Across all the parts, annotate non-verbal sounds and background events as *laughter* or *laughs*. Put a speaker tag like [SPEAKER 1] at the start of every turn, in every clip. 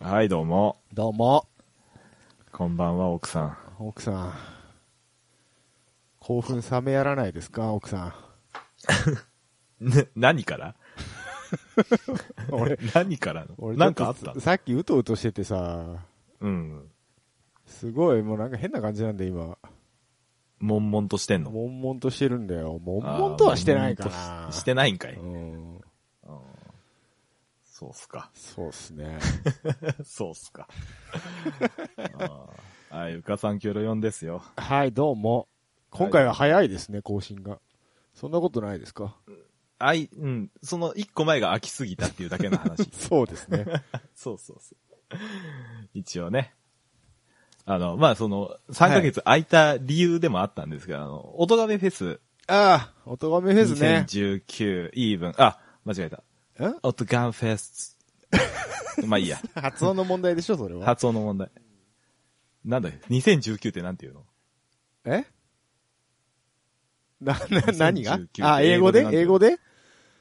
[SPEAKER 1] はい、どうも。
[SPEAKER 2] どうも、
[SPEAKER 1] こんばんは、奥さん。
[SPEAKER 2] 奥さん。興奮冷めやらないですか、奥さん。
[SPEAKER 1] ね、何 *laughs* から
[SPEAKER 2] 俺、
[SPEAKER 1] 何からの
[SPEAKER 2] 俺
[SPEAKER 1] なんかあった
[SPEAKER 2] ちょとさっきうとうとしててさ、
[SPEAKER 1] うん。
[SPEAKER 2] すごい、もうなんか変な感じなんで今。
[SPEAKER 1] 悶々としてんの
[SPEAKER 2] 悶々としてるんだよ。悶々とはしてないか
[SPEAKER 1] あー悶々
[SPEAKER 2] な。
[SPEAKER 1] とししてないんかい。
[SPEAKER 2] うん。。
[SPEAKER 1] そうっすか
[SPEAKER 2] そうっすね。
[SPEAKER 1] *laughs* そうっすか。 *laughs* あーはい、うかさんきょろよんですよ。
[SPEAKER 2] *laughs* はい、どうも。今回は早いですね、更新が。そんなことないですか。
[SPEAKER 1] あい、うん、その一個前が飽きすぎたっていうだけの話
[SPEAKER 2] そうですね。
[SPEAKER 1] *laughs* そうそうそう。一応ね。あの、まあ、その、3ヶ月空いた理由でもあったんですけど、あの、音亀フェス
[SPEAKER 2] *laughs* ああ、音がめフェスね。
[SPEAKER 1] 2019イーブン、あ、間違えた。
[SPEAKER 2] ん
[SPEAKER 1] オットガンフェス。 *laughs* まあいいや。
[SPEAKER 2] 発音の問題でしょ、それは。
[SPEAKER 1] 発音の問題。なんだよ。2019ってなんていうの
[SPEAKER 2] えな、な、何が
[SPEAKER 1] 2019
[SPEAKER 2] あ、英語で英
[SPEAKER 1] 英
[SPEAKER 2] 語
[SPEAKER 1] 語
[SPEAKER 2] で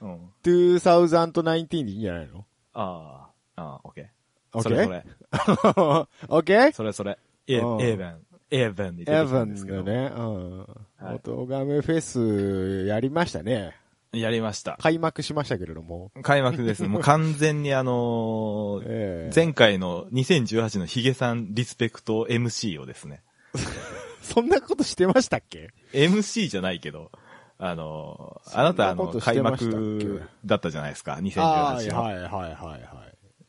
[SPEAKER 1] うん。
[SPEAKER 2] ?2019 でいいんじゃないの
[SPEAKER 1] ああ、ああ、オッケー。
[SPEAKER 2] オッ
[SPEAKER 1] そ
[SPEAKER 2] ケ
[SPEAKER 1] れそ
[SPEAKER 2] ー
[SPEAKER 1] れ。
[SPEAKER 2] *laughs* オッケー
[SPEAKER 1] それそれ。エエ
[SPEAKER 2] うん
[SPEAKER 1] ーベン。エーベンに出
[SPEAKER 2] エ
[SPEAKER 1] て
[SPEAKER 2] ヴ
[SPEAKER 1] きた
[SPEAKER 2] ァ
[SPEAKER 1] んです
[SPEAKER 2] ン
[SPEAKER 1] けど。
[SPEAKER 2] のね、うん。
[SPEAKER 1] はい
[SPEAKER 2] 音がめフェスやりましたね。
[SPEAKER 1] やりました。
[SPEAKER 2] 開幕しましたけれども。
[SPEAKER 1] 開幕です。もう完全にあのー
[SPEAKER 2] *laughs* ええ
[SPEAKER 1] 前回の2018のヒゲさんリスペクト MC をですね。
[SPEAKER 2] そんなことしてましたっけ
[SPEAKER 1] MC じゃないけど、あの、
[SPEAKER 2] そん
[SPEAKER 1] あ
[SPEAKER 2] な
[SPEAKER 1] な
[SPEAKER 2] こ
[SPEAKER 1] たあの、
[SPEAKER 2] として
[SPEAKER 1] 開
[SPEAKER 2] ましたっけ
[SPEAKER 1] 幕だったじゃないですか、
[SPEAKER 2] ああ
[SPEAKER 1] 2018
[SPEAKER 2] ー、
[SPEAKER 1] の。
[SPEAKER 2] はいはいはいはいは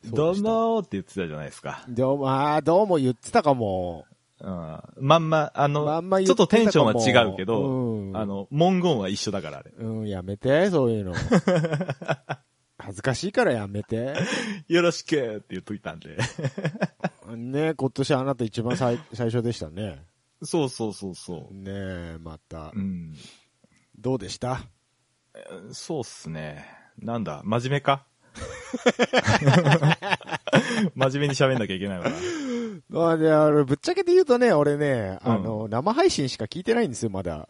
[SPEAKER 2] い。
[SPEAKER 1] どう
[SPEAKER 2] そうで
[SPEAKER 1] もーって言ってたじゃないですか
[SPEAKER 2] し。たどうも、ああ、どうも言ってたかも。
[SPEAKER 1] うん。まんま、あの、
[SPEAKER 2] まんま言
[SPEAKER 1] ちょ
[SPEAKER 2] っ
[SPEAKER 1] って
[SPEAKER 2] た
[SPEAKER 1] と
[SPEAKER 2] かも
[SPEAKER 1] テンションは違うけど、
[SPEAKER 2] うん
[SPEAKER 1] あの、文言は一緒だから、あれ。
[SPEAKER 2] うん、やめて、そ
[SPEAKER 1] *laughs*
[SPEAKER 2] ういうの。恥ずかしいからやめて。
[SPEAKER 1] よろしくーって言っといたんで。 *laughs*
[SPEAKER 2] ね今年あなた一番最最初でしたね。
[SPEAKER 1] そうそうそうそう。
[SPEAKER 2] ねえ、また
[SPEAKER 1] う。ん。
[SPEAKER 2] どうでした
[SPEAKER 1] そうっすね。なんだ、真面目か *laughs* 真面目に喋んなきゃいけないのかな。
[SPEAKER 2] まあね、あのぶっちゃけて言うとね、俺ね、あの、生配信しか聞いてないんですよ、まだ。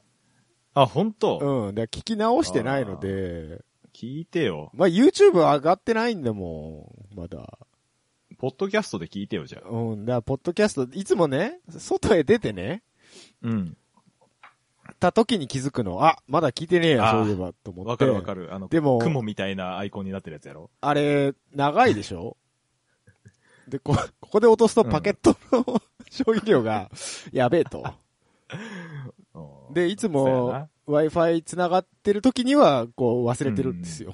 [SPEAKER 1] あ、本当、
[SPEAKER 2] うん。で、聞き直してないので、
[SPEAKER 1] 聞いてよ。
[SPEAKER 2] まあ YouTube 上がってないんだもん、まだ。
[SPEAKER 1] ポッドキャストで聞いてよ、じゃあ。
[SPEAKER 2] うん。だからポッドキャスト、いつもね、外へ出てね、
[SPEAKER 1] うん。
[SPEAKER 2] た時に気づくの、あ、まだ聞いてねえや、
[SPEAKER 1] あー
[SPEAKER 2] そういえば、と思って。
[SPEAKER 1] わかるわかる。あの、
[SPEAKER 2] でも
[SPEAKER 1] 雲みたいなアイコンになってるやつやろ
[SPEAKER 2] あれ、長いでしょで、こ、ここで落とすとパケットの *laughs* 消費量が、やべえと。
[SPEAKER 1] うん
[SPEAKER 2] で、いつ
[SPEAKER 1] そう
[SPEAKER 2] も
[SPEAKER 1] や
[SPEAKER 2] Wi-Fi 繋がってる時には、こう忘れてるんですよ。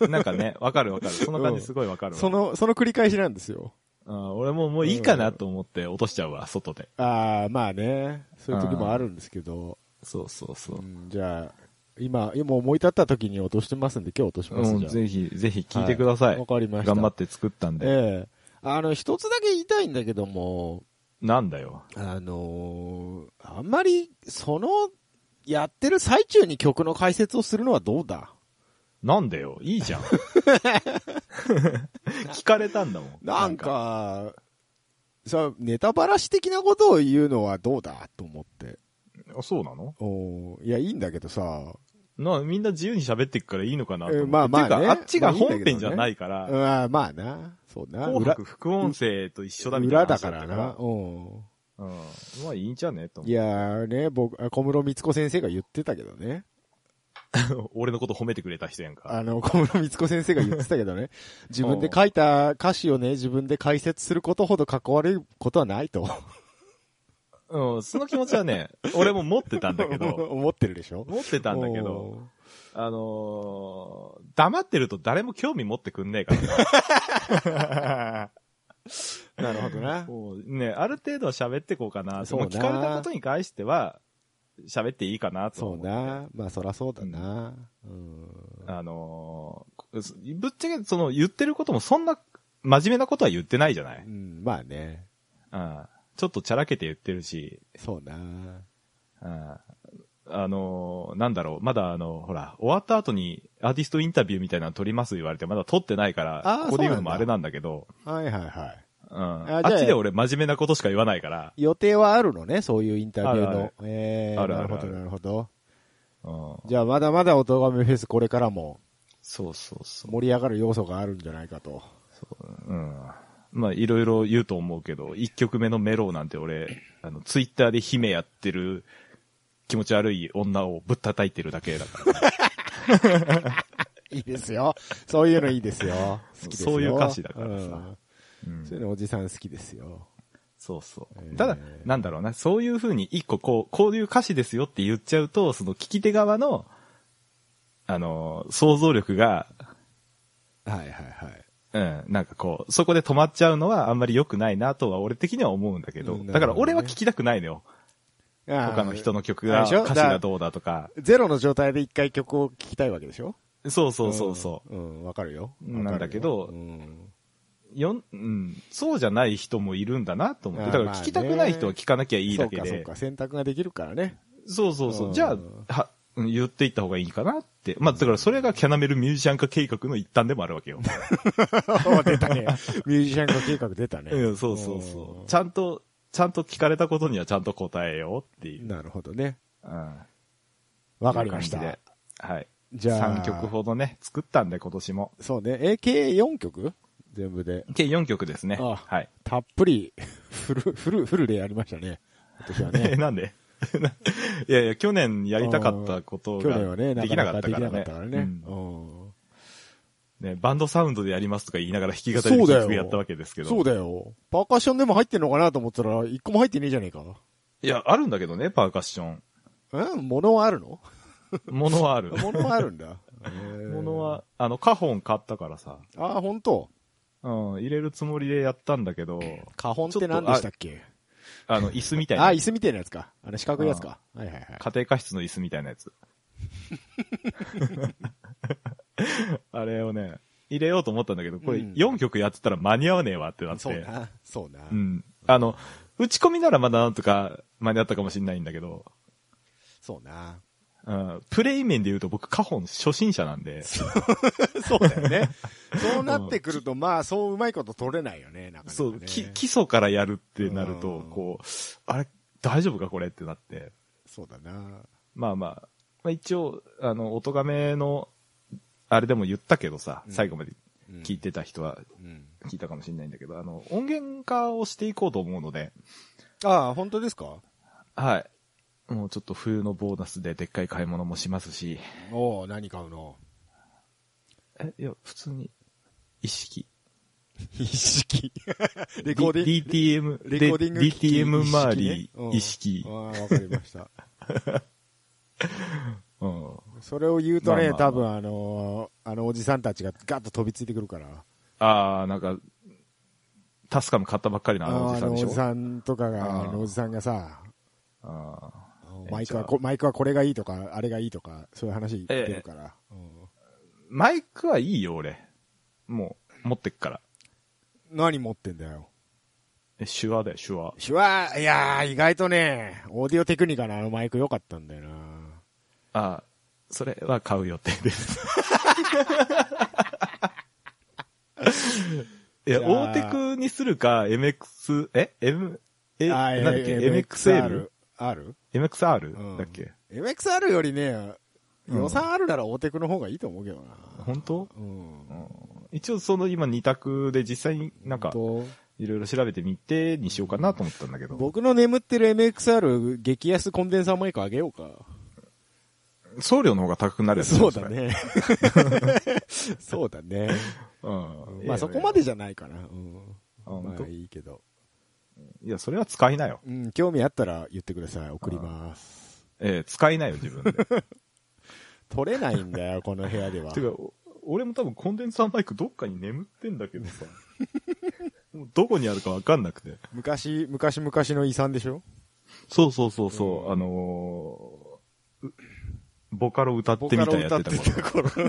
[SPEAKER 1] ななんかね、わかる
[SPEAKER 2] *laughs*
[SPEAKER 1] わかる。その感じすごいわかるわ。
[SPEAKER 2] その、その繰り返しなんですよ。
[SPEAKER 1] うん、俺ももういいかなと思って落としちゃうわ、外で。
[SPEAKER 2] ああ、まあね。そういう時もあるんですけど。
[SPEAKER 1] そうそうそうう。
[SPEAKER 2] ん、じゃあ、今、今思い立った時に落としてますんで、今日落とします、
[SPEAKER 1] うん、
[SPEAKER 2] じゃあ
[SPEAKER 1] ぜひ、ぜひ聞いてくださ。
[SPEAKER 2] はいわかりました。
[SPEAKER 1] 頑張って作ったんで。
[SPEAKER 2] ええあの、一つだけ言いたいんだけども、
[SPEAKER 1] なんだよ。
[SPEAKER 2] あのーあんまり、その、やってる最中に曲の解説をするのはどうだ
[SPEAKER 1] なんだよ。いいじ
[SPEAKER 2] *laughs*
[SPEAKER 1] ゃん。聞かれたんだもん。
[SPEAKER 2] なんか、さ、ネタばらし的なことを言うのはどうだと思って。
[SPEAKER 1] なんか。あそうなの
[SPEAKER 2] おーいや、いいんだけどさ、
[SPEAKER 1] な、みんな自由に喋ってくからいいのかなと思っ
[SPEAKER 2] うん
[SPEAKER 1] て。
[SPEAKER 2] まあまあね
[SPEAKER 1] てか、あっちが
[SPEAKER 2] まあいいんだ
[SPEAKER 1] 本
[SPEAKER 2] けどね
[SPEAKER 1] 編じゃないから、
[SPEAKER 2] うんあーまあな、そうな、
[SPEAKER 1] 紅
[SPEAKER 2] 裏
[SPEAKER 1] 白、副音声と一緒だみた
[SPEAKER 2] 裏
[SPEAKER 1] いな
[SPEAKER 2] だ
[SPEAKER 1] 話った。
[SPEAKER 2] からな。うん。
[SPEAKER 1] うん。まあいいんじゃねと思
[SPEAKER 2] いやーね、僕、あ小室光子先生が言ってたけどね。
[SPEAKER 1] う。俺のこと褒めてくれた人やんか。
[SPEAKER 2] あの、小室光子先生が言ってたけどね。自分で書いた歌詞をね、自分で解説することほど関わることはないと。
[SPEAKER 1] うん、その気持ちはね、 *laughs* 俺も持ってたんだけど、
[SPEAKER 2] *laughs* 思ってるでしょ
[SPEAKER 1] 持ってたんだけど、。 *laughs* あのー黙ってると誰も興味持ってくんねえ *laughs* から
[SPEAKER 2] おーなるほど
[SPEAKER 1] な。
[SPEAKER 2] な。
[SPEAKER 1] もうね、ある程度は喋ってこうかな。そ
[SPEAKER 2] そ
[SPEAKER 1] う
[SPEAKER 2] な
[SPEAKER 1] の聞かれたことに関しては、喋っていいかなと
[SPEAKER 2] そ
[SPEAKER 1] 思
[SPEAKER 2] う
[SPEAKER 1] う。
[SPEAKER 2] な。まあ、そらそうだな。うん。、
[SPEAKER 1] あのーぶっちゃけその言ってることもそんな真面目なことは言ってないじゃないう
[SPEAKER 2] ん、まあね。
[SPEAKER 1] うん、ちょっとちゃらけて言ってるし、
[SPEAKER 2] そうな。
[SPEAKER 1] うんあのーなんだろう、まだあの、ほら、終わった後にアーティストインタビューみたいなの撮ります言われて、まだ撮ってないから
[SPEAKER 2] あー、
[SPEAKER 1] ここで言うの
[SPEAKER 2] そうなん
[SPEAKER 1] も
[SPEAKER 2] だ
[SPEAKER 1] あれなんだけど、
[SPEAKER 2] はいはいはい。
[SPEAKER 1] うん、あ
[SPEAKER 2] じゃあ
[SPEAKER 1] っちで俺真面目なことしか言わないから、
[SPEAKER 2] 予定はあるのね、そういうインタビュー
[SPEAKER 1] あるあ
[SPEAKER 2] の
[SPEAKER 1] る。
[SPEAKER 2] ええー、
[SPEAKER 1] あるあ
[SPEAKER 2] な
[SPEAKER 1] る
[SPEAKER 2] る
[SPEAKER 1] ある
[SPEAKER 2] ほどなるほど。
[SPEAKER 1] うん、
[SPEAKER 2] じゃあ、まだまだおとがめフェスこれからも
[SPEAKER 1] そうそうそう
[SPEAKER 2] 盛り上がる要素があるんじゃないかと。
[SPEAKER 1] そう、うん。まあ、いろいろ言うと思うけど、一曲目のメロウなんて俺、あの、ツイッターで姫やってる気持ち悪い女をぶった叩いてるだけだから、
[SPEAKER 2] いいですよ。そういうのいいですよ。好きですよ。
[SPEAKER 1] そういう歌詞だからさ
[SPEAKER 2] うん
[SPEAKER 1] *laughs* うん
[SPEAKER 2] そういうのおじさん好きですよ。
[SPEAKER 1] そうそ
[SPEAKER 2] えー
[SPEAKER 1] う。ただ、なんだろうな、そういう風に一個こう、こういう歌詞ですよって言っちゃうと、その聞き手側の、あの、想像力が、
[SPEAKER 2] はいはいはい。
[SPEAKER 1] うん、なんかこう、そこで止まっちゃうのはあんまり良くないなとは俺的には思うんだけど、
[SPEAKER 2] うん
[SPEAKER 1] だから俺は聞きたくないのよ。
[SPEAKER 2] あー
[SPEAKER 1] 他の人の曲
[SPEAKER 2] あ
[SPEAKER 1] が、
[SPEAKER 2] れでしょ
[SPEAKER 1] 歌詞がどうだとか。
[SPEAKER 2] ゼロの状態で一回曲を聴きたいわけでしょ。
[SPEAKER 1] そうそうそうそう
[SPEAKER 2] うん、わかるよ。
[SPEAKER 1] なんだけど
[SPEAKER 2] わかるようん
[SPEAKER 1] う。よん、うん、そうじゃない人もいるんだなと思って。
[SPEAKER 2] あ
[SPEAKER 1] だか
[SPEAKER 2] ー
[SPEAKER 1] ら聞きたくない人は聞かなきゃいいだけ
[SPEAKER 2] そうかそう
[SPEAKER 1] で。
[SPEAKER 2] か、選択ができるか
[SPEAKER 1] *laughs*
[SPEAKER 2] らね。
[SPEAKER 1] そうそうそうう。
[SPEAKER 2] ん
[SPEAKER 1] じゃあ、は、うん言っていった方がいいかなって。まあ、だからそれがキャナメルミュージシャン化計画の一端でもあるわけよ。
[SPEAKER 2] 出たね。 *laughs* ミュージシャン化計画出たね。
[SPEAKER 1] うん、そうそうそう。ちゃんと、ちゃんと聞かれたことにはちゃんと答えようっていう。
[SPEAKER 2] なるほどね。
[SPEAKER 1] うん。
[SPEAKER 2] わかりました
[SPEAKER 1] という。感じではい。
[SPEAKER 2] じゃあ、
[SPEAKER 1] 3曲ほどね、作ったんで今年も。
[SPEAKER 2] そうね。え、計4曲全部で。
[SPEAKER 1] 計4曲ですね。
[SPEAKER 2] ああ
[SPEAKER 1] はい。
[SPEAKER 2] たっぷり、 *laughs* フル、フル、フルでやりましたね。今年は
[SPEAKER 1] え、*laughs*
[SPEAKER 2] ね。
[SPEAKER 1] なんでいやいや、去年やりたかったこと
[SPEAKER 2] 去年
[SPEAKER 1] が
[SPEAKER 2] は
[SPEAKER 1] で
[SPEAKER 2] ね、
[SPEAKER 1] き
[SPEAKER 2] なか
[SPEAKER 1] なか
[SPEAKER 2] なか
[SPEAKER 1] った
[SPEAKER 2] でき
[SPEAKER 1] から
[SPEAKER 2] なか
[SPEAKER 1] ね
[SPEAKER 2] ったから
[SPEAKER 1] う
[SPEAKER 2] ね
[SPEAKER 1] ん。
[SPEAKER 2] うん
[SPEAKER 1] ねバンドサウンドでやりますとか言いながら弾き語
[SPEAKER 2] そ
[SPEAKER 1] り
[SPEAKER 2] うだ
[SPEAKER 1] で
[SPEAKER 2] よ
[SPEAKER 1] 曲やったわけですけど。
[SPEAKER 2] そうだよ。パーカッションでも入ってんのかなと思ったら、一個も入ってねえじゃねえか。
[SPEAKER 1] いや、あるんだけどね、パーカッション。
[SPEAKER 2] え物はあ
[SPEAKER 1] *laughs*
[SPEAKER 2] るの
[SPEAKER 1] ものは
[SPEAKER 2] *laughs*
[SPEAKER 1] ある。
[SPEAKER 2] 物はあるんだ。
[SPEAKER 1] *laughs* ものは、あの、カホン買ったからさ。
[SPEAKER 2] へー。あ、本当。
[SPEAKER 1] うん、入れるつもりでやったんだけど、
[SPEAKER 2] 花本って何でしたっけ
[SPEAKER 1] あ
[SPEAKER 2] *laughs*
[SPEAKER 1] の、椅子みたい
[SPEAKER 2] あ、
[SPEAKER 1] な。
[SPEAKER 2] 椅子みたいなやつか。あの、四角いやつか。はいはいはい。
[SPEAKER 1] 家庭科室の椅子みたいなや
[SPEAKER 2] *laughs*
[SPEAKER 1] つ。あれをね、入れようと思ったんだけど、これ
[SPEAKER 2] うん
[SPEAKER 1] 4曲やってたら間に合わねえわってなって。
[SPEAKER 2] そうな。そうな。
[SPEAKER 1] うん。あの、打ち込みならまだなんとか間に合ったかもしれないんだけど、
[SPEAKER 2] そうな。 *laughs*
[SPEAKER 1] うん、プレイ面で言うと僕、カホン初心者なんで、
[SPEAKER 2] そうだよね。そうなってくると、まあ、そううまいこと取れないよね、なかなか、ね。
[SPEAKER 1] そう、き基礎からやるってなる
[SPEAKER 2] う
[SPEAKER 1] と
[SPEAKER 2] ん、
[SPEAKER 1] こう、あれ、大丈夫かこれってなって。
[SPEAKER 2] そうだな。
[SPEAKER 1] まあまあ、まあ、一応、あの、音がめの、あれでも言ったけどさ、
[SPEAKER 2] うん
[SPEAKER 1] 最後まで
[SPEAKER 2] うん
[SPEAKER 1] 聞いてた人は
[SPEAKER 2] うん。
[SPEAKER 1] 聞いたかもしれないんだけど、あの、音源化をしていこうと思うので、
[SPEAKER 2] ああ、本当ですか
[SPEAKER 1] はい。もうちょっと冬のボーナスででっかい買い物もしますし、
[SPEAKER 2] おお何買うの
[SPEAKER 1] え、いや、普通に、一式。
[SPEAKER 2] 一式。 *laughs* レコーディング。
[SPEAKER 1] D- DTM、
[SPEAKER 2] レコーディング機器
[SPEAKER 1] DTM 周り、一
[SPEAKER 2] ね
[SPEAKER 1] 式
[SPEAKER 2] う。んああ、わかりました。
[SPEAKER 1] うん。
[SPEAKER 2] それを言うとね、
[SPEAKER 1] *laughs* まあまあ
[SPEAKER 2] 多分あのーあのおじさんたちがガッと飛びついてくるから。
[SPEAKER 1] あー、なんか、タスカム買ったばっかりのあのおじさんでし
[SPEAKER 2] あのおじ
[SPEAKER 1] ょ
[SPEAKER 2] さんとかが、
[SPEAKER 1] あ
[SPEAKER 2] あ
[SPEAKER 1] ー
[SPEAKER 2] のおじさんがさ、
[SPEAKER 1] あー
[SPEAKER 2] マイクは
[SPEAKER 1] じゃ
[SPEAKER 2] こ
[SPEAKER 1] あ、
[SPEAKER 2] マイクはこれがいいとか、あれがいいとか、そういう話出るから。うん
[SPEAKER 1] マイクはいいよ、俺。もう、持ってっから。
[SPEAKER 2] 何持ってんだよ。
[SPEAKER 1] え手話だよ、手話。
[SPEAKER 2] 手話、いやー、意外とね、オーディオテクニカのあのマイク良かったんだよな。
[SPEAKER 1] あー、それは買う予定
[SPEAKER 2] *laughs*
[SPEAKER 1] です。いや、
[SPEAKER 2] じゃあ
[SPEAKER 1] オーテクにするか、MX、え ?M、え、
[SPEAKER 2] あ
[SPEAKER 1] なんだっけ ?MXL?MXR
[SPEAKER 2] ?MXR。R? うん
[SPEAKER 1] だっけ
[SPEAKER 2] ?MXR よりね、
[SPEAKER 1] うん
[SPEAKER 2] 予算あるならオーテクの方がいいと思うけどな。
[SPEAKER 1] 本当
[SPEAKER 2] うん。
[SPEAKER 1] 一応その今二択で実際になんか
[SPEAKER 2] と
[SPEAKER 1] いろいろ調べてみてにしようかなと思ったんだけど。
[SPEAKER 2] 僕の眠ってる MXR 激安コンデンサーマイクあげようか。
[SPEAKER 1] 送料の方が高くなるやつ
[SPEAKER 2] そうだ。ね。
[SPEAKER 1] *laughs*
[SPEAKER 2] そうだね。
[SPEAKER 1] それうん。
[SPEAKER 2] まあそこまでじゃないかな。うん。
[SPEAKER 1] 本
[SPEAKER 2] ま
[SPEAKER 1] 当
[SPEAKER 2] あいいけど。
[SPEAKER 1] いや、それは使いなよ。
[SPEAKER 2] うん、興味あったら言ってください。送ります。
[SPEAKER 1] ええ、使いなよ、自分で。
[SPEAKER 2] 取れないんだよ、こ *laughs* の部屋では。
[SPEAKER 1] てか、お俺も多分コンデンサーマイクどっかに眠ってんだけど
[SPEAKER 2] *laughs*
[SPEAKER 1] さ。もうどこにあるかわかんなくて。
[SPEAKER 2] 昔、昔々の遺産でしょ
[SPEAKER 1] そうそうそうそう、あのーうボカロ歌っ
[SPEAKER 2] ボ
[SPEAKER 1] て
[SPEAKER 2] カ
[SPEAKER 1] み
[SPEAKER 2] ロ
[SPEAKER 1] たいや
[SPEAKER 2] 歌
[SPEAKER 1] っ
[SPEAKER 2] ってて
[SPEAKER 1] た
[SPEAKER 2] た
[SPEAKER 1] 頃。
[SPEAKER 2] 頃。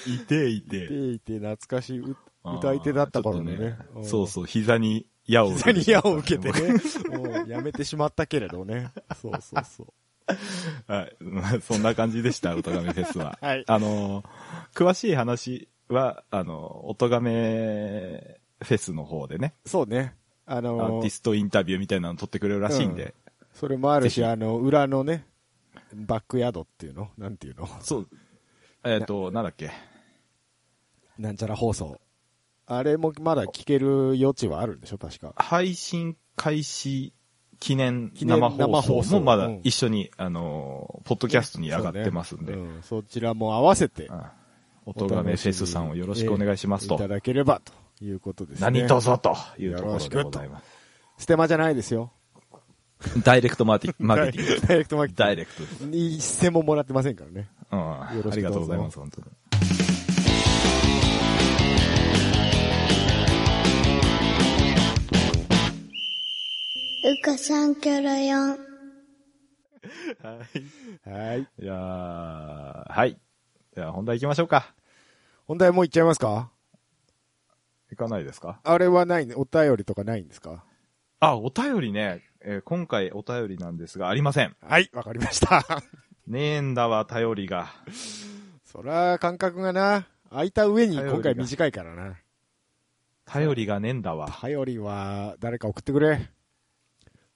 [SPEAKER 2] *laughs*
[SPEAKER 1] いていて。
[SPEAKER 2] いて懐かしい歌 *laughs* 歌い手だった頃のね
[SPEAKER 1] ちょっと。そう
[SPEAKER 2] う
[SPEAKER 1] そう、膝に矢を
[SPEAKER 2] ん。
[SPEAKER 1] 受
[SPEAKER 2] 膝
[SPEAKER 1] けて
[SPEAKER 2] に
[SPEAKER 1] しまっ
[SPEAKER 2] 矢
[SPEAKER 1] た
[SPEAKER 2] を受けてね。うんやめてしまったけれどね。そうそうそう。。
[SPEAKER 1] *laughs* はい。まあそんな感じでした、おとがめフェスは
[SPEAKER 2] *laughs* はい
[SPEAKER 1] あのー、詳しい話は、あの、おとがめフェスの方でね、
[SPEAKER 2] そうね。あ
[SPEAKER 1] ア
[SPEAKER 2] の
[SPEAKER 1] ーティストインタビューみたいなの撮ってくれるらしいんで。
[SPEAKER 2] それもある
[SPEAKER 1] ぜ
[SPEAKER 2] し、
[SPEAKER 1] ひ
[SPEAKER 2] あの、裏のね、バックヤードっていうのなんていうの
[SPEAKER 1] そう。えっ、と、なんだっけ。
[SPEAKER 2] なんちゃら放送。あれもまだ聞ける余地はあるんでしょ確か。
[SPEAKER 1] 配信開始記念
[SPEAKER 2] 記念
[SPEAKER 1] 生放
[SPEAKER 2] 生放
[SPEAKER 1] 送
[SPEAKER 2] 送
[SPEAKER 1] もまだ
[SPEAKER 2] うん
[SPEAKER 1] 一緒に、あのー、ポッドキャストに上がってますんで、
[SPEAKER 2] そうねうんそちらも合わせて、
[SPEAKER 1] あ音がめフェスさんをよろしくお願いします
[SPEAKER 2] い
[SPEAKER 1] と
[SPEAKER 2] た。だければということですね。
[SPEAKER 1] 何とぞというところでございます。
[SPEAKER 2] ステマじゃないで
[SPEAKER 1] *laughs*
[SPEAKER 2] すよ。
[SPEAKER 1] ダイレクトマーティ、マー
[SPEAKER 2] ダイ
[SPEAKER 1] ケティング。
[SPEAKER 2] レクトマーケ
[SPEAKER 1] *laughs*
[SPEAKER 2] テ
[SPEAKER 1] ダイ
[SPEAKER 2] ィング。
[SPEAKER 1] レクトです。
[SPEAKER 2] 一銭ももらってませんからね。
[SPEAKER 1] うん。あ
[SPEAKER 2] よろし
[SPEAKER 1] り
[SPEAKER 2] くどうぞ
[SPEAKER 1] がとうございます、本当に。
[SPEAKER 3] うかさんキョロヨン。
[SPEAKER 2] はい。
[SPEAKER 1] いやーはい。じゃあ本題行きましょうか。
[SPEAKER 2] 本題もういっちゃいますか
[SPEAKER 1] 行かないですか
[SPEAKER 2] あれはないね、お便りとかないんですか
[SPEAKER 1] あ、お便りね。えー今回お便りなんですが、ありません。
[SPEAKER 2] はい、わかりました。 *laughs*
[SPEAKER 1] ねえんだわ、頼りが。
[SPEAKER 2] そら、感覚がな、空いた上に今
[SPEAKER 1] 頼
[SPEAKER 2] 回
[SPEAKER 1] りが
[SPEAKER 2] 短いからな。
[SPEAKER 1] 頼りがねえんだわ。
[SPEAKER 2] 頼りは、誰か送ってくれ。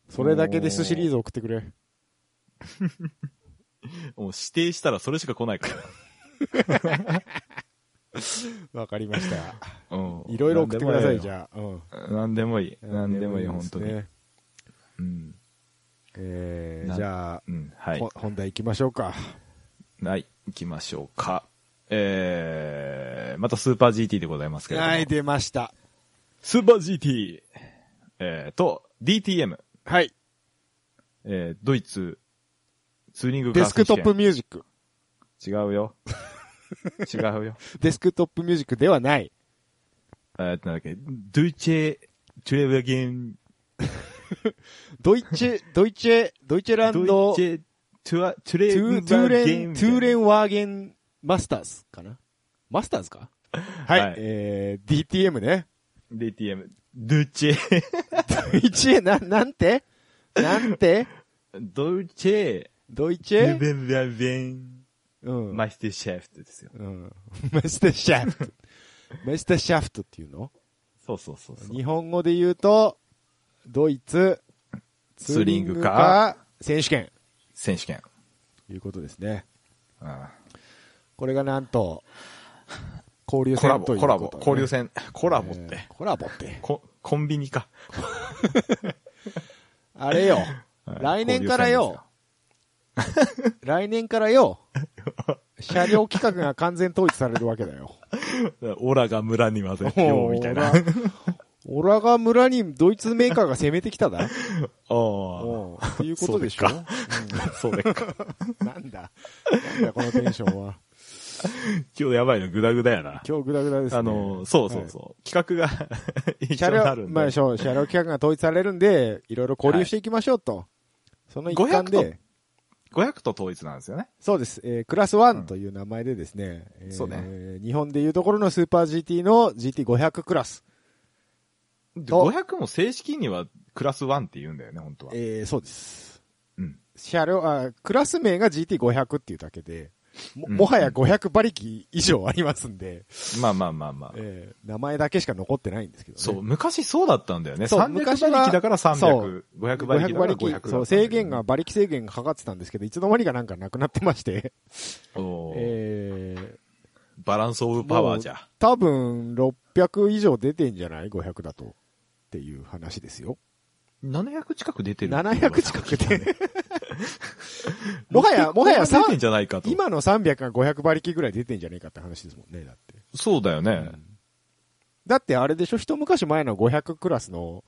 [SPEAKER 2] それだけですシリーズ送ってくれ。
[SPEAKER 1] *laughs* もう指定したらそれしか来ないか
[SPEAKER 2] わかりました。
[SPEAKER 1] ら。うん。
[SPEAKER 2] いろいろ送ってください、じ
[SPEAKER 1] ゃ
[SPEAKER 2] ゃあ。うん。
[SPEAKER 1] あ。何でもいい。何でもいい、本当
[SPEAKER 2] でもいい
[SPEAKER 1] に
[SPEAKER 2] で。すね
[SPEAKER 1] うん。
[SPEAKER 2] えー、
[SPEAKER 1] な
[SPEAKER 2] じゃあ、
[SPEAKER 1] うん、はい
[SPEAKER 2] ほ。本題行きましょうか。
[SPEAKER 1] はい、行きましょうか。えー、またスーパー GT でございますけれども。
[SPEAKER 2] はい、出ました。
[SPEAKER 1] スーパー GT、えー、と、DTM、
[SPEAKER 2] はい。
[SPEAKER 1] えー、ドイツ、ツーリングカー
[SPEAKER 2] デスクトップ
[SPEAKER 1] 選
[SPEAKER 2] ミュージック。
[SPEAKER 1] 手権違うよ。違うよ。
[SPEAKER 2] デスクトップミュージックではない。
[SPEAKER 1] えー、なんだっけ、ドイチェ、チュレブゲン、
[SPEAKER 2] ドイチェ、ドイチェ、ドイチェラン
[SPEAKER 1] ド
[SPEAKER 2] ド、
[SPEAKER 1] イチ
[SPEAKER 2] ト
[SPEAKER 1] ェ、ト
[SPEAKER 2] ゥ
[SPEAKER 1] ゥア、トゥレブ
[SPEAKER 2] ートゥー
[SPEAKER 1] ゲ
[SPEAKER 2] レン、
[SPEAKER 1] ン。
[SPEAKER 2] トゥーレ
[SPEAKER 1] ン。
[SPEAKER 2] ンワーゲンマスターズかなマスターズかはい、
[SPEAKER 1] はい
[SPEAKER 2] えー、DTM ね。
[SPEAKER 1] DTM、ドイチェ、
[SPEAKER 2] ドイチェ、な、なんてなんて
[SPEAKER 1] ドイチェ、
[SPEAKER 2] ドイチ
[SPEAKER 1] チュレ
[SPEAKER 2] ェ
[SPEAKER 1] ブゲン、
[SPEAKER 2] うん。
[SPEAKER 1] マイステシェフトですよ。
[SPEAKER 2] うん。マスターシャフト。マスターシャフトっていうの
[SPEAKER 1] そうそうそうそう。
[SPEAKER 2] 日本語で言うと、ドイツ、ツーリングカー選手権、
[SPEAKER 1] 選手権。
[SPEAKER 2] ということですね。
[SPEAKER 1] うん
[SPEAKER 2] これがなんと、交流
[SPEAKER 1] コラ
[SPEAKER 2] 戦と
[SPEAKER 1] ボ、
[SPEAKER 2] いう
[SPEAKER 1] コ
[SPEAKER 2] こと
[SPEAKER 1] ラ
[SPEAKER 2] でね、
[SPEAKER 1] ボ、交流戦、コラボっ
[SPEAKER 2] えー
[SPEAKER 1] て、
[SPEAKER 2] コラボって。
[SPEAKER 1] ココンビニか。
[SPEAKER 2] あれよ。
[SPEAKER 1] はい
[SPEAKER 2] 来年からよ。。来年からよ。車両規格が完全統一されるわけだよ。
[SPEAKER 1] 交流戦ですよオラが村に混ぜてよ、みたいな。
[SPEAKER 2] オラが村にドイツメーカーが攻めてきただ。
[SPEAKER 1] お
[SPEAKER 2] おうっていうことでしょ
[SPEAKER 1] そうーそれか。
[SPEAKER 2] うんなんだ。なんだこのテンションは。
[SPEAKER 1] 今日やばいの、グダグダやな。
[SPEAKER 2] 今日グダグダですね。
[SPEAKER 1] あの、そうそうそう。企画が
[SPEAKER 2] *laughs*
[SPEAKER 1] 一緒
[SPEAKER 2] 車
[SPEAKER 1] になる
[SPEAKER 2] 両、
[SPEAKER 1] ん
[SPEAKER 2] まあ、
[SPEAKER 1] で。
[SPEAKER 2] そう車両規格が統一されるんで、いろいろ交流していきましょうと。その一環
[SPEAKER 1] 500
[SPEAKER 2] で、
[SPEAKER 1] 500と統一なんですよね。
[SPEAKER 2] そうです、えークラス1という名前でですね、えー
[SPEAKER 1] そうね
[SPEAKER 2] 日本でいうところのスーパー GT の GT500 クラス。
[SPEAKER 1] で
[SPEAKER 2] と
[SPEAKER 1] 500も正式にはクラス1って言うんだよね、本当は。
[SPEAKER 2] えーそうです。
[SPEAKER 1] うん。
[SPEAKER 2] 車両、あ、クラス名が GT500 っていうだけで、も
[SPEAKER 1] うん
[SPEAKER 2] もはや500馬力以上ありますんで、
[SPEAKER 1] まあまあまあまあ。
[SPEAKER 2] えー名前だけしか残ってないんですけどね。
[SPEAKER 1] そう、昔そうだったんだよね。
[SPEAKER 2] そう
[SPEAKER 1] 300
[SPEAKER 2] 昔は
[SPEAKER 1] 馬力だから
[SPEAKER 2] そ
[SPEAKER 1] 300
[SPEAKER 2] う、
[SPEAKER 1] 500馬力だから500だったんだよね。
[SPEAKER 2] そう、制限が、馬力制限がかかってたんですけど、いつの間にかなんかなくなってまして、
[SPEAKER 1] おー
[SPEAKER 2] えー
[SPEAKER 1] バランスオブパワーじゃ。
[SPEAKER 2] 多分、600以上出てんじゃない ?500 だと。っていう話ですよ。
[SPEAKER 1] 700近く出てる。
[SPEAKER 2] 700近くで。 *laughs* もはや、もはや
[SPEAKER 1] 出
[SPEAKER 2] さ
[SPEAKER 1] てんじゃないかと。
[SPEAKER 2] 今の300が500馬力ぐらい出てんじゃねえかって話ですもんね、だって。
[SPEAKER 1] そうだよね。
[SPEAKER 2] だってあれでしょ、一昔前の500クラスの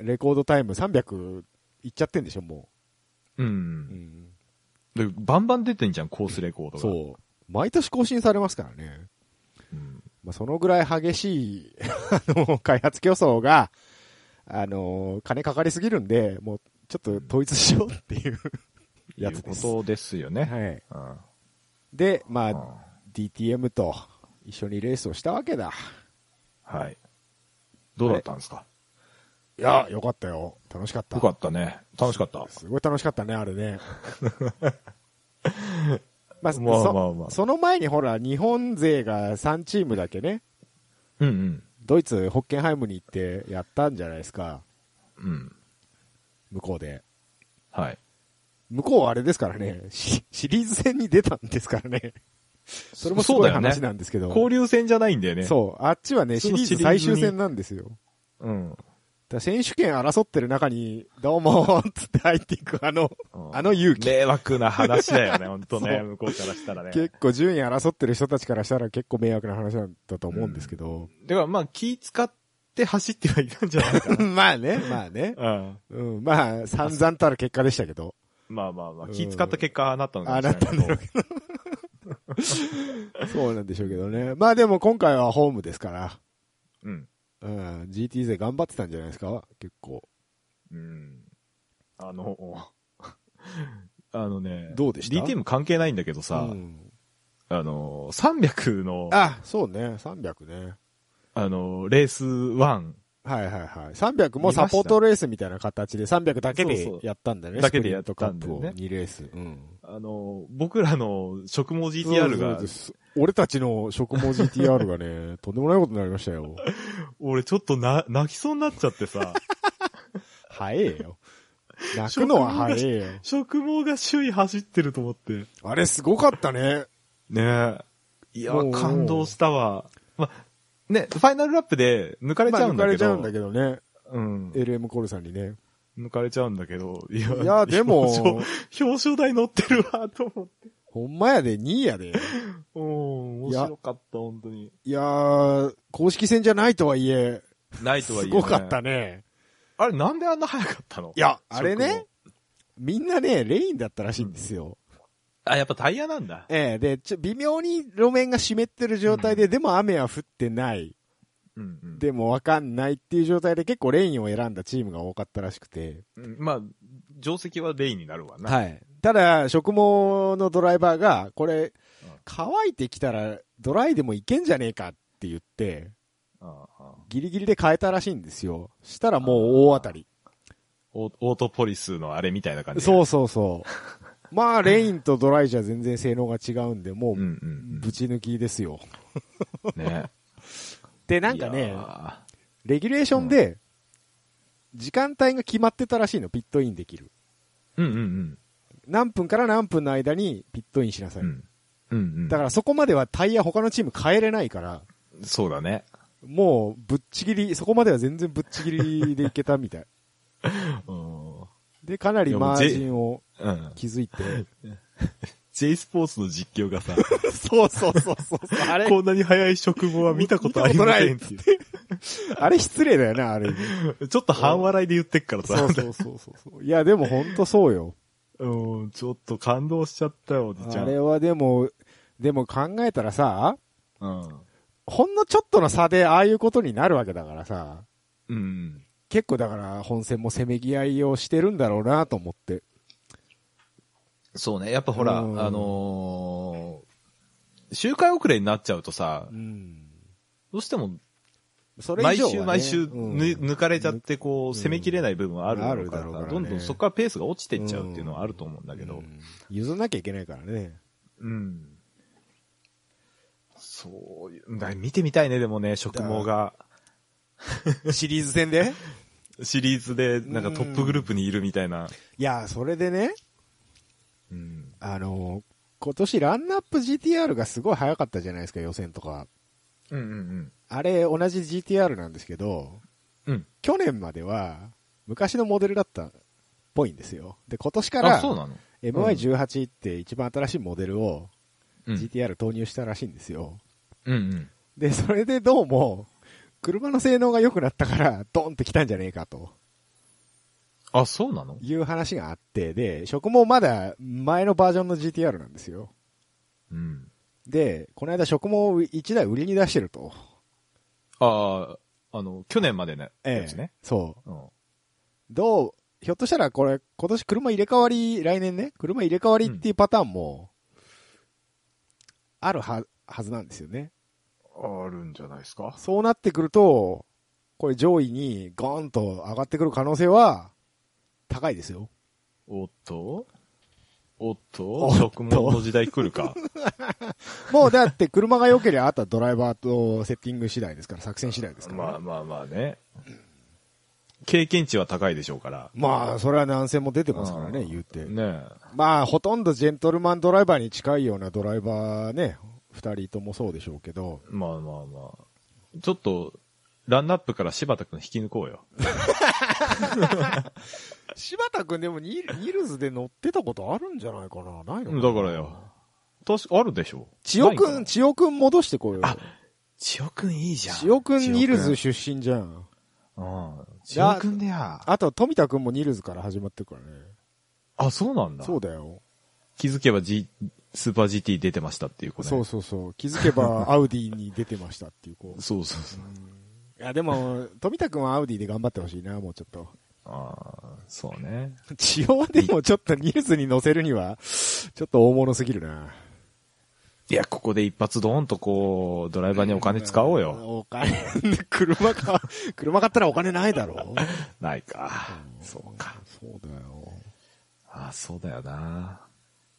[SPEAKER 2] レコードタイム300いっちゃってんでしょ、も
[SPEAKER 1] う
[SPEAKER 2] う。
[SPEAKER 1] ん。でバンバン出てんじゃん、コースレコードが。
[SPEAKER 2] そう。毎年更新されますからね。
[SPEAKER 1] うん。
[SPEAKER 2] まあ、そのぐらい激しい、 *laughs* あの、開発競争が、あの、金かかりすぎるんで、もう、ちょっと統一しようっていう、やつです。
[SPEAKER 1] いうことですよね。
[SPEAKER 2] はい。
[SPEAKER 1] うん
[SPEAKER 2] で、ま
[SPEAKER 1] うん
[SPEAKER 2] あ、DTM と一緒にレースをしたわけだ。
[SPEAKER 1] はい。どうだったんですか
[SPEAKER 2] いや、よかったよ。楽しかった。
[SPEAKER 1] よかったね。楽しかった。
[SPEAKER 2] すごい楽しかったね、あ
[SPEAKER 1] *laughs*
[SPEAKER 2] れね。まあ、そ
[SPEAKER 1] まあまあまあ
[SPEAKER 2] その前にほら、日本勢が3チームだけね、
[SPEAKER 1] うん
[SPEAKER 2] ドイツ、ホッケンハイムに行ってやったんじゃないですか、
[SPEAKER 1] うん。うん。
[SPEAKER 2] 向こうで。
[SPEAKER 1] はい。
[SPEAKER 2] 向こうはあれですからね、シシリーズ戦に出たんですからね。それもすごい話なんですけど。
[SPEAKER 1] 交流戦じゃないんだよね。
[SPEAKER 2] そう。あっちはね、
[SPEAKER 1] そ
[SPEAKER 2] シ
[SPEAKER 1] の
[SPEAKER 2] リーズ最終戦なんですよ。
[SPEAKER 1] う。うん。
[SPEAKER 2] だから選手権争ってる中に、どうもーっつって入っていく、あの、
[SPEAKER 1] うん
[SPEAKER 2] あの勇気。
[SPEAKER 1] 迷惑な話だよね、本当ね、
[SPEAKER 2] そう
[SPEAKER 1] 向こうからしたらね。
[SPEAKER 2] 結構順位争ってる人たちからしたら結構迷惑な話なんだと思うんですけど。
[SPEAKER 1] だからまあ気使って走ってはいたんじゃないか
[SPEAKER 2] まあね、まあね。
[SPEAKER 1] な。うん。
[SPEAKER 2] うん、まあ、散々たる結果でしたけど。
[SPEAKER 1] まあまあまあ、
[SPEAKER 2] うん
[SPEAKER 1] 気使った結果、ああなったのか
[SPEAKER 2] あ
[SPEAKER 1] も
[SPEAKER 2] あ
[SPEAKER 1] しれ
[SPEAKER 2] な
[SPEAKER 1] ない
[SPEAKER 2] ったんだろうけど。そうなんでしょうけどね。まあでも今回はホームですから。
[SPEAKER 1] うん。
[SPEAKER 2] うん、GT 勢頑張ってたんじゃないですか結構。
[SPEAKER 1] うん。あの、あのね、
[SPEAKER 2] どうでした
[SPEAKER 1] ?DTM 関係ないんだけどさ、
[SPEAKER 2] うん
[SPEAKER 1] あの、300の、あ
[SPEAKER 2] あ、そうね、300ね。
[SPEAKER 1] の、レース1
[SPEAKER 2] はいはいはい。300もサポートレースみたいな形で300だけで
[SPEAKER 1] そうそう
[SPEAKER 2] やったんだよね。
[SPEAKER 1] だけでやったんだよね
[SPEAKER 2] 2レース。うん。
[SPEAKER 1] あの、僕らの食毛 GTR が
[SPEAKER 2] そうそう、そう俺たちの食毛 GTR がね、とんでもないことになりましたよ。
[SPEAKER 1] 俺ちょっとな、泣きそうになっちゃって
[SPEAKER 2] *laughs*
[SPEAKER 1] さ、
[SPEAKER 2] 早え *laughs* よ。泣くのは早えよ。
[SPEAKER 1] 食毛が周囲走ってると思って。
[SPEAKER 2] あれすごかったね。
[SPEAKER 1] ねえ。いや
[SPEAKER 2] もう、
[SPEAKER 1] 感動したわ。ま、ね、ファイナルラップで抜かれちゃうん
[SPEAKER 2] まあ抜か
[SPEAKER 1] だ
[SPEAKER 2] れ
[SPEAKER 1] け
[SPEAKER 2] ちゃ
[SPEAKER 1] ど。
[SPEAKER 2] うんだけどね。
[SPEAKER 1] うん。
[SPEAKER 2] LM コールさんにね。
[SPEAKER 1] 抜かれちゃうんだけど。いや
[SPEAKER 2] いや、でも
[SPEAKER 1] 表彰、表彰台乗ってるわ、と思って。
[SPEAKER 2] ほんまやで、2位やで。
[SPEAKER 1] うん、面白かった、本当に。
[SPEAKER 2] いやー、公式戦じゃないとはいえ、
[SPEAKER 1] ないとは
[SPEAKER 2] す
[SPEAKER 1] 言え、
[SPEAKER 2] ごかった。ね。
[SPEAKER 1] あれ、なんであんな早かったの
[SPEAKER 2] いや、あれね。、みんなね、レインだったらしいんですよ。
[SPEAKER 1] あ、やっぱタイヤなんだ。
[SPEAKER 2] ええ、で、ちょ、微妙に路面が湿ってる状態で、でも雨は降ってない。
[SPEAKER 1] うん、うん。
[SPEAKER 2] でもわかんないっていう状態で結構レインを選んだチームが多かったらしくて。
[SPEAKER 1] うんまあ、定石はレイになるわな。
[SPEAKER 2] はい。ただ、職毛のドライバーが、これ、乾いてきたらドライでもいけんじゃねえかって言って、
[SPEAKER 1] ああ
[SPEAKER 2] ギリギリで変えたらしいんですよ。したらもう大当たり。
[SPEAKER 1] オーオートポリスのあれみたいな感じ。。
[SPEAKER 2] そううそ
[SPEAKER 1] *laughs*
[SPEAKER 2] うそう。まあ、レインとドライじゃ全然性能が違うんで、も
[SPEAKER 1] うん、う
[SPEAKER 2] う、
[SPEAKER 1] ん
[SPEAKER 2] ぶち抜きですよ。
[SPEAKER 1] うん。ね。
[SPEAKER 2] で、 *laughs* なんか
[SPEAKER 1] い
[SPEAKER 2] ね、
[SPEAKER 1] や
[SPEAKER 2] レギュレーションで、時間帯が決まってたらしいの、ピットインできる。
[SPEAKER 1] ー、うん、うん、
[SPEAKER 2] 何分から何分の間にピットインしなさ
[SPEAKER 1] う
[SPEAKER 2] い。
[SPEAKER 1] ん。うん。うん、うん。
[SPEAKER 2] だからそこまではタイヤ他のチーム変えれないから、
[SPEAKER 1] そうだね。
[SPEAKER 2] もうぶっちぎり、そこまでは全然ぶっちぎりでいけたみたい。 *laughs*
[SPEAKER 1] うん。
[SPEAKER 2] で、かなりマージンを
[SPEAKER 1] うん。
[SPEAKER 2] 築いて。
[SPEAKER 1] J スポーツの実況が *laughs* さ、
[SPEAKER 2] *laughs* そうそうそうそう。 *laughs* あれ、
[SPEAKER 1] こんなに早い食後は見たことありませんっていう。
[SPEAKER 2] あれ失礼だよな、あれ。 *laughs*
[SPEAKER 1] ちょっと半笑いで言ってっから
[SPEAKER 2] そ
[SPEAKER 1] さ
[SPEAKER 2] う、そうそうそう。いや、でもほんとそうよ。
[SPEAKER 1] うん、ちょっと感動しちゃったよ、おじちゃ
[SPEAKER 2] あ
[SPEAKER 1] ん。
[SPEAKER 2] れはでも、でも考えたらさ、
[SPEAKER 1] うん。
[SPEAKER 2] ほんのちょっとの差でああいうことになるわけだからさ、
[SPEAKER 1] うん。
[SPEAKER 2] 結構だから本戦もせめぎ合いをしてるんだろうなと思って。
[SPEAKER 1] そうね、やっぱほら、あ
[SPEAKER 2] うん
[SPEAKER 1] のー、周回遅れになっちゃうとさ
[SPEAKER 2] う、ん。
[SPEAKER 1] どうしても、
[SPEAKER 2] それ以
[SPEAKER 1] 毎
[SPEAKER 2] 上はね、
[SPEAKER 1] 週毎週
[SPEAKER 2] うん
[SPEAKER 1] ぬ抜かれちゃって、こ
[SPEAKER 2] うん
[SPEAKER 1] う、攻めきれない部分はある
[SPEAKER 2] ある
[SPEAKER 1] から
[SPEAKER 2] だろう
[SPEAKER 1] さ
[SPEAKER 2] からね
[SPEAKER 1] どんどんそこからペースが落ちてっちゃうっていうのはあると思うんだけ
[SPEAKER 2] う
[SPEAKER 1] ど、
[SPEAKER 2] ん譲んなきゃいけないからね。
[SPEAKER 1] うん。そういう、だ見てみたいね、でもね、食毛が。
[SPEAKER 2] シリーズ戦で
[SPEAKER 1] シリーズで、なんかトップグループにいるみたいな。
[SPEAKER 2] いや、それでね、
[SPEAKER 1] うん。
[SPEAKER 2] あの、今年ランナップ GTR がすごい早かったじゃないですか、予選とか。
[SPEAKER 1] うんうん
[SPEAKER 2] あれ、同じ GTR なんですけど、
[SPEAKER 1] うん。うん。
[SPEAKER 2] 去年までは昔のモデルだったっぽいんですよ。で、今年か
[SPEAKER 1] あ、
[SPEAKER 2] ら
[SPEAKER 1] そうなの
[SPEAKER 2] MY18 って一番新しいモデルを
[SPEAKER 1] うん。
[SPEAKER 2] GTR 投入したらしいんですよ。
[SPEAKER 1] うんうん。
[SPEAKER 2] で、それでどうも、車の性能が良くなったから、ドンって来たんじゃねえかと
[SPEAKER 1] あ、そうなの
[SPEAKER 2] いう話があって、で、職もまだ前のバージョンの GTR なんですよ。
[SPEAKER 1] うん。
[SPEAKER 2] で、この間職も1台売りに出してると。
[SPEAKER 1] ああ、あの、去年までのやつね。
[SPEAKER 2] そう。
[SPEAKER 1] うん。
[SPEAKER 2] どう、ひょっとしたらこれ、今年車入れ替わり、来年ね、車入れ替わりっていうパターンも、あるは、はずなんですよね。
[SPEAKER 1] あるんじゃないですか。
[SPEAKER 2] そうなってくると、これ上位にゴーンと上がってくる可能性は、高いですよ。
[SPEAKER 1] おっとおっ
[SPEAKER 2] お
[SPEAKER 1] と
[SPEAKER 2] っと
[SPEAKER 1] 食毛の時代来る *laughs* か。
[SPEAKER 2] もうだって車が良ければあとはドライバーとセッティング次第ですから、作戦次第ですから、
[SPEAKER 1] まあまあまあね。経験値は高いでしょうから。
[SPEAKER 2] まあ、それは何戦も出てますから
[SPEAKER 1] う
[SPEAKER 2] ね、
[SPEAKER 1] ん
[SPEAKER 2] 言うて。
[SPEAKER 1] ねえ。
[SPEAKER 2] まあ、ほとんどジェントルマンドライバーに近いようなドライバーね、二人ともそうでしょうけど、
[SPEAKER 1] まあまあまあ。ちょっと、ランナップから柴田くん引き抜こうよ。
[SPEAKER 2] 柴田くんでもニニルズで乗ってたことあるんじゃないかなないの
[SPEAKER 1] だからよ。確か、あるでしょ
[SPEAKER 2] 千代
[SPEAKER 1] ない
[SPEAKER 2] く
[SPEAKER 1] か
[SPEAKER 2] ん、千代くん戻してこいよ。
[SPEAKER 1] あ千代くんいいじゃん。
[SPEAKER 2] 千代くんニルズ
[SPEAKER 1] 千
[SPEAKER 2] 出身じゃ
[SPEAKER 1] 代
[SPEAKER 2] ん。
[SPEAKER 1] くん。うん。千代くんでや。
[SPEAKER 2] あと、富田くんもニルズから始まってるからね。
[SPEAKER 1] あ、そうなんだ。
[SPEAKER 2] そうだよ。
[SPEAKER 1] 気づけば、G、スーパー GT 出てましたっていう子ね。
[SPEAKER 2] そうそうそう。気づけば *laughs* アウディに出てましたっていう子。
[SPEAKER 1] そうそうそう。
[SPEAKER 2] いや、でも、富田くんはアウディで頑張ってほしいな、もうちょっと。
[SPEAKER 1] ああ、そうね。
[SPEAKER 2] 千代はでもちょっとニルズに乗せるには、ちょっと大物すぎるな。
[SPEAKER 1] いや、ここで一発ドーンとこう、ドライバーにお金使おうよ。
[SPEAKER 2] お金、車か、車買ったらお金ないだろ。
[SPEAKER 1] ないか。そうか。
[SPEAKER 2] そうだよ。
[SPEAKER 1] ああ、そうだよな。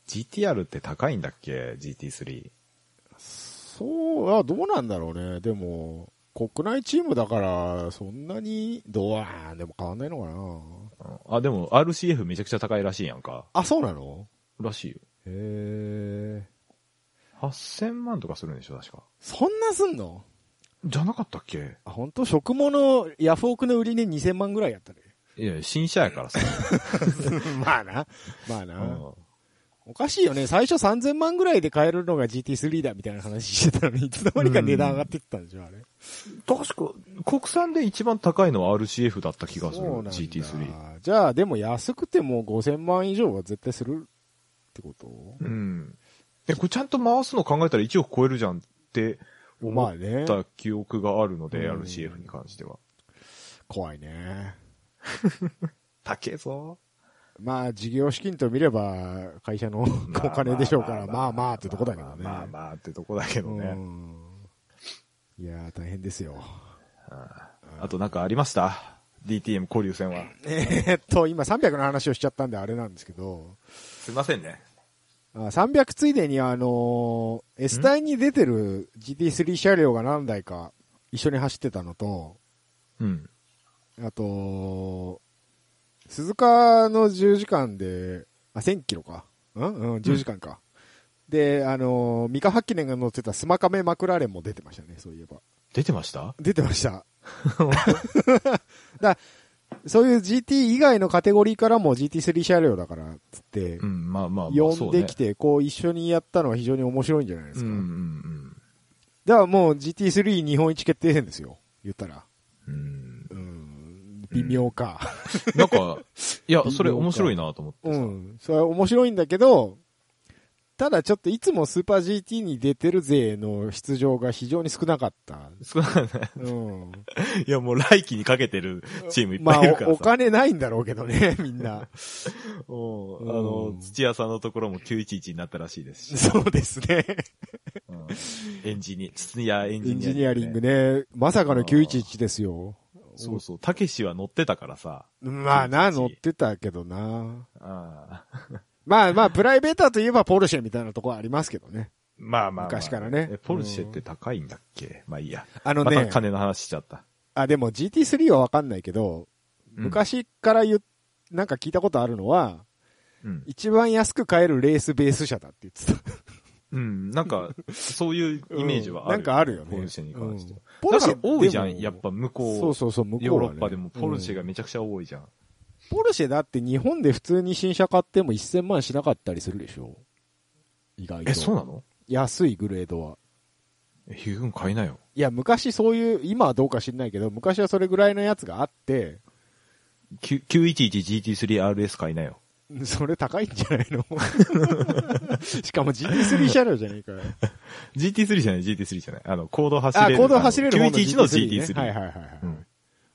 [SPEAKER 1] GTR って高いんだっけ ?GT3。
[SPEAKER 2] そう、あ、どうなんだろうね。でも、国内チームだから、そんなに、どうあーでも変わんないのかな。
[SPEAKER 1] うんあ、でも RCF めちゃくちゃ高いらしいやんか。
[SPEAKER 2] あ、そうなの
[SPEAKER 1] らしいよ。
[SPEAKER 2] へえ。
[SPEAKER 1] 8000万とかするんでしょ確か。
[SPEAKER 2] そんなすんの
[SPEAKER 1] じゃなかったっけ
[SPEAKER 2] あ、本当食物のヤフオクの売り値2000万ぐらいやったね。
[SPEAKER 1] いや、新車やからさ。
[SPEAKER 2] *laughs* まあな。ま
[SPEAKER 1] *laughs*
[SPEAKER 2] あ
[SPEAKER 1] う
[SPEAKER 2] な。
[SPEAKER 1] ん
[SPEAKER 2] おかしいよね。最初3000万ぐらいで買えるのが GT3 だみたいな話してたのに、いつの間にか値段上がってったんでしょ、あれ。
[SPEAKER 1] 確か、国産で一番高いのは RCF だった気がする。
[SPEAKER 2] そうなんだ
[SPEAKER 1] GT3。。
[SPEAKER 2] じゃあ、でも安くても5000万以上は絶対するってこと
[SPEAKER 1] うん。え、これちゃんと回すの考えたら1億超えるじゃんって
[SPEAKER 2] ま
[SPEAKER 1] 思
[SPEAKER 2] あ
[SPEAKER 1] っ
[SPEAKER 2] ね。
[SPEAKER 1] た記憶があるので、
[SPEAKER 2] うん
[SPEAKER 1] RCF に関しては。
[SPEAKER 2] 怖いね。
[SPEAKER 1] 高えぞ。
[SPEAKER 2] まあ、事業資金と見れば、会社の *laughs* お金でしょうから、まあまあってとこだけどね。
[SPEAKER 1] まあまあまあってとこだけど
[SPEAKER 2] う
[SPEAKER 1] ね。
[SPEAKER 2] んいやー、大変ですよ。
[SPEAKER 1] あとなんかありました ?DTM 交流戦は。
[SPEAKER 2] えーっと、今300の話をしちゃったんであれなんですけど、
[SPEAKER 1] すいませんね。
[SPEAKER 2] あ300ついでにあのー S 帯に出てる GT3 車両が何台か一緒に走ってたのと、
[SPEAKER 1] うん。
[SPEAKER 2] あと、鈴鹿の10時間で、あ、1000キロか。うんうん、10時間か。で、あのー、ミカハッキネンが乗ってたスマカメマクラーレンも出てましたね、そういえば。
[SPEAKER 1] 出てました
[SPEAKER 2] 出てました。 *laughs* だそういう GT 以外のカテゴリーからも GT3 車両だから、つって
[SPEAKER 1] う、ん、まあまあまあ。
[SPEAKER 2] 呼んできて、こう一緒にやったのは非常に面白いんじゃないで
[SPEAKER 1] そう
[SPEAKER 2] す
[SPEAKER 1] ね。
[SPEAKER 2] か。
[SPEAKER 1] うんうん
[SPEAKER 2] だからもう GT3 日本一決定戦ですよ、言ったら。
[SPEAKER 1] うん。うん
[SPEAKER 2] うん、微妙か。
[SPEAKER 1] なんか、い
[SPEAKER 2] *laughs*
[SPEAKER 1] や、それ面白いなと思って
[SPEAKER 2] う
[SPEAKER 1] さ。
[SPEAKER 2] ん。それは面白いんだけど、ただちょっといつもスーパー GT に出てる勢の出場が非常に少なかった。
[SPEAKER 1] 少ないね。
[SPEAKER 2] うん。
[SPEAKER 1] いや、もう来季にかけてるチームいっ
[SPEAKER 2] ま
[SPEAKER 1] ぱ
[SPEAKER 2] あ
[SPEAKER 1] いいるか
[SPEAKER 2] お、
[SPEAKER 1] ら
[SPEAKER 2] お
[SPEAKER 1] さ。
[SPEAKER 2] 金ないんだろうけどね、みんな。
[SPEAKER 1] お
[SPEAKER 2] うん
[SPEAKER 1] あの、土屋さんのところも911になったらしいですし。
[SPEAKER 2] そうです *laughs* ね。
[SPEAKER 1] うんエンジニア、土屋エン
[SPEAKER 2] エ
[SPEAKER 1] ジニア。
[SPEAKER 2] ンジニアリング。ね、まさかの911ですよ。
[SPEAKER 1] そうそう。たけしは乗ってたからさ。
[SPEAKER 2] まあな、
[SPEAKER 1] 911
[SPEAKER 2] 乗ってたけどな。
[SPEAKER 1] ああ
[SPEAKER 2] まあまあ、プライベーターといえばポルシェみたいなとこはありますけどね。
[SPEAKER 1] まあまあまあ。
[SPEAKER 2] 昔からね
[SPEAKER 1] えポルシェって高いんだっけまあいいや。
[SPEAKER 2] あの
[SPEAKER 1] また
[SPEAKER 2] ね、
[SPEAKER 1] 金の話しちゃった。
[SPEAKER 2] あ、でも GT3 はわかんないけど、
[SPEAKER 1] うん、
[SPEAKER 2] 昔から言っ、なんか聞いたことあるのは、
[SPEAKER 1] うん。
[SPEAKER 2] 一番安く買えるレースベース車だって言ってた。
[SPEAKER 1] うん。なんか、そういうイメージはある。
[SPEAKER 2] なんかあるよね。
[SPEAKER 1] ポルシェに関しては
[SPEAKER 2] うん。ポルシェ
[SPEAKER 1] だから多いじゃ
[SPEAKER 2] で
[SPEAKER 1] ん。
[SPEAKER 2] も
[SPEAKER 1] やっぱ向こう。
[SPEAKER 2] そうそうそう、向こうはね
[SPEAKER 1] ヨーロッパでもポルシェがめちゃくちゃ多いじゃん。
[SPEAKER 2] うんポルシェだって日本で普通に新車買っても1000万しなかったりするでしょ意外と。
[SPEAKER 1] え、そうなの
[SPEAKER 2] 安いグレードは。
[SPEAKER 1] えヒュー君買いなよ。
[SPEAKER 2] いや、昔そういう、今はどうか知んないけど、昔はそれぐらいのやつがあって、
[SPEAKER 1] 9 911GT3RS 買いなよ。
[SPEAKER 2] それ高いんじゃない
[SPEAKER 1] *laughs*
[SPEAKER 2] のしかも GT3 車両じゃないから。
[SPEAKER 1] GT3 じゃない、GT3 じゃない。あの、行動走れ
[SPEAKER 2] あ、
[SPEAKER 1] る。
[SPEAKER 2] 行動走れる方の
[SPEAKER 1] 911の
[SPEAKER 2] GT3 ね
[SPEAKER 1] GT3。
[SPEAKER 2] はいはいはいはい。
[SPEAKER 1] うん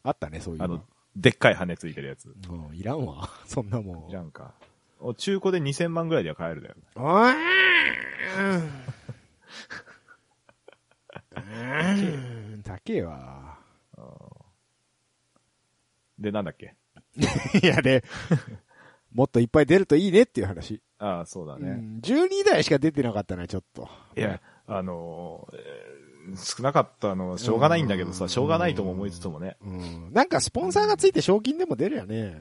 [SPEAKER 2] あったね、そういう
[SPEAKER 1] あ
[SPEAKER 2] の
[SPEAKER 1] の、でっかい羽ついてるやつ。
[SPEAKER 2] うんいらんわ。 *laughs* そんなもん。
[SPEAKER 1] いらんか。お中古で2000万ぐらいでは買えるだよ。
[SPEAKER 2] おーん。高えわ。
[SPEAKER 1] で、なんだっけ
[SPEAKER 2] いやね、もっといっぱい出るといいねっていう話。
[SPEAKER 1] ああ、そうだ
[SPEAKER 2] う
[SPEAKER 1] ね。
[SPEAKER 2] ん、12台しか出てなかったな、ちょっと。
[SPEAKER 1] いや、あのーえー少なかったのはしょうがないんだけど
[SPEAKER 2] うん
[SPEAKER 1] さ、しょうがないとも思いつつもね。
[SPEAKER 2] うん。なんかスポンサーがついて賞金でも出るよね。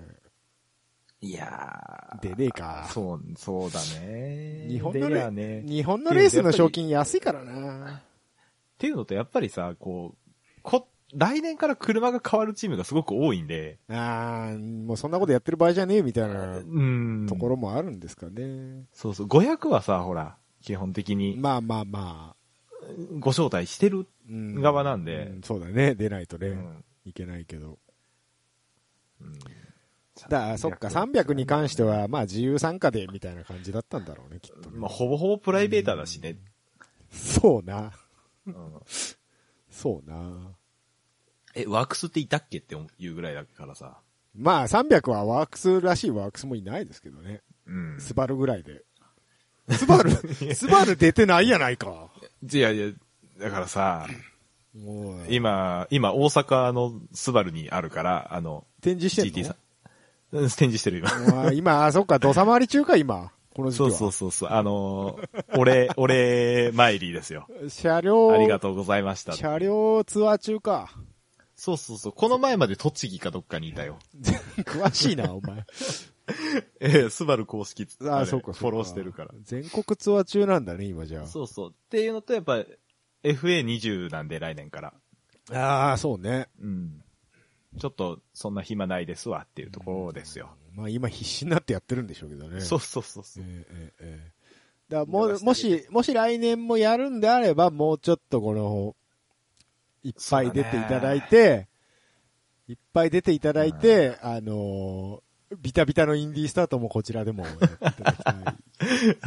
[SPEAKER 1] いやー。
[SPEAKER 2] 出ねえか。
[SPEAKER 1] そう、そうだね。
[SPEAKER 2] 日本の
[SPEAKER 1] で
[SPEAKER 2] レ
[SPEAKER 1] やね。っ
[SPEAKER 2] 日本のレースの賞金安いからな。
[SPEAKER 1] ていうのと、やっぱりさ、こう、こ、来年から車が変わるチームがすごく多いんで、
[SPEAKER 2] ああ、もうそんなことやってる場合じゃねえみたいな
[SPEAKER 1] うん。
[SPEAKER 2] ところもあるんですかね。
[SPEAKER 1] そうそう。500はさ、ほら、基本的に
[SPEAKER 2] まあまあまあ。
[SPEAKER 1] ご招待してる。
[SPEAKER 2] うん
[SPEAKER 1] 側なんで
[SPEAKER 2] うそうだね。出ないとね、
[SPEAKER 1] うん
[SPEAKER 2] いけないけど。
[SPEAKER 1] うん
[SPEAKER 2] だから、そっか、300に関しては、まあ自由参加でみたいな感じだったんだろうね、きっとね。
[SPEAKER 1] まあ、ほぼほぼプライベーターだしね。
[SPEAKER 2] そうな。
[SPEAKER 1] うん
[SPEAKER 2] そうな。
[SPEAKER 1] え、ワークスっていたっけっていうぐらいだからさ。
[SPEAKER 2] まあ300はワークスらしいワークスもいないですけどね。
[SPEAKER 1] うん
[SPEAKER 2] スバルぐらいで。スバル、スバル出てないやないか。
[SPEAKER 1] いやいや、だからさ、
[SPEAKER 2] もう、
[SPEAKER 1] 今、今大阪のスバルにあるから、あの、
[SPEAKER 2] 展示して
[SPEAKER 1] GT
[SPEAKER 2] ん
[SPEAKER 1] さ
[SPEAKER 2] の
[SPEAKER 1] ん。うん展示してる今。
[SPEAKER 2] うわ今、あ、そっか、土佐回り中か、今。この時期
[SPEAKER 1] そ
[SPEAKER 2] は。
[SPEAKER 1] うそうそうそう。あのー、俺、俺参りですよ。
[SPEAKER 2] 車両、
[SPEAKER 1] ありがとうございました。
[SPEAKER 2] 車両ツアー中か。
[SPEAKER 1] そうそうそう。この前まで栃木かどっかにいたよ。 *laughs*
[SPEAKER 2] 詳しいな、お前。
[SPEAKER 1] ええ、スバル公式つ
[SPEAKER 2] あ
[SPEAKER 1] れ
[SPEAKER 2] そうか、そうか
[SPEAKER 1] フォローしてるから。
[SPEAKER 2] 全国ツアー中なんだね、今じゃ
[SPEAKER 1] そうそう。っていうのと、やっぱ、FA20 なんで来年から。
[SPEAKER 2] あ。ああ、そうね。
[SPEAKER 1] うん。ちょっと、そんな暇ないですわっていうところですよ。
[SPEAKER 2] まあ今必死になってやってるんでしょうけどね。
[SPEAKER 1] そうそうそうそう
[SPEAKER 2] え
[SPEAKER 1] う。
[SPEAKER 2] えええええだからも
[SPEAKER 1] 見逃
[SPEAKER 2] う、
[SPEAKER 1] して
[SPEAKER 2] もし、もし来年もやるんであれば、もうちょっとこの、いっぱい出ていただいて、いっぱい出ていただいて、あのービタビタのインディースタートもこちらでもやっていただきたい。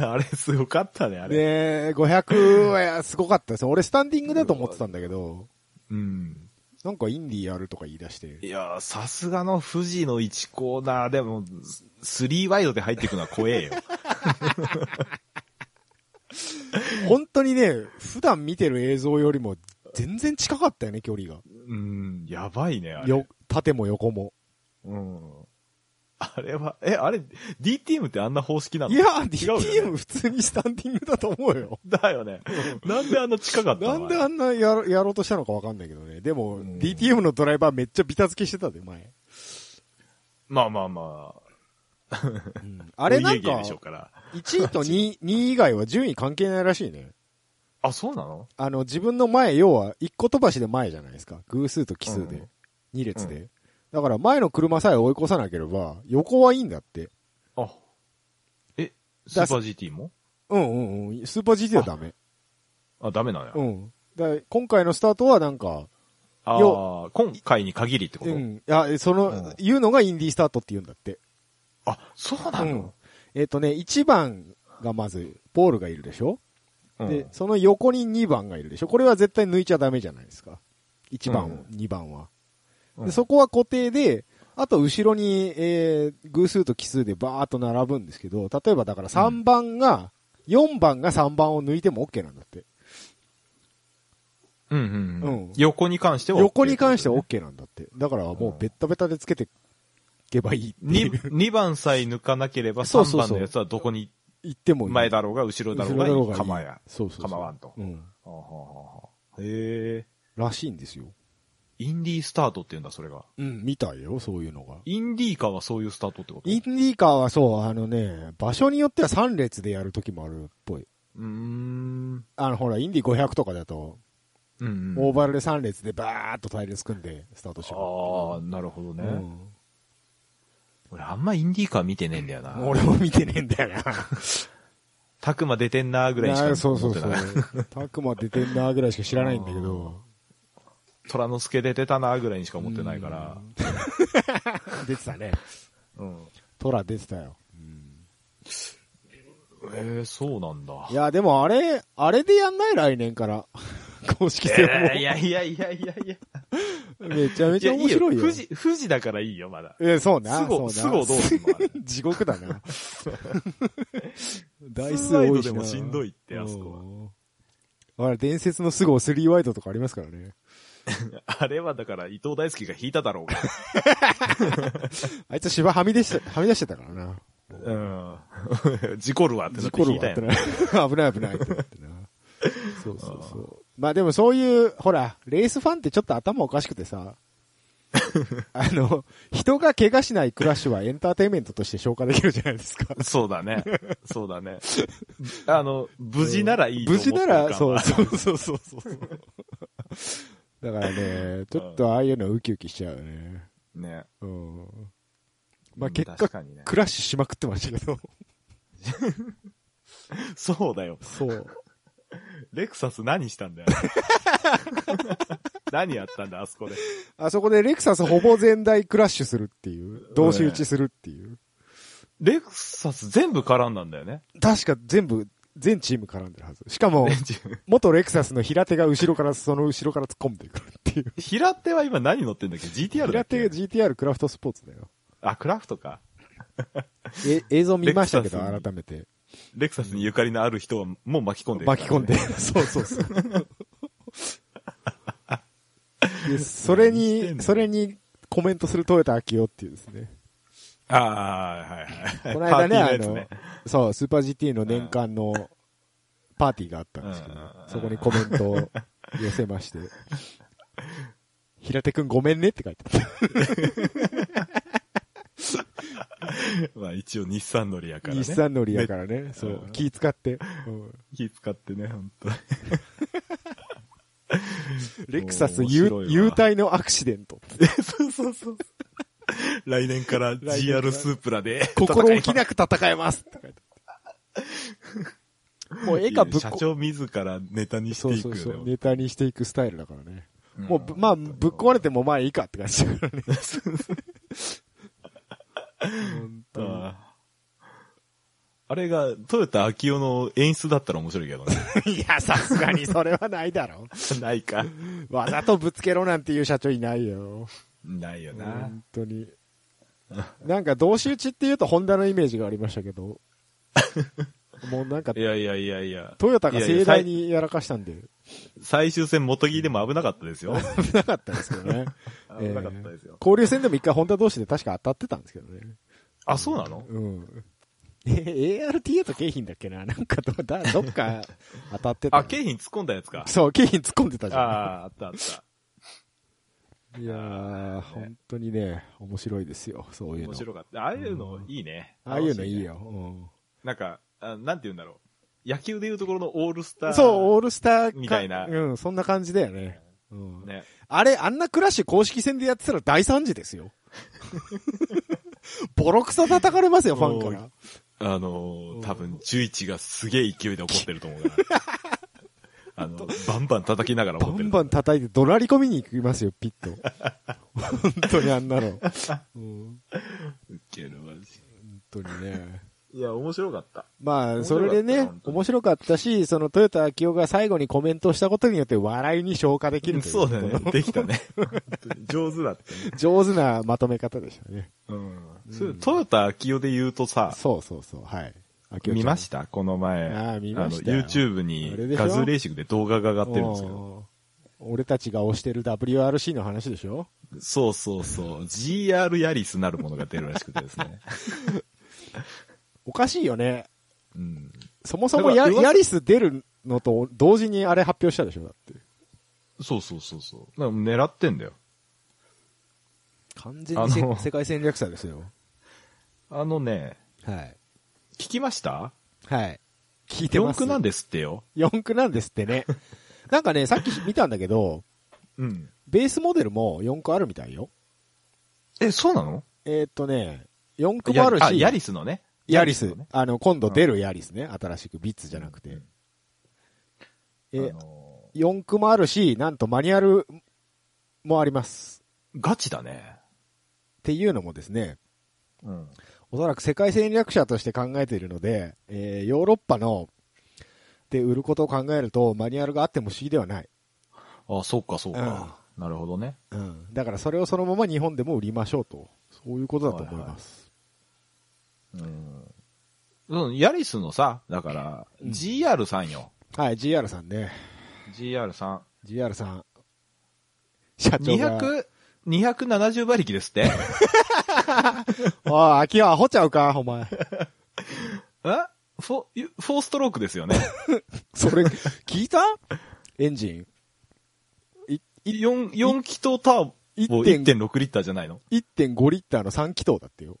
[SPEAKER 1] あれ、すごかったね、 *laughs* あれ。
[SPEAKER 2] で、500はすごかったです。俺スタンディングだと思ってたんだけど、
[SPEAKER 1] うん。
[SPEAKER 2] なんかインディーやるとか言い出し
[SPEAKER 1] い
[SPEAKER 2] て。
[SPEAKER 1] やー、さすがの富士の1コーナーでも、スリーワイドで入っていくのは怖え
[SPEAKER 2] *laughs*
[SPEAKER 1] よ。
[SPEAKER 2] *laughs* 本当にね、普段見てる映像よりも全然近かったよね、距離が。
[SPEAKER 1] うん、やばいね、あれ。
[SPEAKER 2] よ、縦も横も。
[SPEAKER 1] うん。あれは、え、あれ、DTM ってあんな方式なの
[SPEAKER 2] いや、
[SPEAKER 1] 違うよね
[SPEAKER 2] DTM 普通にスタンディングだと思うよ。
[SPEAKER 1] *laughs* だよね。なんであんな近かった
[SPEAKER 2] な
[SPEAKER 1] の
[SPEAKER 2] んで
[SPEAKER 1] あ
[SPEAKER 2] あ
[SPEAKER 1] れ
[SPEAKER 2] んなやろやろうとしたのかわかんないけどね。でも、
[SPEAKER 1] うん
[SPEAKER 2] DTM のドライバーめっちゃビタ付けしてたで、前。
[SPEAKER 1] まあまあまあ。
[SPEAKER 2] あれな
[SPEAKER 1] お
[SPEAKER 2] ん
[SPEAKER 1] 家芸
[SPEAKER 2] か
[SPEAKER 1] で、しょうから。
[SPEAKER 2] 1位と2位、2位以
[SPEAKER 1] *laughs*
[SPEAKER 2] 外は順位関係ないらしいね。
[SPEAKER 1] あ、そうなの
[SPEAKER 2] あの、自分の前、要は、1個飛ばしで前じゃないですか。偶数と奇数
[SPEAKER 1] う
[SPEAKER 2] で
[SPEAKER 1] ん。
[SPEAKER 2] 2列
[SPEAKER 1] う
[SPEAKER 2] で。だから、前の車さえ追い越さなければ、横はいいんだって。
[SPEAKER 1] あ。え、スーパー GT も
[SPEAKER 2] うんうんうん。スーパー GT はダメ。
[SPEAKER 1] あ、ダメなの
[SPEAKER 2] う
[SPEAKER 1] よ。
[SPEAKER 2] ん。だから今回のスタートはなんか、
[SPEAKER 1] ああ、今回に限りってこ
[SPEAKER 2] う
[SPEAKER 1] と
[SPEAKER 2] ん。いや、その、
[SPEAKER 1] うん
[SPEAKER 2] 言うのがインディースタートって言うんだって。
[SPEAKER 1] あ、そうな
[SPEAKER 2] うん
[SPEAKER 1] の、
[SPEAKER 2] えっ、とね、1番がまず、ボールがいるでしょ、
[SPEAKER 1] うん
[SPEAKER 2] で、その横に2番がいるでしょこれは絶対抜いちゃダメじゃないですか。1番を、
[SPEAKER 1] うん
[SPEAKER 2] 2番は。
[SPEAKER 1] う
[SPEAKER 2] で、
[SPEAKER 1] ん
[SPEAKER 2] そこは固定で、あと後ろに、えー、偶数と奇数でバーっと並ぶんですけど、例えばだから3番が、4番が3番を抜いても OK なんだって。
[SPEAKER 1] うんうんう
[SPEAKER 2] うんん。
[SPEAKER 1] 横に関しては OK
[SPEAKER 2] 横に関し
[SPEAKER 1] *laughs*
[SPEAKER 2] ては OK なんだって。だからもうベッタベタでつけていけばいいってい
[SPEAKER 1] 二
[SPEAKER 2] う。
[SPEAKER 1] 二番さえ抜かなければ
[SPEAKER 2] そうそ
[SPEAKER 1] 3
[SPEAKER 2] うそう
[SPEAKER 1] 番のやつはどこに
[SPEAKER 2] 言ってもいい。
[SPEAKER 1] 前だろうが後ろだろうがい
[SPEAKER 2] 後ろだろうが
[SPEAKER 1] い
[SPEAKER 2] いい
[SPEAKER 1] 構えや。
[SPEAKER 2] そうそうそう
[SPEAKER 1] 構わんと。
[SPEAKER 2] うん。
[SPEAKER 1] あはははへえ。
[SPEAKER 2] らしいんですよ。
[SPEAKER 1] インディースタートって言うんだ、それが。
[SPEAKER 2] うん、見たいよ、そういうのが。
[SPEAKER 1] インディーカーはそういうスタートってこと
[SPEAKER 2] インディーカーはそう、あのね、場所によっては3列でやるときもあるっぽい。
[SPEAKER 1] うーん。
[SPEAKER 2] あの、ほら、インディー500とかだと、
[SPEAKER 1] うんうん。
[SPEAKER 2] オーバルで3列でバーっと隊列組んでスタートしよ
[SPEAKER 1] ああ、なるほど
[SPEAKER 2] う。
[SPEAKER 1] ね、
[SPEAKER 2] う
[SPEAKER 1] 俺あんまインディーカー見てねえんだよな。
[SPEAKER 2] ん。俺も見てねえんだよな。
[SPEAKER 1] たくま出てんなーぐらいしか
[SPEAKER 2] な
[SPEAKER 1] 思
[SPEAKER 2] あ
[SPEAKER 1] ってない。
[SPEAKER 2] そうそうそう。 *laughs* たくま出てんなぐらいしか知らないんだけど。
[SPEAKER 1] 虎之助出てたなーぐらいにしか思ってないから。
[SPEAKER 2] うん。出てたね。
[SPEAKER 1] うん。
[SPEAKER 2] トラ出てたよ。
[SPEAKER 1] ええそうなんだ。
[SPEAKER 2] いや、でもあれ、あれでやんない来年から。 *laughs* 公式戦も。
[SPEAKER 1] いやいやいやいやいや。
[SPEAKER 2] めちゃめちゃ面白いよ。
[SPEAKER 1] 富士、富士だからいいよ、まだ。
[SPEAKER 2] え、そうな。
[SPEAKER 1] すご
[SPEAKER 2] そう
[SPEAKER 1] すご
[SPEAKER 2] な
[SPEAKER 1] どうすんのあれ
[SPEAKER 2] *laughs* 地獄
[SPEAKER 1] *laughs*
[SPEAKER 2] だな。台
[SPEAKER 1] ツー
[SPEAKER 2] 数
[SPEAKER 1] ワイ
[SPEAKER 2] 多
[SPEAKER 1] ド
[SPEAKER 2] いし
[SPEAKER 1] で
[SPEAKER 2] な。
[SPEAKER 1] もしんどいって、あそこは。
[SPEAKER 2] は。あれ、伝説のスゴ3ワイドとかありますからね。
[SPEAKER 1] あれはだから伊藤大輔が引いただろうが。
[SPEAKER 2] *laughs* あいつ芝はみ出して、はみ出してたからな。
[SPEAKER 1] うん。 *laughs* 事故るわってなっ
[SPEAKER 2] 事
[SPEAKER 1] て
[SPEAKER 2] 故
[SPEAKER 1] 引い
[SPEAKER 2] る
[SPEAKER 1] た
[SPEAKER 2] わ
[SPEAKER 1] や
[SPEAKER 2] って
[SPEAKER 1] ん。
[SPEAKER 2] な。 *laughs* 危ない危ないってなってな。そ
[SPEAKER 1] *laughs*
[SPEAKER 2] うそうそう。まあでもそういう、ほら、レースファンってちょっと頭おかしくてさ、あの、人が怪我しないクラッシュはエンターテインメントとして消化できるじゃないですか。
[SPEAKER 1] *laughs* そうだね。そうだね。あの、無事ならいいと
[SPEAKER 2] 無
[SPEAKER 1] 思って
[SPEAKER 2] 事
[SPEAKER 1] る
[SPEAKER 2] な
[SPEAKER 1] から
[SPEAKER 2] ら、そうそうそうそうそう。だからね、ちょっとああいうのはウキウキしちゃうね。
[SPEAKER 1] ね。
[SPEAKER 2] うん。まあ
[SPEAKER 1] うん
[SPEAKER 2] 結果、
[SPEAKER 1] 確かにね
[SPEAKER 2] クラッシュしまくってましたけど。
[SPEAKER 1] そうだよ。
[SPEAKER 2] そう。
[SPEAKER 1] レクサス何した
[SPEAKER 2] *laughs*
[SPEAKER 1] んだよ。何やったんだ、あそこで。
[SPEAKER 2] あそこでレクサスほぼ全台クラッシュするっていう。同士打ちするっていう。
[SPEAKER 1] レクサス全部絡んだんだよね。 *laughs*
[SPEAKER 2] 確か全部、全チーム絡んでるはず。しかも、元レクサスの平手が後ろから、その後ろから突っ込んでくるっていう。
[SPEAKER 1] 平手は今何乗ってんだっけ ?GTR だ
[SPEAKER 2] 平
[SPEAKER 1] っけ
[SPEAKER 2] 手が GTR クラフトスポーツだよ。
[SPEAKER 1] あ、クラフトか。
[SPEAKER 2] え、映像見ましたけど、
[SPEAKER 1] レクサスに
[SPEAKER 2] 改めて。
[SPEAKER 1] レクサスにゆかりのある人はもう巻き込んでるからね
[SPEAKER 2] 巻き込
[SPEAKER 1] *laughs*
[SPEAKER 2] んで。。そうそうそう。でそれ
[SPEAKER 1] 何してん
[SPEAKER 2] に、
[SPEAKER 1] の
[SPEAKER 2] それにコメントするトヨタ秋夫っていうですね。
[SPEAKER 1] ああ、はいはい。
[SPEAKER 2] この間ね、
[SPEAKER 1] パー
[SPEAKER 2] あ
[SPEAKER 1] ティー
[SPEAKER 2] の、
[SPEAKER 1] のやつね
[SPEAKER 2] そう、スーパー GT の年間のパーティーがあったんですけど、
[SPEAKER 1] うんうんうん
[SPEAKER 2] そこにコメントを寄せまして、 *laughs* 平手くんごめんねって書いてあっ
[SPEAKER 1] まあ一応日産乗りやか
[SPEAKER 2] た。
[SPEAKER 1] らね。、
[SPEAKER 2] 日産乗りやからね、そううん気使って、うん
[SPEAKER 1] 気使ってね、本当に
[SPEAKER 2] *laughs* レクサス
[SPEAKER 1] 面白い
[SPEAKER 2] 幽
[SPEAKER 1] わ
[SPEAKER 2] 幽体のアクシデントって。
[SPEAKER 1] そうそうそう。来年から
[SPEAKER 2] から
[SPEAKER 1] GR スープラで。
[SPEAKER 2] 心置き
[SPEAKER 1] い。
[SPEAKER 2] なく戦えますって書いてあった。もう絵がぶっ
[SPEAKER 1] 社
[SPEAKER 2] こ、
[SPEAKER 1] 長自らネタにし
[SPEAKER 2] そ
[SPEAKER 1] て
[SPEAKER 2] う
[SPEAKER 1] いく
[SPEAKER 2] そ
[SPEAKER 1] よ
[SPEAKER 2] う
[SPEAKER 1] ね。
[SPEAKER 2] そう、ネタにしていくスタイルだからね。
[SPEAKER 1] うん
[SPEAKER 2] もうぶ、まあ、ぶっ壊れてもまあいいかって感じだからね。
[SPEAKER 1] あーあれが、トヨタ秋夫の演出だったら面白いけどね。
[SPEAKER 2] *laughs* いや、さすがにそれは *laughs* ないだろ。
[SPEAKER 1] ないか。
[SPEAKER 2] わざとぶつけろなんていう社長いないよ。
[SPEAKER 1] ないよな。
[SPEAKER 2] 本当に。なんか同士打ちっていうとホンダのイメージがありました
[SPEAKER 1] *laughs*
[SPEAKER 2] けど。もうなんか
[SPEAKER 1] い、やいやいやいや。
[SPEAKER 2] トヨタが盛
[SPEAKER 1] いや
[SPEAKER 2] 大
[SPEAKER 1] いや
[SPEAKER 2] にやらかしたんで、
[SPEAKER 1] 最最終戦元木でも危なかったですよ。
[SPEAKER 2] 危なかったですけどね。
[SPEAKER 1] *laughs* 危なかったですよ
[SPEAKER 2] えー交流戦でも一回ホンダ同士で確か当たってたんですけどね。
[SPEAKER 1] あ、そうなの
[SPEAKER 2] うん。え、ARTA と京浜だっけななんかど、だどっか当たってた。
[SPEAKER 1] あ、景品突っ込んだやつか。
[SPEAKER 2] そう、京浜突っ込んでたじ
[SPEAKER 1] あ
[SPEAKER 2] ゃん。
[SPEAKER 1] あ、あったあった。
[SPEAKER 2] いやー、本当にね、面白いですよ、そういうの。
[SPEAKER 1] 面白かった。ああいうのいいね。
[SPEAKER 2] ああいうのいい
[SPEAKER 1] 楽しね。
[SPEAKER 2] よ。うん
[SPEAKER 1] なんか、あなんて言うんだろう。野球でいうところのオールスター。
[SPEAKER 2] そう、オールスターか
[SPEAKER 1] みたいな
[SPEAKER 2] うん、そんな感じだよね。うん
[SPEAKER 1] ね。
[SPEAKER 2] あれ、あんなクラッシュ公式戦でやってたら大惨事で
[SPEAKER 1] *laughs*
[SPEAKER 2] すよ。ボロクソ叩かれますよ、ファンから。
[SPEAKER 1] あのー、多分、11がすげえ勢いで怒ってると思うから。
[SPEAKER 2] *laughs*
[SPEAKER 1] あの、バンバン叩きながら
[SPEAKER 2] バ
[SPEAKER 1] 怒ってる
[SPEAKER 2] ン
[SPEAKER 1] と
[SPEAKER 2] バ
[SPEAKER 1] 思う。
[SPEAKER 2] ン叩いて怒鳴り込みに行きますよ、ピッと。本当にあんなの。うん
[SPEAKER 1] ウケるマジ
[SPEAKER 2] 本当にね。
[SPEAKER 1] いや、面白かった。
[SPEAKER 2] まあ、
[SPEAKER 1] 面
[SPEAKER 2] そ
[SPEAKER 1] 白かっ
[SPEAKER 2] れ
[SPEAKER 1] た
[SPEAKER 2] でね
[SPEAKER 1] 本、当に
[SPEAKER 2] 面白かったし、そのトヨタ秋夫が最後にコメントをしたことによって笑いに消化できるとい
[SPEAKER 1] そうだね
[SPEAKER 2] *laughs* こ。の
[SPEAKER 1] できたね。本当に上手だったね。
[SPEAKER 2] 上手なまとめ方でしたね。
[SPEAKER 1] うん。それトヨタ秋代で言うとさ、
[SPEAKER 2] そうそうそう、はい。秋夫ちゃん
[SPEAKER 1] 見ましたこの前。
[SPEAKER 2] ああ見ました
[SPEAKER 1] あ
[SPEAKER 2] よ
[SPEAKER 1] の、YouTube
[SPEAKER 2] あれで
[SPEAKER 1] に
[SPEAKER 2] しょ
[SPEAKER 1] ガズレーシングで動画が上がってるんですよ。
[SPEAKER 2] おー俺たちが推してる WRC の話でしょ
[SPEAKER 1] そうそうそう。GR ヤリスなるものが出るらしくてです
[SPEAKER 2] *laughs*
[SPEAKER 1] ね。
[SPEAKER 2] おかしいよね。
[SPEAKER 1] うん。
[SPEAKER 2] そもそも
[SPEAKER 1] だ
[SPEAKER 2] ヤ
[SPEAKER 1] から噂
[SPEAKER 2] ヤリス出るのと同時にあれ発表したでしょだって。
[SPEAKER 1] そうそうそうそう。だから狙ってんだよ。
[SPEAKER 2] 完全
[SPEAKER 1] にせ世
[SPEAKER 2] 界戦略者ですよ。
[SPEAKER 1] あのね、
[SPEAKER 2] はい。
[SPEAKER 1] 聞きました
[SPEAKER 2] はい。聞いてま
[SPEAKER 1] 四
[SPEAKER 2] す。
[SPEAKER 1] 駆なん
[SPEAKER 2] で
[SPEAKER 1] ですってよ。
[SPEAKER 2] ?4 区なんですって *laughs* ね。なんかね、さっき見たんだけど、
[SPEAKER 1] うん。
[SPEAKER 2] ベースモデルも4区あるみたいよ。
[SPEAKER 1] え、そうなの
[SPEAKER 2] えーっとね、4区もあるし、
[SPEAKER 1] ヤリスのね。
[SPEAKER 2] ヤリス
[SPEAKER 1] のね
[SPEAKER 2] あの、今度出るヤリスね。新しく、ビッツじゃなくて。え
[SPEAKER 1] あの
[SPEAKER 2] 四駆もあるし、なんとマニュアルもあります。
[SPEAKER 1] ーガチだね。
[SPEAKER 2] っていうのもですね、
[SPEAKER 1] うん。
[SPEAKER 2] おそらく世界戦略者として考えているので、えーヨーロッパの、で売ることを考えると、マニュアルがあっても不思議ではない。
[SPEAKER 1] あ、そうかそうか。なるほどね。
[SPEAKER 2] うん。だからそれをそのまま日本でも売りましょうと。そういうことだと思います。
[SPEAKER 1] うん。うんヤリスのさ、だから、
[SPEAKER 2] うん
[SPEAKER 1] GR さんよ。
[SPEAKER 2] はい、GR さんね。
[SPEAKER 1] GR さん。
[SPEAKER 2] GR さん。社長が。
[SPEAKER 1] 200、270馬力です
[SPEAKER 2] *laughs*
[SPEAKER 1] って
[SPEAKER 2] おい、秋はアホちゃうか、お前。
[SPEAKER 1] えフォゆフォーストロークです
[SPEAKER 2] *laughs*
[SPEAKER 1] よね。
[SPEAKER 2] そ *laughs* れ、聞いたエンジン。
[SPEAKER 1] 4、四気筒ターボ、もう
[SPEAKER 2] 1.5
[SPEAKER 1] 1.6リッターじゃないの
[SPEAKER 2] 1.5リッターの3気筒だってよ。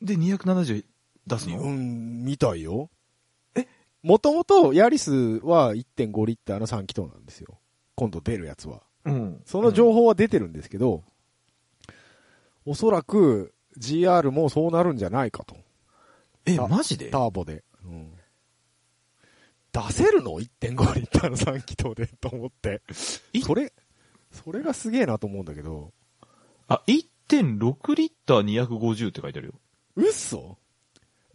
[SPEAKER 1] で、270出すの、
[SPEAKER 2] ん、みたいよ。えもともとヤリスは1.5リッターの3気筒なんですよ。今度出るやつは。
[SPEAKER 1] うん
[SPEAKER 2] その情報は出てるんですけど、おそらく GR もそうなるんじゃないかと。
[SPEAKER 1] え、マジで
[SPEAKER 2] ターボで。うん出せるの ?1.5 リッターの3気筒で *laughs* と思って。
[SPEAKER 1] い
[SPEAKER 2] それ、それがすげえなと思うんだけど。
[SPEAKER 1] あ、1.6リッター250って書いてあるよ。
[SPEAKER 2] 嘘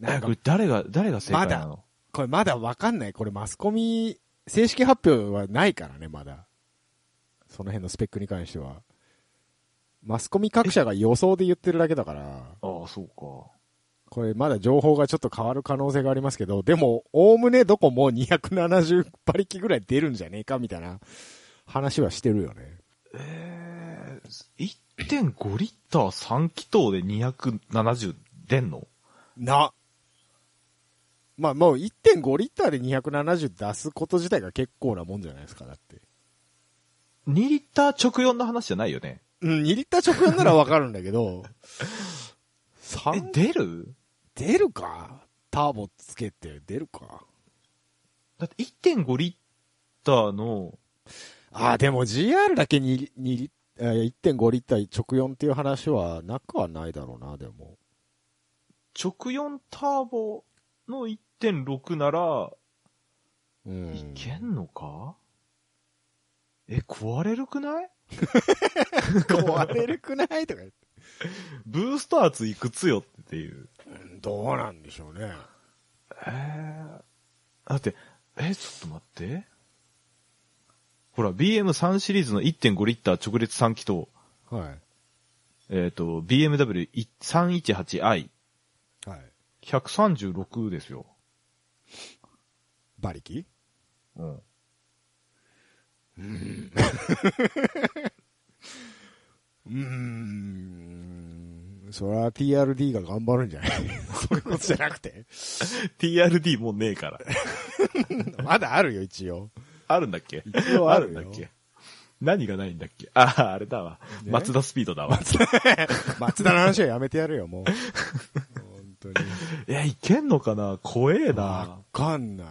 [SPEAKER 2] な
[SPEAKER 1] え
[SPEAKER 2] んか
[SPEAKER 1] これ誰が、誰が正解なの、
[SPEAKER 2] これまだわかんない。これマスコミ、正式発表はないからね、まだ。その辺のスペックに関しては。マスコミ各社が予想で言ってるだけだから、
[SPEAKER 1] ああ、そうか。
[SPEAKER 2] これまだ情報がちょっと変わる可能性がありますけど、でも、おおむねどこも270馬力ぐらい出るんじゃねえか、みたいな話はしてるよね。
[SPEAKER 1] えー、1.5リッター3気筒で270出んの
[SPEAKER 2] な。まあもう1.5リッターで270出すこと自体が結構なもんじゃないですか、だって。
[SPEAKER 1] ?2 リッター直4の話じゃないよね。
[SPEAKER 2] うん、2リッター直4ならわかるんだけど、 *laughs*
[SPEAKER 1] え、
[SPEAKER 2] 3
[SPEAKER 1] 出る
[SPEAKER 2] 出るかターボつけて出るか
[SPEAKER 1] だって1.5リッターの、
[SPEAKER 2] ああ、でも GR だけににリえー1.5リッター直4っていう話はなくはないだろうな、でも。
[SPEAKER 1] 直4ターボの1.6なら、
[SPEAKER 2] うん。
[SPEAKER 1] いけんのか、え、壊れるくない
[SPEAKER 2] 壊れるくないとか言って
[SPEAKER 1] ブースター圧いくつよっていう。
[SPEAKER 2] うんどうなんでしょうね。
[SPEAKER 1] えー、だって、え、ちょっと待って。ほら、BM3 シリーズの1.5リッター直列3気筒、
[SPEAKER 2] は
[SPEAKER 1] えっ、と、BMW318i、
[SPEAKER 2] い。はい。
[SPEAKER 1] 136ですよ。
[SPEAKER 2] 馬力
[SPEAKER 1] うん。
[SPEAKER 2] うーん。それは TRD が頑張るんじゃない *laughs* そういうことじゃなくて。
[SPEAKER 1] TRD もうねえから。 *laughs*
[SPEAKER 2] まだあるよ、一応。
[SPEAKER 1] あるんだっけ
[SPEAKER 2] 一応ある
[SPEAKER 1] ん
[SPEAKER 2] よ
[SPEAKER 1] だっけ何がないんだっけああ、あれだわ。
[SPEAKER 2] ね
[SPEAKER 1] マツダスピードだわ。
[SPEAKER 2] *laughs* 松田の話はやめてやるよ、もう。本 *laughs* 当に。
[SPEAKER 1] いや、いけんのかな怖えな
[SPEAKER 2] わ。かんない。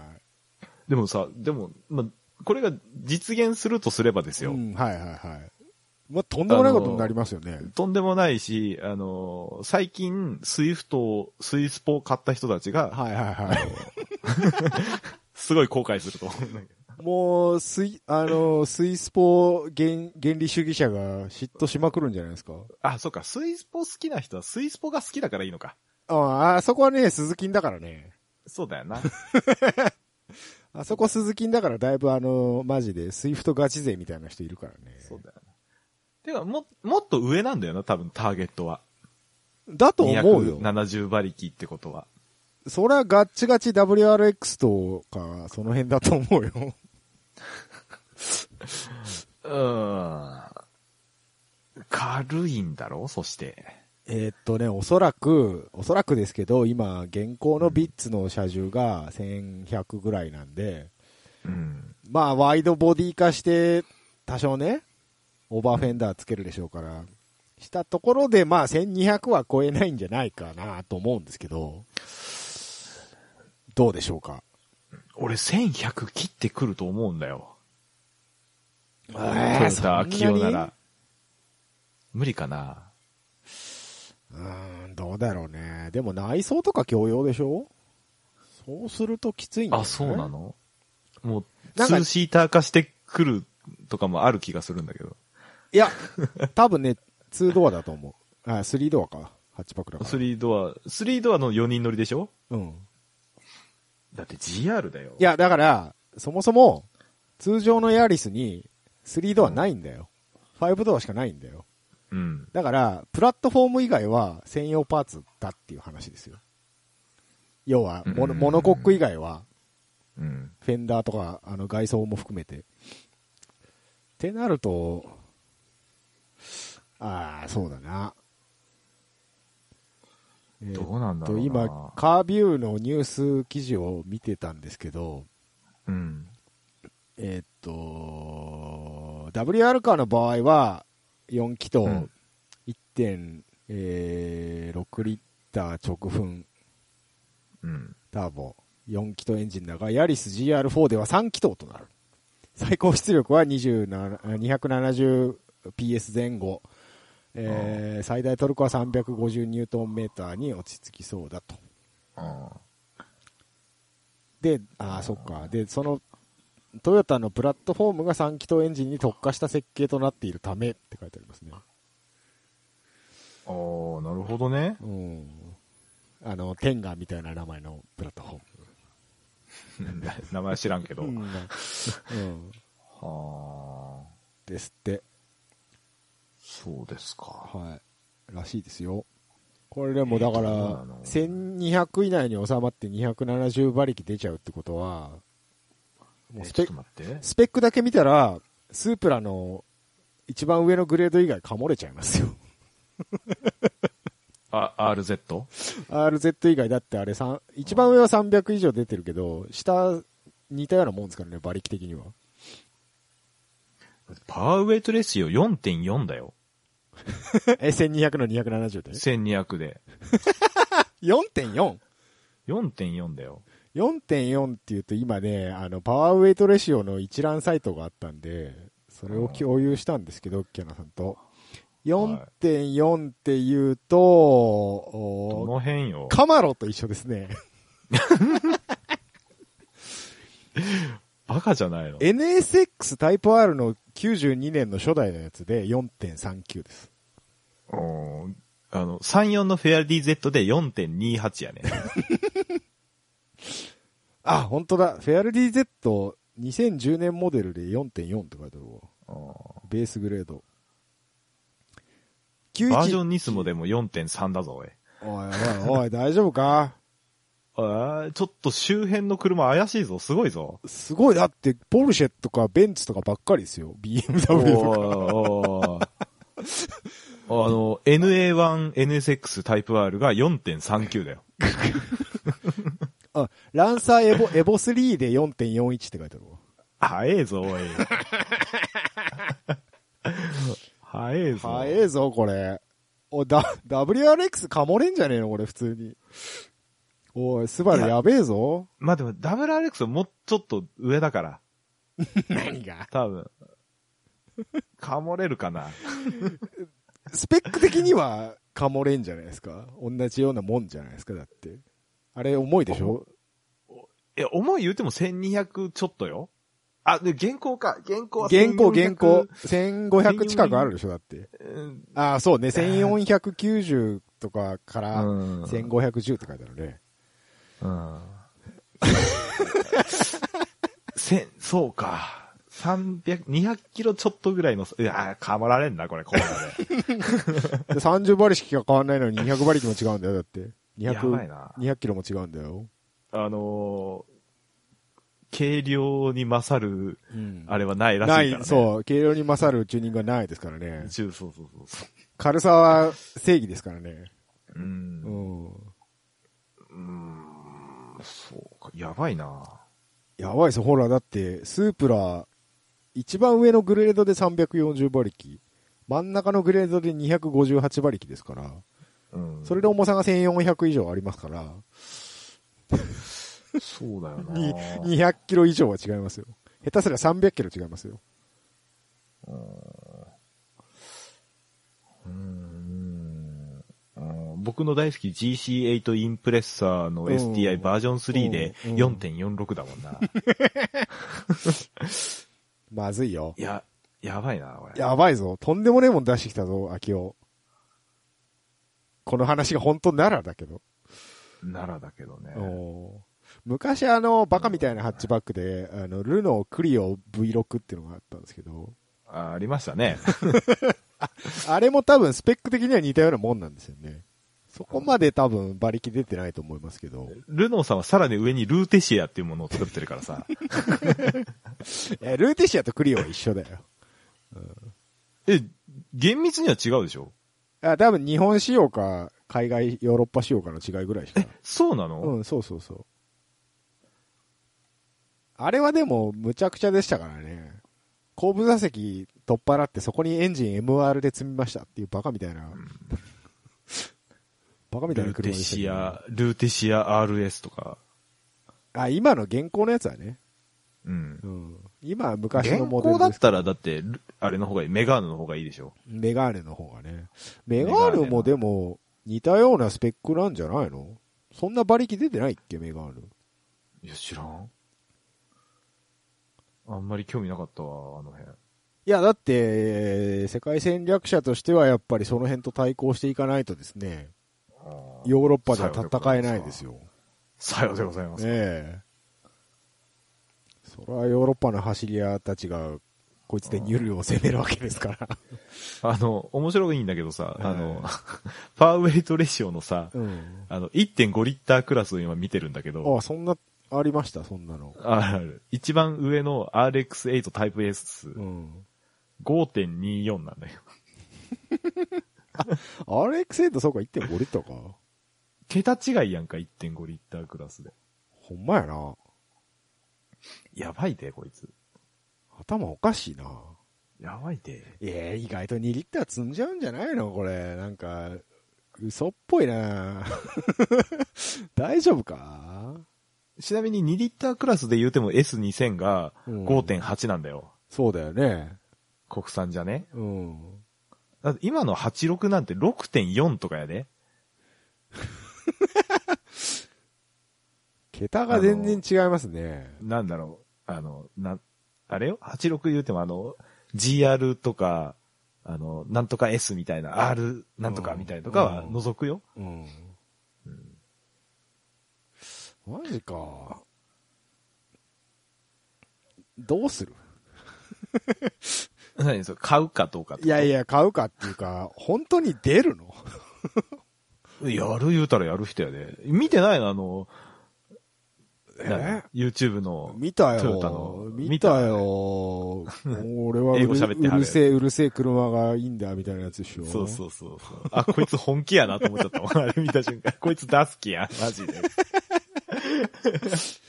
[SPEAKER 1] でもさ、でも、ま、これが実現するとすればですよ。
[SPEAKER 2] うん、はいはいはい。まあ、とんでもないことになりますよね。
[SPEAKER 1] とんでもないし、あのー最近、スイフトを、スイスポを買った人たちが、
[SPEAKER 2] はいはいはい。
[SPEAKER 1] すごい後悔すると思 *laughs* うんだけど。
[SPEAKER 2] *laughs* もう、スイ、あの、スイスポ原原理主義者が嫉妬しまくるんじゃないですか。
[SPEAKER 1] あ、そっか、スイスポ好きな人はスイスポが好きだからいいのか。
[SPEAKER 2] ああ、そこはね、鈴木んだからね。
[SPEAKER 1] そうだよ
[SPEAKER 2] *laughs*
[SPEAKER 1] な。
[SPEAKER 2] あそこ鈴木んだからだいぶあの、マジで、スイフトガチ勢みたいな人いるからね。
[SPEAKER 1] そうだよな。てか、も、もっと上なんだよな、多分ターゲットは。
[SPEAKER 2] だと思うよ。
[SPEAKER 1] 270馬力ってことは。
[SPEAKER 2] それはガッチガチ WRX とか、その辺だと思うよ。
[SPEAKER 1] うーん。軽いんだろそして。
[SPEAKER 2] えーっとね、おそらく、おそらくですけど、今、現行のビッツの車重が1100ぐらいなんで、
[SPEAKER 1] うん。
[SPEAKER 2] まあ、ワイドボディ化して、多少ね、オーバーフェンダーつけるでしょうから、したところで、まあ、1200は超えないんじゃないかなと思うんですけど、どうでしょうか。
[SPEAKER 1] 俺1100切ってくると思うんだよ。
[SPEAKER 2] え
[SPEAKER 1] トヨタ、秋代なら。。無理かな
[SPEAKER 2] うーん、どうだろうね。でも内装とか共用でしょそうするときついんだ
[SPEAKER 1] あ、そうなのもう、
[SPEAKER 2] なんか
[SPEAKER 1] ツーシーター化してくるとかもある気がするんだけど。
[SPEAKER 2] いや、多分ね、2ドアだと思う。あ、3ドアか。8パックだから。
[SPEAKER 1] スリードア、スリードアの4人乗りでしょ
[SPEAKER 2] うん。
[SPEAKER 1] だって GR だよ。
[SPEAKER 2] い、や、だから、そもそも、通常のヤリスに3ドアないんだよ。5ドアしかないんだよ。
[SPEAKER 1] うん。
[SPEAKER 2] だから、プラットフォーム以外は専用パーツだっていう話ですよ。要はモノ、
[SPEAKER 1] うん
[SPEAKER 2] モノコック以外は、
[SPEAKER 1] うん。
[SPEAKER 2] フェンダーとか、あの、外装も含めて。ってなると、ああ、そうだな。えー
[SPEAKER 1] どうなんだろうな
[SPEAKER 2] と今、カービューのニュース記事を見てたんですけど、
[SPEAKER 1] うん。
[SPEAKER 2] えーっと、WR カーの場合は、 4気筒、
[SPEAKER 1] うん
[SPEAKER 2] 1.6リッター直噴
[SPEAKER 1] うん。
[SPEAKER 2] ターボ、4気筒エンジンだが、ヤリス GR4 では3気筒となる。最高出力は27 270PS 前後。えー最大トルクは350ニュートンメーターに落ち着きそうだと。
[SPEAKER 1] あ
[SPEAKER 2] で、ああ、そっか。で、その、トヨタのプラットフォームが3気筒エンジンに特化した設計となっているためって書いてありますね。
[SPEAKER 1] あー、なるほどね。
[SPEAKER 2] うん。あの、テンガみたいな名前のプラットフォー
[SPEAKER 1] 名前は知らんけど。
[SPEAKER 2] ム。うん。うん
[SPEAKER 1] はあ、
[SPEAKER 2] ですって。
[SPEAKER 1] そうですか。
[SPEAKER 2] はい。らしいですよ。これでもだか
[SPEAKER 1] えーどうな
[SPEAKER 2] ら、
[SPEAKER 1] の
[SPEAKER 2] 1200以内に収まって270馬力出ちゃうってことは、もう
[SPEAKER 1] え
[SPEAKER 2] ス
[SPEAKER 1] ちょ
[SPEAKER 2] ペ
[SPEAKER 1] っと待って。
[SPEAKER 2] スペックだけ見たら、スープラの一番上のグレード以外かもれちゃいますよ。
[SPEAKER 1] あ、RZ?
[SPEAKER 2] RZ 以外だってあれ三、一番上は300以上出てるけど、下似たようなもんですからね、馬力的には。
[SPEAKER 1] パワーウェイトレシオ4.4だよ。
[SPEAKER 2] え、1200の270で
[SPEAKER 1] 1200で。
[SPEAKER 2] ?4.4?
[SPEAKER 1] 4.4だよ。
[SPEAKER 2] 4.4って言うと今ね、あの、パワーウェイトレシオの一覧サイトがあったんで、それを共有したんですけど、キャナさんと。4.4って言うと、
[SPEAKER 1] ど
[SPEAKER 2] お
[SPEAKER 1] の辺よ。
[SPEAKER 2] カマロと一緒で
[SPEAKER 1] *laughs*
[SPEAKER 2] すね。
[SPEAKER 1] バカじゃないの。
[SPEAKER 2] NSX タイプ R の92年の初代のやつで4.39です。
[SPEAKER 1] うんあの、34のフェアリー Z で4.28やね。
[SPEAKER 2] *laughs* あ、本当だ。フェアルディ Z 2010年モデルで4.4って書いてあるわ。
[SPEAKER 1] うん
[SPEAKER 2] ベースグレード。
[SPEAKER 1] バージョンニスモでも4.3だぞ、おい。
[SPEAKER 2] おいおいおい、大丈夫か
[SPEAKER 1] あーちょっと周辺の車怪しいぞ、すごいぞ。
[SPEAKER 2] すごい、だって、ポルシェとかベンツとかばっかりですよ。
[SPEAKER 1] お
[SPEAKER 2] BMW とか。
[SPEAKER 1] ーおー *laughs* あの、NA1、NSX タイプ R が4.39だよ。
[SPEAKER 2] あ、ランサーエボ、エボ3で4.41って書いてあるわ。
[SPEAKER 1] 早えぞ、
[SPEAKER 2] *laughs*
[SPEAKER 1] おい。早えぞ。
[SPEAKER 2] 早えぞ、これ。お、だ、WRX かもれんじゃねえの、これ、普通に。おい、スバルやべえぞ。
[SPEAKER 1] まあ、でも、ダブル RX はもうちょっと上だから、
[SPEAKER 2] 何が
[SPEAKER 1] 多
[SPEAKER 2] *laughs*
[SPEAKER 1] 分。かもれるかな。
[SPEAKER 2] スペック的には、かもれんじゃないですか。同じようなもんじゃないですか、だって。あれ、重いでしょ
[SPEAKER 1] いや、重い言うても1200ちょっとよ。あ、で、現行か。現行は
[SPEAKER 2] 現行、現行
[SPEAKER 1] 1400。。
[SPEAKER 2] 1500近くあるでしょ、だって。
[SPEAKER 1] うん
[SPEAKER 2] ああ、そうね。1490とかか
[SPEAKER 1] う
[SPEAKER 2] ら、
[SPEAKER 1] ん。
[SPEAKER 2] 1510って書いてあるね。
[SPEAKER 1] うん。 *laughs* 千、そうか。300、200キロちょっとぐらいの、いやー、かまられんな、これ、コーナー *laughs* で。
[SPEAKER 2] で30馬力しか変わんないのに200馬力も違うんだよ、だって。
[SPEAKER 1] やばい
[SPEAKER 2] 200、
[SPEAKER 1] な。
[SPEAKER 2] 200キロも違うんだよ。
[SPEAKER 1] あのー、軽量に勝る、
[SPEAKER 2] うん
[SPEAKER 1] あれはないらしいか
[SPEAKER 2] な
[SPEAKER 1] ら、ね。
[SPEAKER 2] い、そう、軽量に勝るチューニングはないですからね。
[SPEAKER 1] 中そうそうそうそ
[SPEAKER 2] 軽さは正義ですからね。
[SPEAKER 1] う。うん
[SPEAKER 2] う。ん。
[SPEAKER 1] そうか、やばいな。
[SPEAKER 2] やばいですよ、ほら、だって、スープラ、一番上のグレードで340馬力、真ん中のグレードで258馬力ですから、
[SPEAKER 1] うん。
[SPEAKER 2] それで重さが1400以上ありますから、
[SPEAKER 1] そうだよな。
[SPEAKER 2] に200キロ以上は違いますよ。下手すりゃ300キロ違いますよ。
[SPEAKER 1] うーんうん僕の大好き GC8 インプレッサーの STI
[SPEAKER 2] うん
[SPEAKER 1] バージョン3で
[SPEAKER 2] うん
[SPEAKER 1] 4.46だもんな。
[SPEAKER 2] まずいよ
[SPEAKER 1] い。や、やばいな、これ。
[SPEAKER 2] やばいぞ。とんでもねえもん出してきたぞ、秋夫。この話が本当ならだけど。
[SPEAKER 1] 奈良だけどね。
[SPEAKER 2] おー昔あの、バカみたいなハッチバックで、あの、ルノークリオ V6 っていうのがあったんですけど、
[SPEAKER 1] あありましたね。
[SPEAKER 2] あれも多分スペック的には似たようなもんなんですよね。そこまで多分馬力出てないと思いますけど。
[SPEAKER 1] ルノーさんはさらに上にルーテシアっていうものを作ってるから
[SPEAKER 2] *laughs*
[SPEAKER 1] さ。
[SPEAKER 2] *laughs* え、ルーテシアとクリオは一緒だよ。
[SPEAKER 1] え、厳密には違うでしょ
[SPEAKER 2] あ、多分日本仕様か、海外ヨーロッパ仕様かの違いぐらいしか。
[SPEAKER 1] そうなの、
[SPEAKER 2] うん、そうそうそう。あれはでも、むちゃくちゃでしたからね。後部座席取っ払ってそこにエンジン MR で積みましたっていうバカみたいな、バカみたい
[SPEAKER 1] ル
[SPEAKER 2] な
[SPEAKER 1] ー
[SPEAKER 2] 車
[SPEAKER 1] テ
[SPEAKER 2] でしたけ
[SPEAKER 1] シ
[SPEAKER 2] どね
[SPEAKER 1] ア、ルーテシア RS とか。
[SPEAKER 2] あ、今の現行のやつはね。
[SPEAKER 1] うん
[SPEAKER 2] う。ん。今は昔
[SPEAKER 1] 現
[SPEAKER 2] のモデル
[SPEAKER 1] 行だったらだって、ルあれの方がいい、メガーヌの方がいいでしょ。
[SPEAKER 2] メガーネの方がね。メ
[SPEAKER 1] メガ
[SPEAKER 2] ガ
[SPEAKER 1] ーネ
[SPEAKER 2] ーネもでも似たようなスペックなんじゃないのそんな馬力出てないっけ、メガーネ。
[SPEAKER 1] いや、知らん。あんまり興味なかったわ、あの辺。
[SPEAKER 2] いや、だって、えー世界戦略者としてはやっぱりその辺と対抗していかないとですね、ヨーロッパでは戦えないです
[SPEAKER 1] よ。
[SPEAKER 2] よ。
[SPEAKER 1] さようでございます。
[SPEAKER 2] ええそれはヨーロッパの走り屋たちが、こいつでニュルを攻めるわけですから。
[SPEAKER 1] あの、面白いんだけどさ、あ
[SPEAKER 2] はい
[SPEAKER 1] の、 *laughs* パワーウェイトレシオのさ、
[SPEAKER 2] うん。
[SPEAKER 1] あの、1.5リッタークラスを今見てるんだけど、
[SPEAKER 2] あ、そんな、ありました、そんなの。
[SPEAKER 1] ある一番上の RX8 タイプ S、
[SPEAKER 2] うん。
[SPEAKER 1] 5.24なんだよ。 *laughs*
[SPEAKER 2] RX8 そうか1.5リットルか。
[SPEAKER 1] 桁違いやんか、1.5リッタークラスで。
[SPEAKER 2] ほんまやな。
[SPEAKER 1] やばいで、こいつ。
[SPEAKER 2] 頭おかしいな。
[SPEAKER 1] やばいで。
[SPEAKER 2] ええ意外と2リッター積んじゃうんじゃないのこれ。なんか、嘘っぽいな *laughs* 大丈夫か
[SPEAKER 1] ちなみに2リッタークラスで言うても S2000 が
[SPEAKER 2] うん
[SPEAKER 1] 5.8なんだよ。
[SPEAKER 2] そうだよね。
[SPEAKER 1] 国産じゃね
[SPEAKER 2] うん。
[SPEAKER 1] だって今の86なんて6.4とかやで。
[SPEAKER 2] 桁が全然違いますね。
[SPEAKER 1] なんだろう、あの、な、あれよ ?86 言うてもあの、GR とか、あの、なんとか S みたいな、R なんとかみたいなとかは
[SPEAKER 2] うん
[SPEAKER 1] 除くよ。
[SPEAKER 2] うん。マジか。どうする
[SPEAKER 1] 何それ買うかどうかってこと
[SPEAKER 2] いやい。や、買うかっていうか、本当に出るの
[SPEAKER 1] やる言うたらやる人やで。見てないのあの、何 YouTube の。
[SPEAKER 2] 見た
[SPEAKER 1] トヨタの
[SPEAKER 2] よ。見たよ。俺はう
[SPEAKER 1] 英
[SPEAKER 2] る
[SPEAKER 1] 語喋ってはる
[SPEAKER 2] うるせえ、うるせえ車がいいんだ、みたいなやつでしょ。
[SPEAKER 1] そうそうそうそう。あ、こいつ本気やなと思っちゃったも *laughs* ん。あれ見た瞬間。こいつ出す気や。マジ *laughs* で。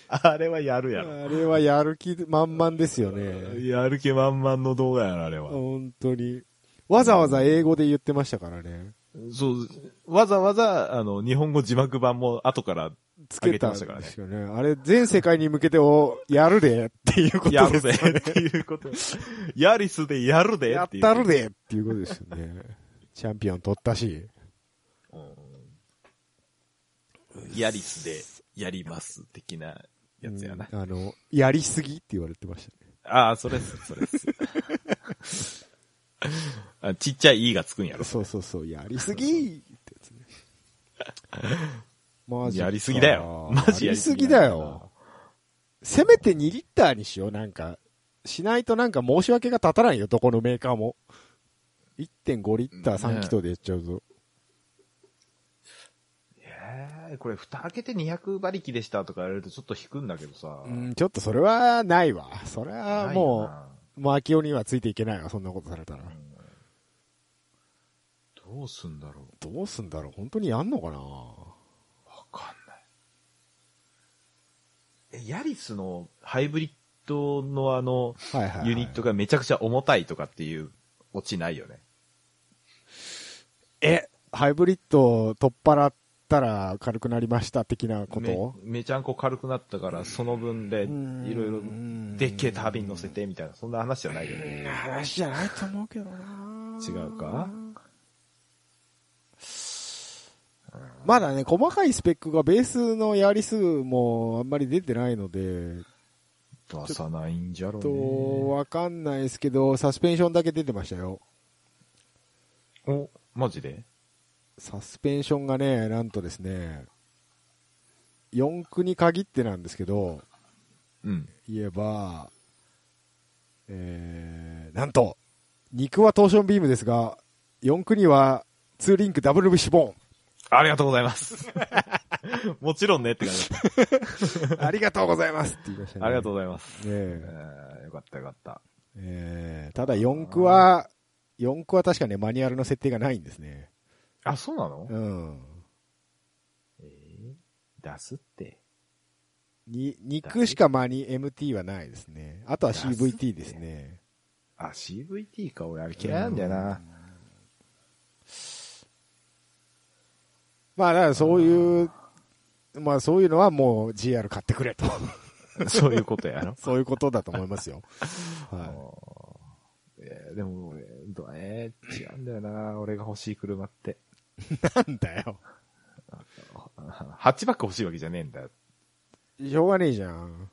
[SPEAKER 1] あれはやるやろ。
[SPEAKER 2] あれはやる気満々ですよね。
[SPEAKER 1] やる気満々の動画やな、あれは。
[SPEAKER 2] 本当に。わざわざ英語で言ってましたからね。
[SPEAKER 1] そう、わざわざ、あの、日本語字幕版も後から、
[SPEAKER 2] つけたん
[SPEAKER 1] 上げてましたから
[SPEAKER 2] で
[SPEAKER 1] ね
[SPEAKER 2] すよね。あれ、全世界に向けてを、やるでっていうことです
[SPEAKER 1] やるぜっていうこと。ヤリスでやるで
[SPEAKER 2] や
[SPEAKER 1] っ
[SPEAKER 2] って
[SPEAKER 1] いう。
[SPEAKER 2] たるでっていうことですよ
[SPEAKER 1] *laughs*
[SPEAKER 2] ね。チャンピオン取ったし。
[SPEAKER 1] うんヤリスでやります、的なやつやな。
[SPEAKER 2] うんあの、やりすぎって言われてましたね。
[SPEAKER 1] ああ、それっす、それっす。 *laughs* あちっちゃい E がつくんやろ。
[SPEAKER 2] そうそうそう、やりすぎってやつね。マジ
[SPEAKER 1] *laughs*
[SPEAKER 2] か
[SPEAKER 1] やりすぎだよ。マジ
[SPEAKER 2] や
[SPEAKER 1] や
[SPEAKER 2] り
[SPEAKER 1] り
[SPEAKER 2] す
[SPEAKER 1] す
[SPEAKER 2] ぎ
[SPEAKER 1] ぎ
[SPEAKER 2] だ
[SPEAKER 1] だ
[SPEAKER 2] よ
[SPEAKER 1] よ。
[SPEAKER 2] せめて2リッターにしよう、なんか。しないとなんか申し訳が立たないよ、どこのメーカーも。1.5リッター3気筒でやっちゃうぞ。
[SPEAKER 1] ええこれ蓋開けて200馬力でしたとか言われるとちょっと引くんだけどさ。
[SPEAKER 2] うん、ちょっとそれはないわ。それは
[SPEAKER 1] ないよ
[SPEAKER 2] も
[SPEAKER 1] な
[SPEAKER 2] う、マキオにはついていけないわ、そんなことされたら。
[SPEAKER 1] どうすんだろう。
[SPEAKER 2] どうすんだろう本当にやんのかな
[SPEAKER 1] わかんない。え、ヤリスのハイブリッドのあの、
[SPEAKER 2] はいはい、はい。
[SPEAKER 1] ユニットがめちゃくちゃ重たいとかっていうオチないよね。
[SPEAKER 2] え、ハイブリッドを取っ払ったら軽くなりました的なこと
[SPEAKER 1] めめちゃんこ軽くなったから、その分で、い
[SPEAKER 2] ん
[SPEAKER 1] ろいろ、でっけえタービン乗せてみたいな、そんな話じゃないよね。
[SPEAKER 2] 話じゃないと思うけどな
[SPEAKER 1] 違うか
[SPEAKER 2] まだね、細かいスペックがベースのヤリスもあんまり出てないので、
[SPEAKER 1] 出さないんじゃろ
[SPEAKER 2] と、
[SPEAKER 1] う
[SPEAKER 2] わかんないですけど、サスペンションだけ出てましたよ。
[SPEAKER 1] ね。お、マジで
[SPEAKER 2] サスペンションがね、なんとですね、四駆に限ってなんですけど、
[SPEAKER 1] うん。
[SPEAKER 2] 言えば、えー、なんと、肉はトーションビームですが、四駆には2リンクダブルブッシュボ
[SPEAKER 1] ありがとうございます。 *laughs* もちろんねって感じだっ
[SPEAKER 2] ーン。 *laughs* ありがとうございますって言いましたね。
[SPEAKER 1] た。ありが *laughs* とう
[SPEAKER 2] う。
[SPEAKER 1] ございます。え
[SPEAKER 2] え
[SPEAKER 1] ーよかったよかった。
[SPEAKER 2] えーただ四駆は、四駆は確かね、マニュアルの設定がないんですね。
[SPEAKER 1] あ、そうなの
[SPEAKER 2] うん。
[SPEAKER 1] 出すって。
[SPEAKER 2] に、肉しかマニ MT はないですね。あとは CVT ですね。
[SPEAKER 1] あ、CVT か、俺、あれ嫌いなんだよな。
[SPEAKER 2] まあ、だからそういう、まあそういうのはもう GR 買ってくれと。
[SPEAKER 1] *laughs*
[SPEAKER 2] *laughs*
[SPEAKER 1] そういうことや *laughs* ろ。
[SPEAKER 2] そういうことだと思いますよ。 *laughs* はい。
[SPEAKER 1] えーでも俺、どえー違うんだよな。俺が欲しい車って。
[SPEAKER 2] なんだよ。
[SPEAKER 1] あハッチバック欲しいわけじゃねえんだよ。
[SPEAKER 2] しょうがねえじゃん。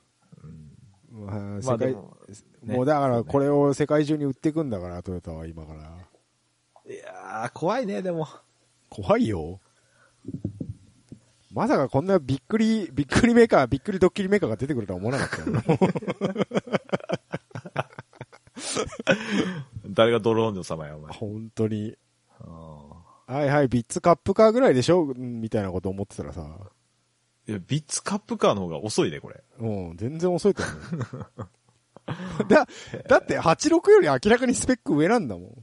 [SPEAKER 2] まあ、
[SPEAKER 1] まあ
[SPEAKER 2] 世
[SPEAKER 1] で
[SPEAKER 2] 界、
[SPEAKER 1] も、ね
[SPEAKER 2] もうだからこれを世界中に売っていくんだから、トヨタは今から。
[SPEAKER 1] いやー、怖いね、でも。
[SPEAKER 2] 怖いよ。まさかこんなびっくり、びっくりメーカー、びっくりドッキリメーカーが出てくるとは思わなかったよ。
[SPEAKER 1] 誰がドローンの様や、お前。
[SPEAKER 2] 本当に。
[SPEAKER 1] あ
[SPEAKER 2] はいはい、ビッツカップカーぐらいでしょうんみたいなこと思ってたらさ。
[SPEAKER 1] ーいや、ビッツカップカーの方が遅いね、これ。
[SPEAKER 2] うん、全然遅いと思う。だ、だって86より明らかにスペック上なんだもん。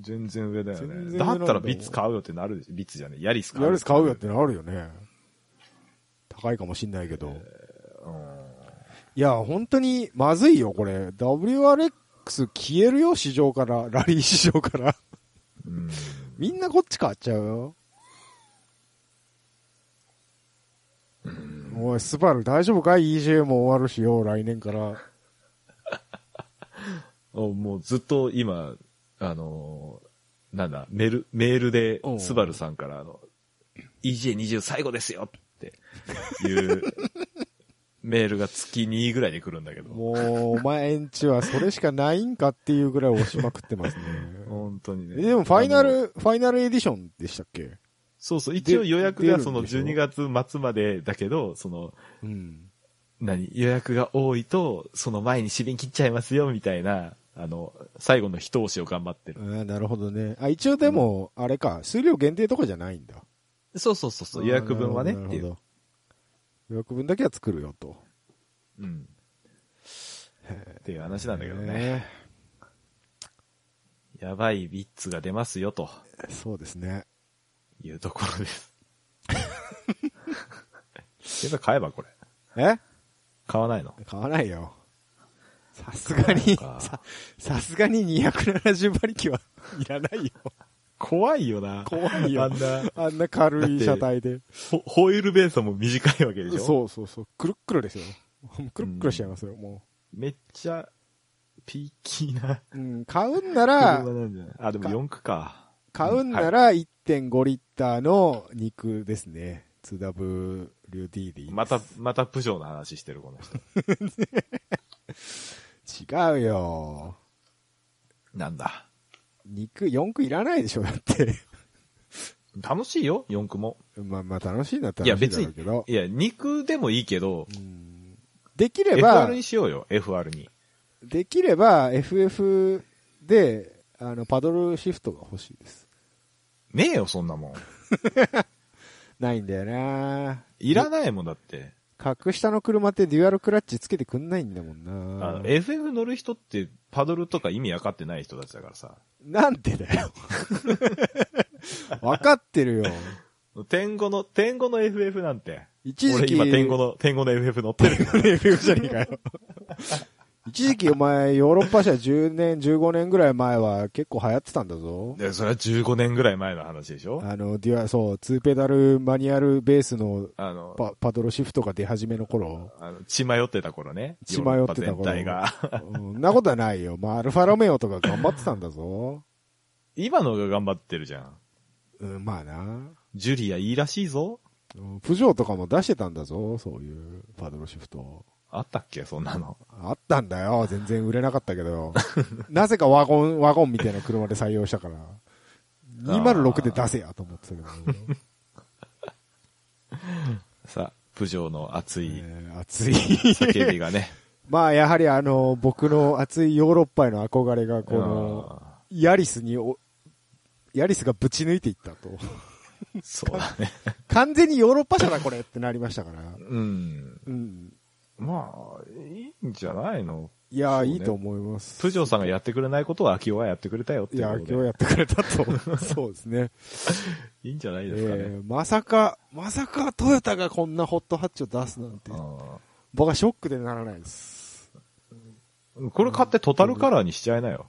[SPEAKER 1] 全然上だよ
[SPEAKER 2] 全然
[SPEAKER 1] ね。
[SPEAKER 2] 上な
[SPEAKER 1] だ
[SPEAKER 2] んだ
[SPEAKER 1] ったらビッツ買うよってなるでしょ。ビッツじゃねえ。ヤリス買う。
[SPEAKER 2] ヤリス買うよってなるよね。高いかもしんないけど。いや、本当にまずいよ、これ。WRX 消えるよ、市場から。 *laughs* ラリー市場から。
[SPEAKER 1] うん。
[SPEAKER 2] みんなこっち買っちゃうよ。おい、スバル大丈夫かい ?EJ も終わるしよ、来年から。
[SPEAKER 1] おもうずっと今、あのーなんだ、メール、メールで
[SPEAKER 2] う、ん
[SPEAKER 1] スバルさんから、あの、EJ20 最後ですよっていう *laughs* メールが月2ぐらいで来るんだけど、
[SPEAKER 2] もう、お前んちはそれしかないんかっていうぐらい押しまくってますね。
[SPEAKER 1] 本当に *laughs*
[SPEAKER 2] え
[SPEAKER 1] ね。
[SPEAKER 2] でも、ファイナ
[SPEAKER 1] あの。
[SPEAKER 2] ル、ファイナルエディションでしたっけ
[SPEAKER 1] そうそう、一応予約が
[SPEAKER 2] で
[SPEAKER 1] その
[SPEAKER 2] 出るんで
[SPEAKER 1] 12
[SPEAKER 2] し
[SPEAKER 1] 月末までだけど、その、
[SPEAKER 2] うん。
[SPEAKER 1] 何、予約が多いと、その前に締め切っちゃいますよ、みたいな、あの、最後の一押しを頑張ってる
[SPEAKER 2] あ。ーなるほどね。あ、一応でも、あれか、数量限定とかじゃないんだ。
[SPEAKER 1] そうそうそうそう、予約分はね、ってい
[SPEAKER 2] なるほ
[SPEAKER 1] う。
[SPEAKER 2] ど。予約分だけは作るよと。
[SPEAKER 1] うん。っていう話なんだけどね。
[SPEAKER 2] ね
[SPEAKER 1] やばいビッツが出ますよ、と
[SPEAKER 2] そうですね。
[SPEAKER 1] いうところです。 *laughs* 現在買えばこれ。
[SPEAKER 2] え
[SPEAKER 1] 買わないの
[SPEAKER 2] 買わないよ。さすがに、
[SPEAKER 1] 買わないのか
[SPEAKER 2] さ、さすがに270馬力は *laughs* いらないよ。
[SPEAKER 1] 怖いよな。
[SPEAKER 2] 怖い
[SPEAKER 1] あ
[SPEAKER 2] よ
[SPEAKER 1] ん。な、
[SPEAKER 2] あんな軽い車体で。
[SPEAKER 1] ホホイールベースも短いわけでしょう。
[SPEAKER 2] そうそうそう。くるっくるですよ。くるっくるしちゃいますよ、も
[SPEAKER 1] めっちゃ、ピーキーな
[SPEAKER 2] う。うん、買うんなら
[SPEAKER 1] 車、なんじゃないあ、でも4区か。
[SPEAKER 2] 買うんなら1.5リッターの肉ですね。2WD でいいです。
[SPEAKER 1] また、またプジョーの話してる、この人。
[SPEAKER 2] 違うよ。
[SPEAKER 1] なんだ。
[SPEAKER 2] 肉4区いらないでしょ、だって。 *laughs*
[SPEAKER 1] 楽しいよ、4区も。
[SPEAKER 2] まあまあ楽しいんだった
[SPEAKER 1] いや、
[SPEAKER 2] ら楽し
[SPEAKER 1] 別
[SPEAKER 2] い
[SPEAKER 1] に
[SPEAKER 2] だろうけど。。
[SPEAKER 1] いや、肉でもいいけど、
[SPEAKER 2] うんできれば
[SPEAKER 1] FR、にしようよ、FR に。
[SPEAKER 2] できれば FF で、あの、パドルシフトが欲しいです。
[SPEAKER 1] ねえよ、そんなもん。
[SPEAKER 2] ないんだよない
[SPEAKER 1] らないもんだって。
[SPEAKER 2] 格下の車ってデュアルクラッチつけてくんないんだもん
[SPEAKER 1] あ
[SPEAKER 2] な
[SPEAKER 1] の、FF 乗る人ってパドルとか意味分かってない人たちだからさ。
[SPEAKER 2] なんで
[SPEAKER 1] *laughs*
[SPEAKER 2] だよ。わかってるよ。
[SPEAKER 1] 天狗の、天狗の FF なんて。
[SPEAKER 2] 一時
[SPEAKER 1] 俺
[SPEAKER 2] 期。
[SPEAKER 1] 今天狗の、天狗の FF 乗ってる。
[SPEAKER 2] *laughs* FF じゃねえかよ。一時期お前、ヨーロッパ車10年、15年ぐらい前は結構流行ってたんだぞ。
[SPEAKER 1] でそれは15年ぐらい前の話でしょ
[SPEAKER 2] あの、デュア、そう、2ペダルマニュアルベースの
[SPEAKER 1] あの、
[SPEAKER 2] パパドルシフトが出始めの頃。
[SPEAKER 1] あの血迷ってた頃ね。
[SPEAKER 2] 血迷
[SPEAKER 1] ヨーロッ
[SPEAKER 2] ってた
[SPEAKER 1] パ全
[SPEAKER 2] 頃。
[SPEAKER 1] 体が。 *laughs*
[SPEAKER 2] うんそんなことはないよ。まあ、アルファロメオとか頑張ってたんだぞ。
[SPEAKER 1] 今のが頑張ってるじゃん。
[SPEAKER 2] うん、まあな。
[SPEAKER 1] ジュリアいいらしいぞ。
[SPEAKER 2] うんプジョーとかも出してたんだぞ、そういうパドルシフト。
[SPEAKER 1] あったっけそんなの。
[SPEAKER 2] あったんだよ。全然売れなかったけ
[SPEAKER 1] *laughs*
[SPEAKER 2] ど。なぜかワゴン、ワゴンみたいな車で採用したから。206で出せやと思ってたけど。
[SPEAKER 1] さあ、プジョーの熱い
[SPEAKER 2] えー熱い。
[SPEAKER 1] 叫びがね。
[SPEAKER 2] まあ、やはりあの、僕の熱いヨーロッパへの憧れが、 *laughs* この、
[SPEAKER 1] あ
[SPEAKER 2] ヤリスにお、ヤリスがぶち抜いていったと。
[SPEAKER 1] ーそうだね。
[SPEAKER 2] 完全にヨーロッパ車だこれってなりましたから。
[SPEAKER 1] うん。
[SPEAKER 2] うん。
[SPEAKER 1] まあ、いいんじゃないの
[SPEAKER 2] いや
[SPEAKER 1] そ
[SPEAKER 2] ー、
[SPEAKER 1] うね
[SPEAKER 2] いいと思います。
[SPEAKER 1] プジョーさんがやってくれないことは秋夫はやってくれたよって
[SPEAKER 2] い
[SPEAKER 1] いう
[SPEAKER 2] やー、
[SPEAKER 1] こ
[SPEAKER 2] 今
[SPEAKER 1] と
[SPEAKER 2] 日
[SPEAKER 1] で。
[SPEAKER 2] やってくれ
[SPEAKER 1] *laughs*
[SPEAKER 2] たと。そうですね。
[SPEAKER 1] いいんじゃない
[SPEAKER 2] え
[SPEAKER 1] ですかね。
[SPEAKER 2] ーまさか、まさかトヨタがこんなホットハッチを出すなんて。
[SPEAKER 1] う *laughs*
[SPEAKER 2] 僕はショックでならないです。
[SPEAKER 1] んこれ買ってトタルカラーにしちゃいなよ。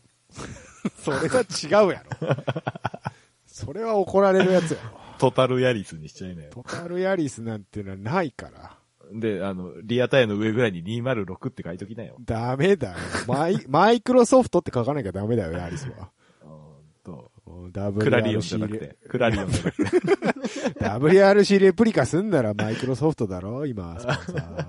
[SPEAKER 2] それは違うやろ。
[SPEAKER 1] *laughs*
[SPEAKER 2] それは怒られるやつやろ。
[SPEAKER 1] トータルヤリスにしちゃいなよ。
[SPEAKER 2] トタルヤリスなんてのはないから。
[SPEAKER 1] で、あの、リアタイヤの上ぐらいに206って書いときなよ。
[SPEAKER 2] ダメだよ。マイ、 *laughs* マイクロソフトって書かなきゃダメだよ、ヤリスは。
[SPEAKER 1] うんとクラリオンじゃなく
[SPEAKER 2] WRC
[SPEAKER 1] て、クラリオンじゃなくて。
[SPEAKER 2] WRC レプリカすんならマイクロソフトだろ今、スポンサー。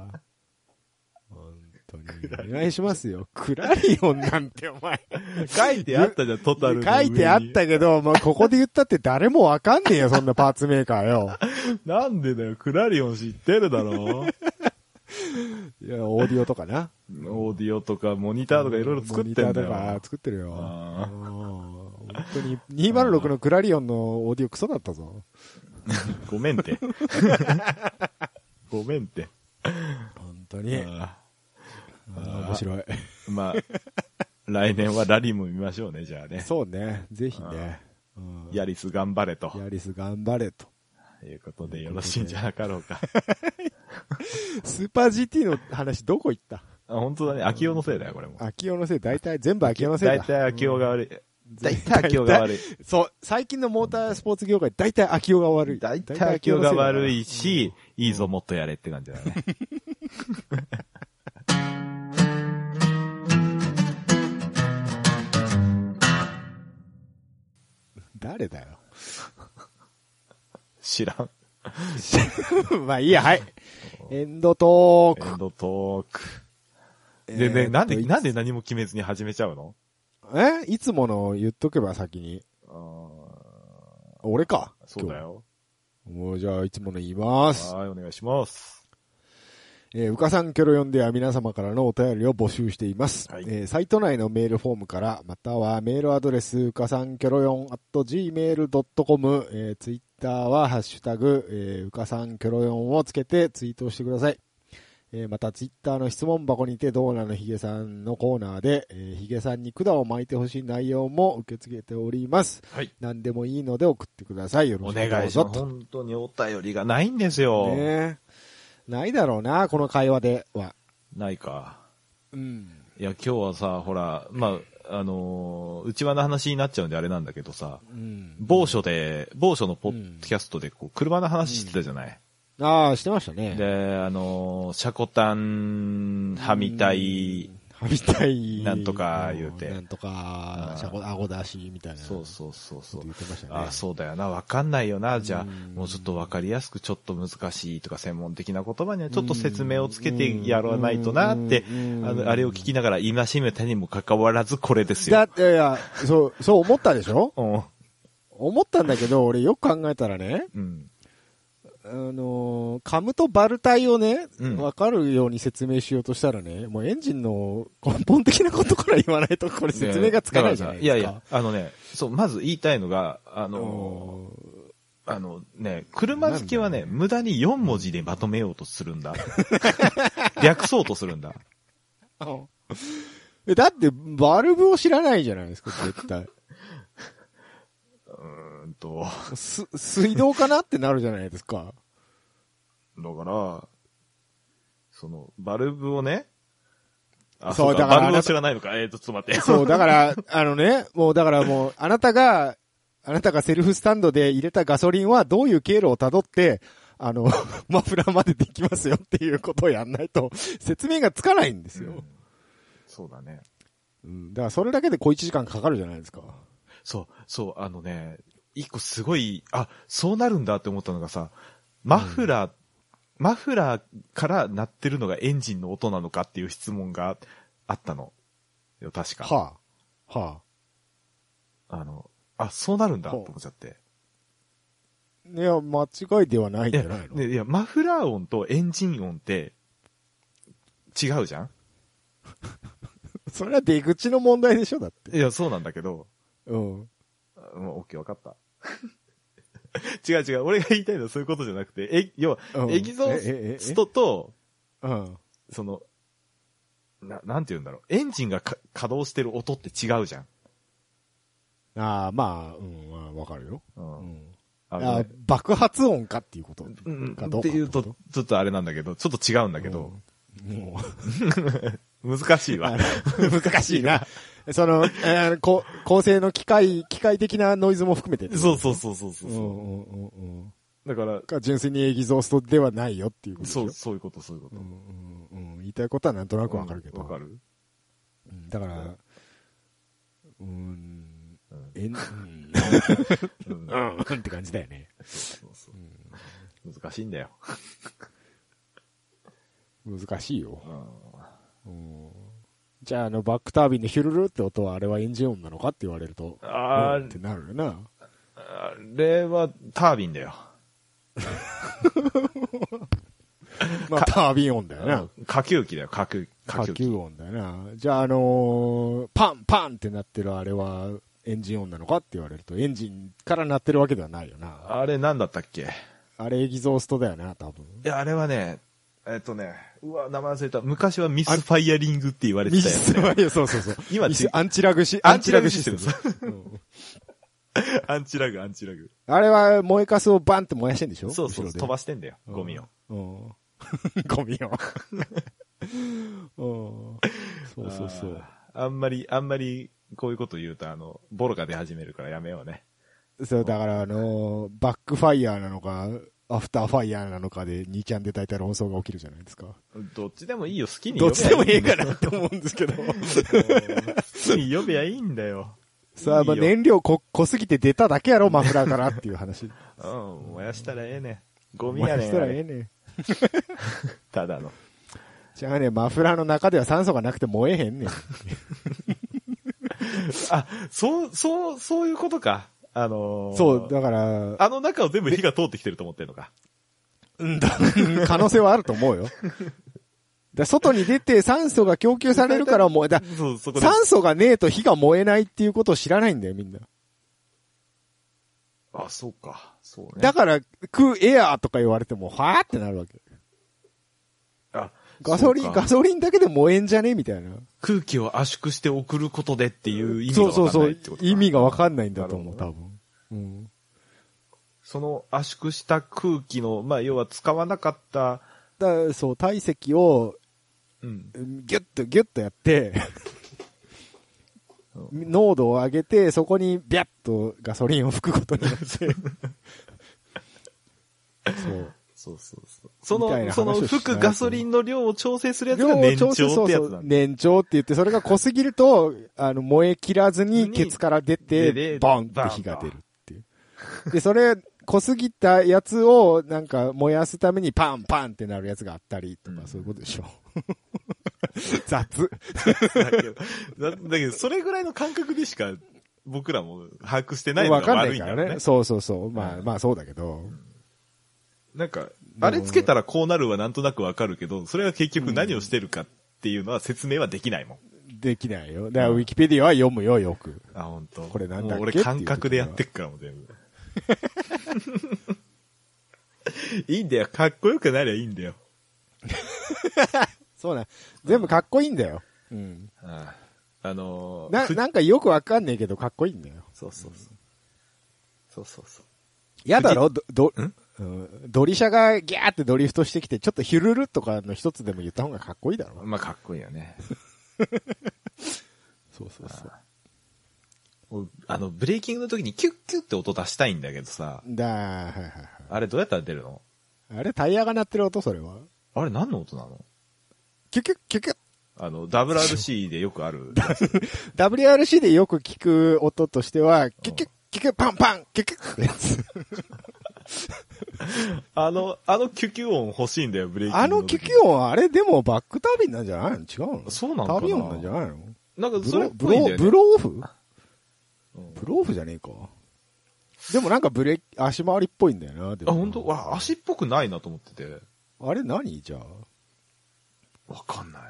[SPEAKER 2] 本当に。お願いしますよ。クラリオンなんてお前。
[SPEAKER 1] 書いてあったじゃん、トータルの
[SPEAKER 2] 書
[SPEAKER 1] 上に
[SPEAKER 2] いてあったけど、もうここで言ったって誰もわかんねえよ、そんなパーツメーカーよ。
[SPEAKER 1] なんでだよ、クラリオン知ってるだろ
[SPEAKER 2] *laughs* いや、オーディオとかな。
[SPEAKER 1] オーディオとかモニターとかいろいろ作ってんだ
[SPEAKER 2] モニター
[SPEAKER 1] よ
[SPEAKER 2] とか。作ってるよ。
[SPEAKER 1] あー
[SPEAKER 2] うん本当に、206のクラリオンのオーディオクソだったぞ。
[SPEAKER 1] ごめん
[SPEAKER 2] *laughs*
[SPEAKER 1] って。ごめんって。
[SPEAKER 2] 本当に。
[SPEAKER 1] あ
[SPEAKER 2] あー面白い。
[SPEAKER 1] ーまあ、来年はラリーも見ましょうね、じゃあね。
[SPEAKER 2] そうね。ぜひね。うん
[SPEAKER 1] ヤリス頑張れと
[SPEAKER 2] ヤリス頑張れと。
[SPEAKER 1] いうことでよろしいんじゃなかろうか。
[SPEAKER 2] スーパー GT の話どこ行った
[SPEAKER 1] あ本当だね、秋夫のせいだよ、これも。
[SPEAKER 2] 秋代のせい、大体、全部秋代のせいだ。
[SPEAKER 1] 大体秋夫が悪い。大体秋夫が悪い。
[SPEAKER 2] い。そう、最近のモータースポーツ業界、大体秋代が悪い。
[SPEAKER 1] 大体秋夫が悪い
[SPEAKER 2] 大体秋代のせ
[SPEAKER 1] し、いいぞ、もっとやれって感じだね。
[SPEAKER 2] いだ。誰だよ。 *laughs*
[SPEAKER 1] 知らん。
[SPEAKER 2] まあいいや、はい。エンドトー
[SPEAKER 1] エン
[SPEAKER 2] ク。
[SPEAKER 1] ドトーク。
[SPEAKER 2] え
[SPEAKER 1] で
[SPEAKER 2] ー
[SPEAKER 1] ね、なんで、
[SPEAKER 2] とい
[SPEAKER 1] なんで何も決めずに始めちゃうの
[SPEAKER 2] えいつもの言っとけば先に。俺か。
[SPEAKER 1] そうだよ。
[SPEAKER 2] 今日。もうじゃあ、いつもの言います。
[SPEAKER 1] はい、お願いします。
[SPEAKER 2] えー、うかさんキョロ読んでは皆様からのお便りを募集しています。
[SPEAKER 1] はい
[SPEAKER 2] えーサイト内のメールフォームから、またはメールアドレス、うかさんキョロ4 at gmail.com、えー、ツイッターはハッシュタグ、えーうかさんキョロ4をつけてツイートをしてください。えーまたツイッターの質問箱にて、ドーナのひげさんのコーナーで、えーひげさんに管を巻いてほしい内容も受け付けております。
[SPEAKER 1] はい。
[SPEAKER 2] 何でもいいので送ってください。よろ
[SPEAKER 1] お
[SPEAKER 2] しくどう
[SPEAKER 1] 願
[SPEAKER 2] ぞ
[SPEAKER 1] いします。本当にお便りがないんですよ。
[SPEAKER 2] ねえないだろうな、この会話では。
[SPEAKER 1] ないか。
[SPEAKER 2] うん。
[SPEAKER 1] いや、今日はさ、ほら、まあ、あのー、内輪の話になっちゃうんであれなんだけどさ、
[SPEAKER 2] うん。
[SPEAKER 1] 某所で、某所のポッドキャストでこう、車の話してたじゃない。
[SPEAKER 2] ああ、してましたね。
[SPEAKER 1] で、あのー、シャコタン、はみたい、
[SPEAKER 2] はみたい。
[SPEAKER 1] なんとか言うて
[SPEAKER 2] なんとか
[SPEAKER 1] う、ん
[SPEAKER 2] シャコ、顎出しみたいな。
[SPEAKER 1] そうそうそうそう。
[SPEAKER 2] 言ってましたね
[SPEAKER 1] ああ、そうだよな。わかんないよな。じゃあ、
[SPEAKER 2] うん
[SPEAKER 1] もうちょっとわかりやすく、ちょっと難しいとか、専門的な言葉にはちょっと説明をつけてやらないとなって、あ
[SPEAKER 2] うん
[SPEAKER 1] の、あれを聞きながら、今しめたにもかかわらずこれです
[SPEAKER 2] だ
[SPEAKER 1] よ。
[SPEAKER 2] って、いやいや、そう、そう思ったでしょ
[SPEAKER 1] うん。
[SPEAKER 2] 思ったんだけど、俺よく考えたらね、
[SPEAKER 1] うん。
[SPEAKER 2] あのーカムとバルタイをね、
[SPEAKER 1] うん
[SPEAKER 2] わかるように説明しようとしたらね、もうエンジンの根本的なことから言わないと、これ説明がつかないじゃないですか。
[SPEAKER 1] いやいや、あのね、そう、まず言いたいのが、あのー、あのね、車好きはね、無駄に4文字でまとめようとするん *laughs* だ。略そうとするんだ。
[SPEAKER 2] えだって、バルブを知らないじゃないですか、絶対。
[SPEAKER 1] うーんと、
[SPEAKER 2] す、水道かなってなるじゃないですか。
[SPEAKER 1] だから、その、バルブをね、あ、
[SPEAKER 2] そう
[SPEAKER 1] そうか
[SPEAKER 2] だか
[SPEAKER 1] バ
[SPEAKER 2] ら
[SPEAKER 1] ルブを
[SPEAKER 2] あなた
[SPEAKER 1] 知らないのか。えーと、ちょっと待って。
[SPEAKER 2] そう、だから、あのね、もうだからもう、あなたが、あなたがセルフスタンドで入れたガソリンはどういう経路をたどって、あの、 *laughs* マフラーまでできますよっていうことをやんないと、説明がつかないんですよ。
[SPEAKER 1] そうだね。
[SPEAKER 2] うんだからそれだけで小1時間かかるじゃないですか。
[SPEAKER 1] そう、そう、あのね、一個すごい、あ、そうなるんだって思ったのがさ、マフラー、マフラーから鳴ってるのがエンジンの音なのかっていう質問があったの。よ、確か。
[SPEAKER 2] はあ。は
[SPEAKER 1] あの、あ、そうなるんだと思っちゃって。
[SPEAKER 2] あ。いや、間違いではないん
[SPEAKER 1] い
[SPEAKER 2] じ
[SPEAKER 1] や
[SPEAKER 2] ゃないの、
[SPEAKER 1] ねいや、マフラー音とエンジン音って、違うじゃん
[SPEAKER 2] それは出口の問題でしょ、だって。
[SPEAKER 1] いや、そうなんだけど、
[SPEAKER 2] うん。
[SPEAKER 1] もう、オッケー、わか
[SPEAKER 2] *laughs*
[SPEAKER 1] った。違う違う、俺が言いたいのはそういうことじゃなくて、え、要は、
[SPEAKER 2] うん
[SPEAKER 1] エキゾ
[SPEAKER 2] ええええ
[SPEAKER 1] ーストと、
[SPEAKER 2] うん。
[SPEAKER 1] その、な、なんて言うんだろう、エンジンがか稼働してる音って違うじゃん。
[SPEAKER 2] ああ、まあ、うん、まあわかるよ。
[SPEAKER 1] う。
[SPEAKER 2] うんん。
[SPEAKER 1] あの
[SPEAKER 2] あ
[SPEAKER 1] ね
[SPEAKER 2] 爆発音かっていうことか
[SPEAKER 1] う
[SPEAKER 2] どうんか
[SPEAKER 1] うん、っていうと、ちょっとあれなんだけど、ちょっと違うんだ
[SPEAKER 2] だ
[SPEAKER 1] けど、、
[SPEAKER 2] うんもう
[SPEAKER 1] 難しいわ。
[SPEAKER 2] 難しいな。その、えーこ構成の機械、機械的なノイズも含めて。
[SPEAKER 1] そうそうそうそうそう
[SPEAKER 2] う
[SPEAKER 1] そ
[SPEAKER 2] んうんうんうん。
[SPEAKER 1] う。だから、
[SPEAKER 2] が純粋にエキゾーストではないよっていうことでしょ
[SPEAKER 1] そう、そういうこと、そういうこ
[SPEAKER 2] う
[SPEAKER 1] と。
[SPEAKER 2] んうんうん。言いたいことはなんとなくわかるけど。
[SPEAKER 1] わかる。
[SPEAKER 2] うんだから、うん、
[SPEAKER 1] うん
[SPEAKER 2] えん、うん、
[SPEAKER 1] うん
[SPEAKER 2] うんって感じだよね。
[SPEAKER 1] そうそう難しいんだよ。
[SPEAKER 2] 難しいよ。
[SPEAKER 1] あ
[SPEAKER 2] うんじゃあ、あの、バックタービンのヒュルルって音はあれはエンジン音なのかって言われると、
[SPEAKER 1] あ
[SPEAKER 2] うんってなるよな。
[SPEAKER 1] れはタービンだよ。
[SPEAKER 2] まあ、タービン音だよな。
[SPEAKER 1] 火球機だよ、火球、
[SPEAKER 2] 火
[SPEAKER 1] 火球機。
[SPEAKER 2] 球音だよな。じゃあ、あのーパンパンってなってるあれはエンジン音なのかって言われると、エンジンから鳴ってるわけではないよな。
[SPEAKER 1] あれなんだったっけ
[SPEAKER 2] あれエキゾーストだよな、多分。
[SPEAKER 1] いや、あれはね、えっとね、うわ、名前忘れた。昔はミスファイアリングって言われて
[SPEAKER 2] ミ
[SPEAKER 1] たや
[SPEAKER 2] ス
[SPEAKER 1] つだよ。
[SPEAKER 2] はいや、そうそうそう。
[SPEAKER 1] 今
[SPEAKER 2] ミスアンチラグシ、
[SPEAKER 1] アンチラグシステム
[SPEAKER 2] うん
[SPEAKER 1] *laughs* アンチラグ、アンチラグ。
[SPEAKER 2] あれは燃えかすをバンって燃やしてんでしょ
[SPEAKER 1] そうそう、飛ば
[SPEAKER 2] す。
[SPEAKER 1] してんだよ、ゴミを。
[SPEAKER 2] うん。 *laughs* ゴミを。 *laughs* うんそうそうそう。
[SPEAKER 1] あー。あんまり、あんまり、こういうこと言うと、あの、ボロが出始めるからやめようね。
[SPEAKER 2] そう、だからあのーバックファイヤーなのか、アフターファイヤーなのかで2ちゃんで大体論争が起きるじゃないですか。
[SPEAKER 1] どっちでもいいよ、好きに
[SPEAKER 2] どっちでもいいか
[SPEAKER 1] ら。
[SPEAKER 2] なって思うんで
[SPEAKER 1] *laughs*
[SPEAKER 2] すけど。
[SPEAKER 1] 好きに呼べやいいんだ *laughs* よ。
[SPEAKER 2] さあ、
[SPEAKER 1] いいよ
[SPEAKER 2] まあ燃料こ、濃すぎて出ただけやろ、マフラーからっていう話。
[SPEAKER 1] うん、燃やしたらええねん。ゴ
[SPEAKER 2] お
[SPEAKER 1] ミや
[SPEAKER 2] 前
[SPEAKER 1] ねん。
[SPEAKER 2] したらええ
[SPEAKER 1] あれ
[SPEAKER 2] ねん。
[SPEAKER 1] ただの。
[SPEAKER 2] じゃあね、マフラーの中では酸素がなくて燃え
[SPEAKER 1] *laughs*
[SPEAKER 2] へんねん。
[SPEAKER 1] あ、そう、そう、そういうことか。あのー
[SPEAKER 2] そう、だから、
[SPEAKER 1] あの中を全部火が通ってきてると思ってるのか。
[SPEAKER 2] うんだ、可能性はあると思うよ。だ外に出て酸素が供給されるから燃え、だ
[SPEAKER 1] そう、そこで。
[SPEAKER 2] 酸素がねえと火が燃えないっていうことを知らないんだよ、みんな。
[SPEAKER 1] あ、そうか。そうね。
[SPEAKER 2] だから、クーエアーとか言われても、はーってなるわけ。
[SPEAKER 1] あ
[SPEAKER 2] ガソリ
[SPEAKER 1] そう
[SPEAKER 2] ン、
[SPEAKER 1] か
[SPEAKER 2] ガソリンだけで燃えんじゃねみたいな。
[SPEAKER 1] 空気を圧縮して送ることでっていう意味が
[SPEAKER 2] そう
[SPEAKER 1] わか
[SPEAKER 2] そ
[SPEAKER 1] ん
[SPEAKER 2] うそ
[SPEAKER 1] ないうってこと。か
[SPEAKER 2] 意味がわかんないんだと思う、
[SPEAKER 1] な
[SPEAKER 2] 多分。うん。
[SPEAKER 1] その圧縮した空気の、まあ、要は使わなかった、
[SPEAKER 2] だからそう、体積を
[SPEAKER 1] うん。
[SPEAKER 2] うんギュッとギュッとやって、濃度を上げて、そこにビャッとガソリンを吹くことによって。そう。
[SPEAKER 1] そうそうそう。そ
[SPEAKER 2] みたいな
[SPEAKER 1] の、
[SPEAKER 2] 話
[SPEAKER 1] そ
[SPEAKER 2] をしない
[SPEAKER 1] の、
[SPEAKER 2] と
[SPEAKER 1] 吹くガソリンの量を調整するやつが年長ってやつ
[SPEAKER 2] そう
[SPEAKER 1] な
[SPEAKER 2] そ
[SPEAKER 1] んだ
[SPEAKER 2] う。。年長って言って、それが濃すぎると、あの、燃え切らずに、
[SPEAKER 1] に
[SPEAKER 2] ケツから出
[SPEAKER 1] 出て
[SPEAKER 2] て、ボンって火が出るっていう。で、それ、濃すぎたやつを、なんか、燃やすためにパンパンってなるやつがあったりと
[SPEAKER 1] う
[SPEAKER 2] か、
[SPEAKER 1] ん
[SPEAKER 2] そういうことでしょ。 *laughs* 雑。
[SPEAKER 1] だけど、だだけど、それぐらいの感覚でしか、僕らも把握してないのが悪いんだろうね。
[SPEAKER 2] そうそうそう。ま
[SPEAKER 1] う
[SPEAKER 2] あ
[SPEAKER 1] ん
[SPEAKER 2] まあそうだけど。
[SPEAKER 1] なんか、あれつけたらこうなるはなんとなくわかるけど、それが結局何をしてるかっていうのは説明はできないもん。
[SPEAKER 2] できないよ。だからウィキペディアは読むよ、よく。
[SPEAKER 1] あ、本当。
[SPEAKER 2] これなんだっ
[SPEAKER 1] も
[SPEAKER 2] け
[SPEAKER 1] う俺
[SPEAKER 2] っていう
[SPEAKER 1] 感覚でやってっからもう全部。 *laughs* いいんだよ。かっこよくなりゃいいんだよ。
[SPEAKER 2] そうなん。全部かっこいいんだよ。うん。
[SPEAKER 1] ああのー
[SPEAKER 2] な、
[SPEAKER 1] ふ
[SPEAKER 2] なんかよくわかんねえけどかっこいいんだよ。
[SPEAKER 1] そうそうそう。そうそうそう。
[SPEAKER 2] やだろど、ど、うんドリシャがギャーってドリフトしてきて、ちょっとヒュルルとかの一つでも言った方がかっこいいだろ
[SPEAKER 1] まあ、かっこいいよね。
[SPEAKER 2] そうそうそう。
[SPEAKER 1] もうあの、ブレーキングの時にキュッキュッって音出したいんだけどさ、
[SPEAKER 2] だーはいはいは
[SPEAKER 1] あれどうやったら出るの
[SPEAKER 2] い。あれタイヤが鳴ってる音、それは。
[SPEAKER 1] あれ何の音なの
[SPEAKER 2] キュキュッキュキュッ。
[SPEAKER 1] あの、WRC でよくあ
[SPEAKER 2] *laughs*
[SPEAKER 1] る。
[SPEAKER 2] WRC でよく聞く音としては、キュキュッキュキュッパンパンキュキュッってやつ。
[SPEAKER 1] あの、あのキュキュ音欲しいんだよ、ブレーキング。
[SPEAKER 2] あのキュキュ音はあれでもバックタービンなんじゃないの違うの
[SPEAKER 1] そうなのか
[SPEAKER 2] タ
[SPEAKER 1] な
[SPEAKER 2] ービン音なんじゃないの
[SPEAKER 1] 音。なんか
[SPEAKER 2] ブ
[SPEAKER 1] それ
[SPEAKER 2] ロ
[SPEAKER 1] っぽ
[SPEAKER 2] ブ
[SPEAKER 1] いんだよ
[SPEAKER 2] ロブ
[SPEAKER 1] ね。
[SPEAKER 2] ローフ
[SPEAKER 1] うん
[SPEAKER 2] ブローフじゃねえか。でもなんかブレーキ、足回りっぽいんだよな。で
[SPEAKER 1] あ、
[SPEAKER 2] も
[SPEAKER 1] 本当わ、足っぽくないなと思ってて。
[SPEAKER 2] あれ何じゃあ。
[SPEAKER 1] わかんない。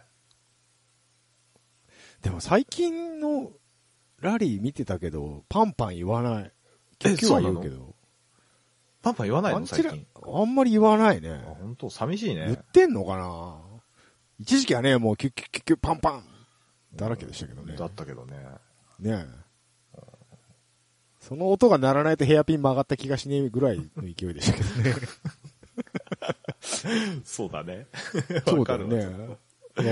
[SPEAKER 2] でも最近のラリー見てたけど、パンパン言わない。キュキュは言うけど。
[SPEAKER 1] パンパン言わない
[SPEAKER 2] あ
[SPEAKER 1] の
[SPEAKER 2] んち
[SPEAKER 1] 最
[SPEAKER 2] ら
[SPEAKER 1] 近。
[SPEAKER 2] あんまり言わないね
[SPEAKER 1] あ。本当寂しい
[SPEAKER 2] 言っ
[SPEAKER 1] ね。
[SPEAKER 2] てんのかな一時期はね、もうキュキュキュキュパンパンだらけでしたけどね。
[SPEAKER 1] だったけどね。
[SPEAKER 2] ねえ。その音が鳴らないとヘアピン曲がった気がしねえぐらいの勢いでしたけどね。
[SPEAKER 1] そうだ *laughs* ね。*laughs*
[SPEAKER 2] そ
[SPEAKER 1] わ
[SPEAKER 2] うだ
[SPEAKER 1] かる
[SPEAKER 2] よね。
[SPEAKER 1] わ。
[SPEAKER 2] わ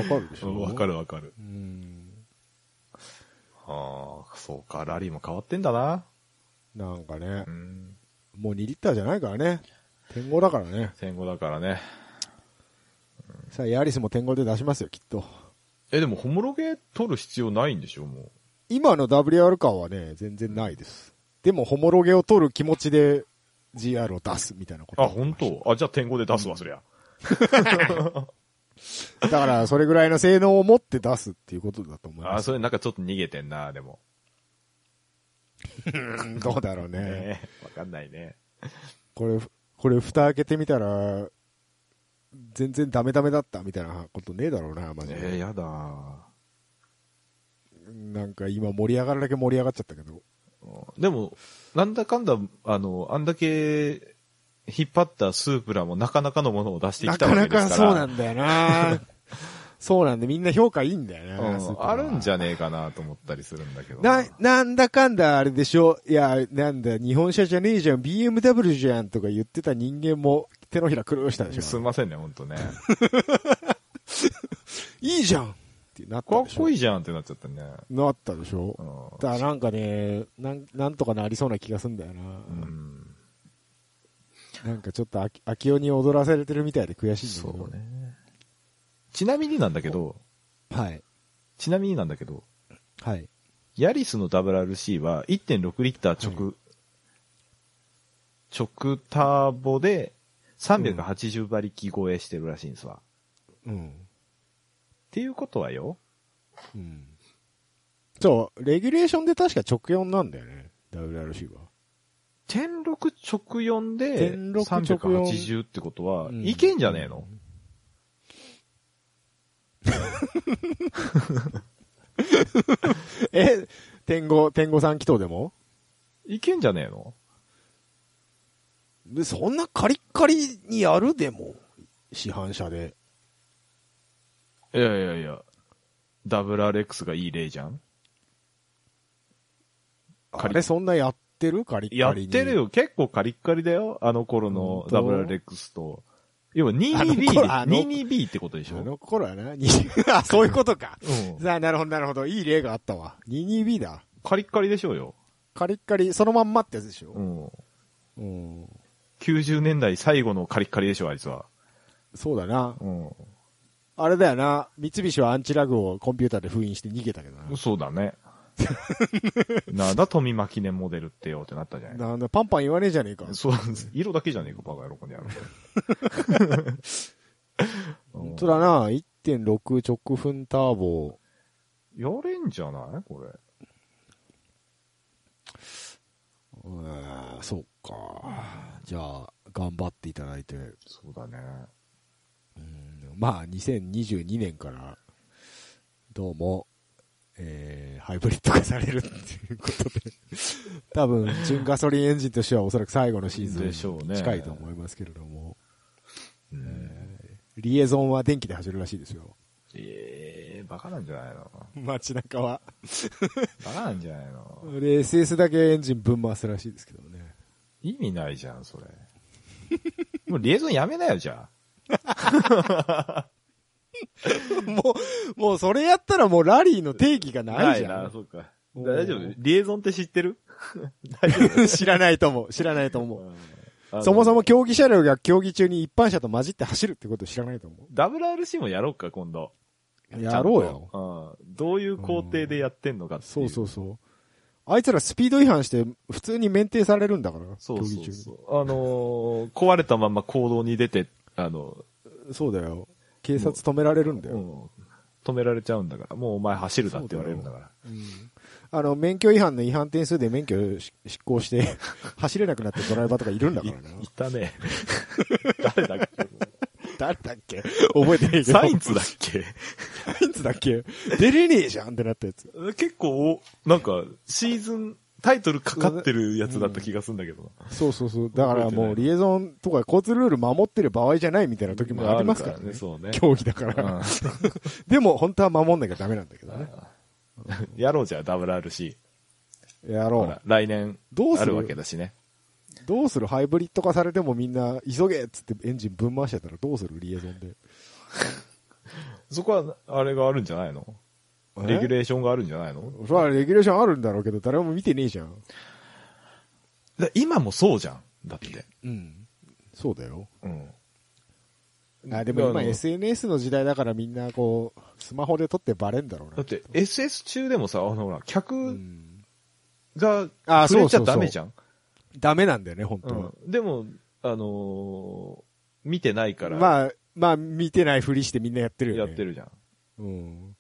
[SPEAKER 2] かるでし
[SPEAKER 1] う
[SPEAKER 2] ょ
[SPEAKER 1] んわか
[SPEAKER 2] る。
[SPEAKER 1] るわかる。
[SPEAKER 2] うん。
[SPEAKER 1] ああ、そうか、ラリーも変わってんだな。
[SPEAKER 2] なんかね
[SPEAKER 1] う、ん。
[SPEAKER 2] もう2リッターじゃないからね。天狗だからね。
[SPEAKER 1] 戦後だからね。
[SPEAKER 2] さあ、ヤリスも天狗で出しますよ、きっと。
[SPEAKER 1] え、でも、ホモロゲ取る必要ないんでしょ、もう。
[SPEAKER 2] 今の WR 感はね、全然ないです。でも、ホモロゲを取る気持ちで GR を出すみたいなこと。
[SPEAKER 1] あ、本当あ、じゃあ天狗で出すわ、そりゃ。
[SPEAKER 2] だから、それぐらいの性能を持って出すっていうことだと思いま
[SPEAKER 1] あ、
[SPEAKER 2] す。
[SPEAKER 1] それなんかちょっと逃げてんな、でも。
[SPEAKER 2] うんどうだろうね。
[SPEAKER 1] ねえ、わかんないね。
[SPEAKER 2] これ、これ、蓋開けてみたら、全然ダメダメだったみたいなことねえだろうな、マジ
[SPEAKER 1] えー、
[SPEAKER 2] で。
[SPEAKER 1] やだ
[SPEAKER 2] なんか今盛り上がるだけ盛り上がっちゃったけど。
[SPEAKER 1] でも、なんだかんだ、あの、あんだけ、引っ張ったスープラもなかなかのものを出して
[SPEAKER 2] な
[SPEAKER 1] きた
[SPEAKER 2] か
[SPEAKER 1] わけ
[SPEAKER 2] な
[SPEAKER 1] ですから。
[SPEAKER 2] かそうなんだ
[SPEAKER 1] *laughs*
[SPEAKER 2] よなそうなんで、みんな評価いいんだよ
[SPEAKER 1] う
[SPEAKER 2] な、
[SPEAKER 1] ん
[SPEAKER 2] スーパーは
[SPEAKER 1] あるんじゃねえかなと思ったりするんだけど。
[SPEAKER 2] な、なんだかんだあれでしょ。いや、なんだ、日本車じゃねえじゃん、BMW じゃんとか言ってた人間も手のひら狂うしたでし
[SPEAKER 1] す
[SPEAKER 2] ょ。
[SPEAKER 1] みませんね、ほんとね。
[SPEAKER 2] いいじゃんってなった
[SPEAKER 1] かっ
[SPEAKER 2] でしょ。
[SPEAKER 1] こいいじゃんってなっちゃったね。
[SPEAKER 2] なったでしょ
[SPEAKER 1] う。ん
[SPEAKER 2] だからなんかね、なん、なんとかなりそうな気がすんだよな。
[SPEAKER 1] うん。
[SPEAKER 2] なんかちょっとあき、秋代に踊らされてるみたいで悔しいんだけど。
[SPEAKER 1] そう。ね。ちなみになんだけど、
[SPEAKER 2] はい。
[SPEAKER 1] ちなみになんだけど、
[SPEAKER 2] はい。
[SPEAKER 1] ヤリスの WRC は1.6リッター直、直ターボで380馬力超えしてるらしいんですわ。っ
[SPEAKER 2] うん。
[SPEAKER 1] ていうことはよ、
[SPEAKER 2] うん。そう、レギュレーションで確か直4なんだよね。WRC は。
[SPEAKER 1] 1 6直4で
[SPEAKER 2] 106直
[SPEAKER 1] 380
[SPEAKER 2] 4
[SPEAKER 1] ってことは、
[SPEAKER 2] うん
[SPEAKER 1] いけんじゃねえの、
[SPEAKER 2] え、天狗、天狗三気筒でも
[SPEAKER 1] いけんじゃねえの
[SPEAKER 2] そんなカリッカリにやるでも。市販車で。
[SPEAKER 1] いやいやいや、WRX がいい例じゃん
[SPEAKER 2] あれそんなやってるカリッ
[SPEAKER 1] や
[SPEAKER 2] カ
[SPEAKER 1] っ
[SPEAKER 2] リに。
[SPEAKER 1] てるよ。結構カリッカリだよ。あの頃の
[SPEAKER 2] 本当
[SPEAKER 1] WRX と。要は
[SPEAKER 2] あの
[SPEAKER 1] 22B で、
[SPEAKER 2] 頃あの
[SPEAKER 1] 22B ってことでし
[SPEAKER 2] あ
[SPEAKER 1] ょ
[SPEAKER 2] の頃はな、 *laughs* にあ、そういうことか。
[SPEAKER 1] うん
[SPEAKER 2] さあ、なるほど、なるほど。いい例があったわ。22B だ。
[SPEAKER 1] カリッカリでしょうよ。
[SPEAKER 2] カリッカリ、そのまんまってやつでし
[SPEAKER 1] う
[SPEAKER 2] ょ。
[SPEAKER 1] ん。
[SPEAKER 2] うん。
[SPEAKER 1] 90年代最後のカリッカリでしょ、あいつは。
[SPEAKER 2] そうだな。
[SPEAKER 1] うん。
[SPEAKER 2] あれだよな。三菱はアンチラグをコンピューターで封印して逃げたけどな。
[SPEAKER 1] そうだ
[SPEAKER 2] *laughs*
[SPEAKER 1] ね。なんだ、富巻ねモデルってよってなったじゃない
[SPEAKER 2] なんだ、パンパン言わねえじゃねえか。
[SPEAKER 1] そう、色だけじゃねえか、バカ野郎、この野郎。
[SPEAKER 2] *laughs* 本当だな。1.6直噴ターボ。
[SPEAKER 1] やれんじゃないこれ。
[SPEAKER 2] うーん、そうか。じゃあ、頑張っていただいて。
[SPEAKER 1] そうだね。
[SPEAKER 2] うんまあ、2022年から、どうも、えー、ハイブリッド化されるっていうことで、 *laughs* 多分、純ガソリンエンジンとしてはおそらく最後のシーズ
[SPEAKER 1] でしょう
[SPEAKER 2] ン
[SPEAKER 1] ね
[SPEAKER 2] に近いと思いますけれども、
[SPEAKER 1] うん
[SPEAKER 2] リエゾンは電気で走るらしいですよ。
[SPEAKER 1] ええバカなんじゃないの
[SPEAKER 2] *laughs* 街中は。
[SPEAKER 1] バカなんじゃないの
[SPEAKER 2] で、SS だけエンジンぶん回すらしいですけどね。
[SPEAKER 1] 意味ないじゃん、それ。もうリエゾンやめなよ、じゃ
[SPEAKER 2] *laughs* もう、もうそれやったらもうラリーの定義が
[SPEAKER 1] あ。
[SPEAKER 2] ないじゃん。
[SPEAKER 1] そうか。
[SPEAKER 2] おー
[SPEAKER 1] 大丈夫リエゾンって知ってる大丈
[SPEAKER 2] *laughs* 知らないと思う。知らないと思う。
[SPEAKER 1] 夫
[SPEAKER 2] そもそも。競技車両が競技中に一般車と混じって走るってこと知らないと思
[SPEAKER 1] あの WRC もやろうか、今度。
[SPEAKER 2] う。やろうよ。
[SPEAKER 1] よ。うん。どういう工程でやってんのかって
[SPEAKER 2] そ
[SPEAKER 1] いう。
[SPEAKER 2] うそううそう。あいつらスピード違反して普通に免停されるんだから、
[SPEAKER 1] そう。
[SPEAKER 2] 競
[SPEAKER 1] そ
[SPEAKER 2] 技
[SPEAKER 1] う
[SPEAKER 2] 中
[SPEAKER 1] そう。あのー壊れたまま行動に出て、あの、
[SPEAKER 2] に。そうだよ。警察止められるんだ
[SPEAKER 1] う
[SPEAKER 2] よ。
[SPEAKER 1] ん、止められちゃうんだから、もうお前走るだって言われるんだから。
[SPEAKER 2] うんあの、免許違反の違反点数で免許し執行して *laughs* 走れなくなってドライバーとかいるんだからな。
[SPEAKER 1] いいた
[SPEAKER 2] *laughs*
[SPEAKER 1] ね。誰だっけ
[SPEAKER 2] 誰だっけ覚えてないけど。
[SPEAKER 1] サインツだっけ
[SPEAKER 2] サインツだっけ出れねえじゃんってなったやつ。
[SPEAKER 1] 結構、なんか、シーズン、タイトルかかってるやつだった気がするんだけどな。
[SPEAKER 2] そうそうそう。だからも
[SPEAKER 1] 覚えてな
[SPEAKER 2] う
[SPEAKER 1] い
[SPEAKER 2] リエゾンとか交通ルール守ってる場合じゃないみたいな時もありますから
[SPEAKER 1] あ
[SPEAKER 2] ね
[SPEAKER 1] る。そうね。
[SPEAKER 2] 競技だから。 *laughs* でも本当は守んなきゃダメなんだけどね。
[SPEAKER 1] うんやろうじゃあ、WRC。
[SPEAKER 2] や
[SPEAKER 1] ほ
[SPEAKER 2] ろ
[SPEAKER 1] ら
[SPEAKER 2] う。、
[SPEAKER 1] 来年、
[SPEAKER 2] どうす
[SPEAKER 1] あ
[SPEAKER 2] る
[SPEAKER 1] るわけだしね。
[SPEAKER 2] どうするハイブリッド化されてもみんな急げっつってエンジンぶん回してたらどうするリエゾンで。
[SPEAKER 1] そこは、あれがあるんじゃないのレギュレーションがあるんじゃないの
[SPEAKER 2] それはレギュレーションあるんだろうけど、誰も見てねえじゃん。
[SPEAKER 1] だ今もそうじゃん。だって。
[SPEAKER 2] うん。そうだよ。
[SPEAKER 1] うん。
[SPEAKER 2] あ、でも
[SPEAKER 1] だか
[SPEAKER 2] 今
[SPEAKER 1] ら
[SPEAKER 2] SNS の時代だからみんなこう、スマホで撮ってバレんだろうな。
[SPEAKER 1] だって、SS 中でもさ、あのほら、
[SPEAKER 2] う
[SPEAKER 1] 客
[SPEAKER 2] ん。
[SPEAKER 1] が
[SPEAKER 2] あ
[SPEAKER 1] 触れち
[SPEAKER 2] そうそうそ
[SPEAKER 1] ゃダ
[SPEAKER 2] う
[SPEAKER 1] メじゃん。
[SPEAKER 2] ダメなんだよね、本当は。
[SPEAKER 1] うんでも、あのー見てないから、
[SPEAKER 2] まあ、まあ、見てないふりしてみんなやってるよ
[SPEAKER 1] や
[SPEAKER 2] ね。
[SPEAKER 1] って。るじゃん。
[SPEAKER 2] うん。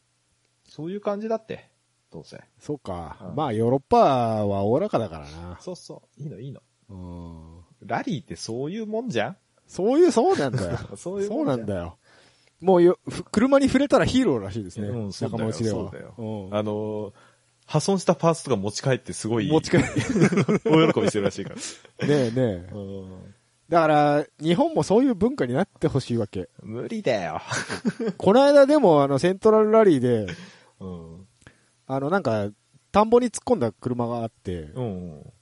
[SPEAKER 1] そういう感じだって、どうせ。
[SPEAKER 2] そうか。
[SPEAKER 1] うん
[SPEAKER 2] まあ、ヨーロッパはおおらかだからな。
[SPEAKER 1] そうそう、いいのいいの。
[SPEAKER 2] うん。
[SPEAKER 1] ラリーってそういうもんじゃ
[SPEAKER 2] *laughs*
[SPEAKER 1] ん
[SPEAKER 2] そういう、そうなんだよ。
[SPEAKER 1] *laughs* そういう
[SPEAKER 2] そ
[SPEAKER 1] も
[SPEAKER 2] うん
[SPEAKER 1] じゃ
[SPEAKER 2] なんんだよ。もうよ、ふ車に触れたらヒーローらしいですね。
[SPEAKER 1] うん、そうだ
[SPEAKER 2] 仲間
[SPEAKER 1] よ。
[SPEAKER 2] 内で
[SPEAKER 1] そ
[SPEAKER 2] は。
[SPEAKER 1] うだよ。
[SPEAKER 2] うん
[SPEAKER 1] あのー破損したパーツとか持ち帰ってすごい、*laughs*
[SPEAKER 2] 持ち帰る。
[SPEAKER 1] 大喜びしてるらしいから。
[SPEAKER 2] *laughs* ねえねえ。
[SPEAKER 1] うん
[SPEAKER 2] だから、日本もそういう文化になってほしいわけ。
[SPEAKER 1] 無理だよ。
[SPEAKER 2] この間でも、あの、セントラルラリーで、
[SPEAKER 1] うん。
[SPEAKER 2] あの、なんか、田んぼに突っ込んだ車があって、
[SPEAKER 1] うん。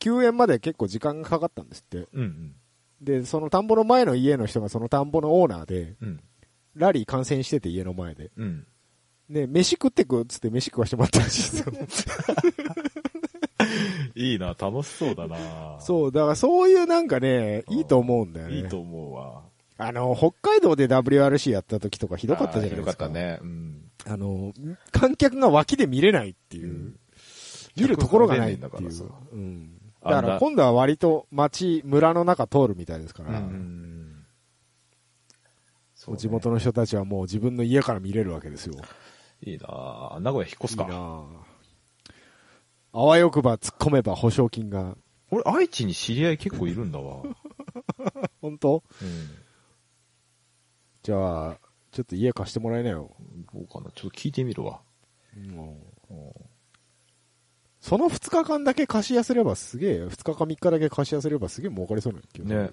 [SPEAKER 2] 救援まで結構時間がかかったんですって。
[SPEAKER 1] うん。
[SPEAKER 2] で、その田んぼの前の家の人がその田んぼのオーナーで、
[SPEAKER 1] うん。
[SPEAKER 2] ラリー観戦してて家の前で。
[SPEAKER 1] うん。
[SPEAKER 2] ね、飯食ってくっつって飯食わしてもらったらしいですよ。
[SPEAKER 1] *laughs* いいな、楽しそうだな。
[SPEAKER 2] そう、だからそういうなんかね、
[SPEAKER 1] うん
[SPEAKER 2] いいと思うんだよね。
[SPEAKER 1] いいと思うわ。
[SPEAKER 2] あの、北海道で WRC やった時とかひ
[SPEAKER 1] ひ
[SPEAKER 2] どかったじゃないですか。
[SPEAKER 1] ひどかった。ね。うん。、
[SPEAKER 2] あの、観客が脇で見れないっていううん見るところがないって
[SPEAKER 1] だ
[SPEAKER 2] い
[SPEAKER 1] からさ
[SPEAKER 2] う。うん。
[SPEAKER 1] あん
[SPEAKER 2] だ
[SPEAKER 1] な
[SPEAKER 2] から今度は割と街、村の中通るみたいですか
[SPEAKER 1] う
[SPEAKER 2] ら、
[SPEAKER 1] ん。そうね
[SPEAKER 2] 地元の人たちはもう自分の家から見れるわけですよ。
[SPEAKER 1] いいな名古屋引っ越す
[SPEAKER 2] いいな
[SPEAKER 1] か。
[SPEAKER 2] ああわよくば突っ込めば保証金が。
[SPEAKER 1] 俺、愛知に知り合い結構いるんだ
[SPEAKER 2] *laughs*
[SPEAKER 1] わ。
[SPEAKER 2] 本当
[SPEAKER 1] うん。
[SPEAKER 2] じゃあ、ちょっと家貸してもらえなよ。
[SPEAKER 1] どうかな。ちょっと聞いてみるわ。うん
[SPEAKER 2] その2日間だけ貸し痩せればすげえ、2日か3日だけ貸し痩せればすげえ儲かりそうな気がするよ
[SPEAKER 1] ね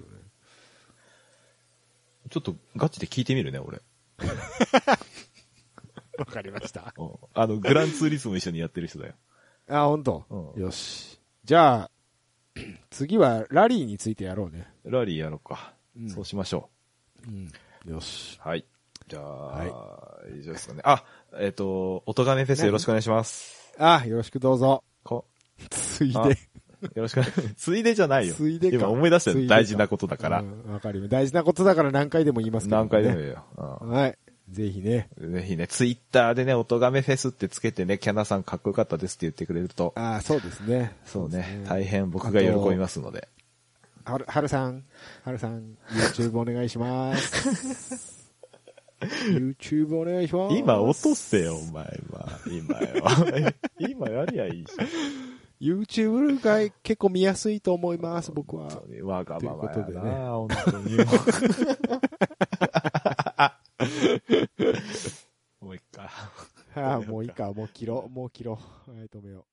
[SPEAKER 1] ちょっとガチで聞いてみるね、俺。
[SPEAKER 2] わかりました。
[SPEAKER 1] うんあの、グランツーリスも一緒にやってる
[SPEAKER 2] *laughs*
[SPEAKER 1] 人だよ。
[SPEAKER 2] あ、本当、
[SPEAKER 1] うん
[SPEAKER 2] よし。じゃあ、 *clears throat* 次はラリーについてやろうね。
[SPEAKER 1] ラリーやろうか。
[SPEAKER 2] うん
[SPEAKER 1] そうしましょ
[SPEAKER 2] よし。
[SPEAKER 1] う。はい。じゃあ、以上ですかね。あ、えっ、と、おとがめフェスよろしくお願いします。
[SPEAKER 2] あ、よろしくどうぞ。
[SPEAKER 1] こ
[SPEAKER 2] つい
[SPEAKER 1] あ
[SPEAKER 2] で。
[SPEAKER 1] よろしくお願いします。ついでじゃないよ。
[SPEAKER 2] ついでか
[SPEAKER 1] 今思い出した
[SPEAKER 2] つい
[SPEAKER 1] よ。
[SPEAKER 2] でか
[SPEAKER 1] 大事なことだから。
[SPEAKER 2] うんわかるよ。大事なことだから何回でも言いますけど、
[SPEAKER 1] 何回でもいいよ。うん
[SPEAKER 2] はい。ぜひね。
[SPEAKER 1] ぜひね、ツイッターでね、おとがめフェスってつけてね、キャナさんかっこよかったですって言ってくれると、
[SPEAKER 2] ああ、そうですね。
[SPEAKER 1] そうね、
[SPEAKER 2] です
[SPEAKER 1] 大変僕が喜びますので。
[SPEAKER 2] あとはる、はるさん、はるさん、YouTube お願いします。YouTube お願いします。
[SPEAKER 1] 今落とせよ、お前は。今は。今やりゃいいし。
[SPEAKER 2] YouTube が結構見やすいと思います、僕は。
[SPEAKER 1] 本当にわがままやな
[SPEAKER 2] ということでね
[SPEAKER 1] 本当に。もういっか。
[SPEAKER 2] *laughs*
[SPEAKER 1] *laughs*
[SPEAKER 2] ああ、もういいか、もう切ろう、もう切ろう。はい、止めよう。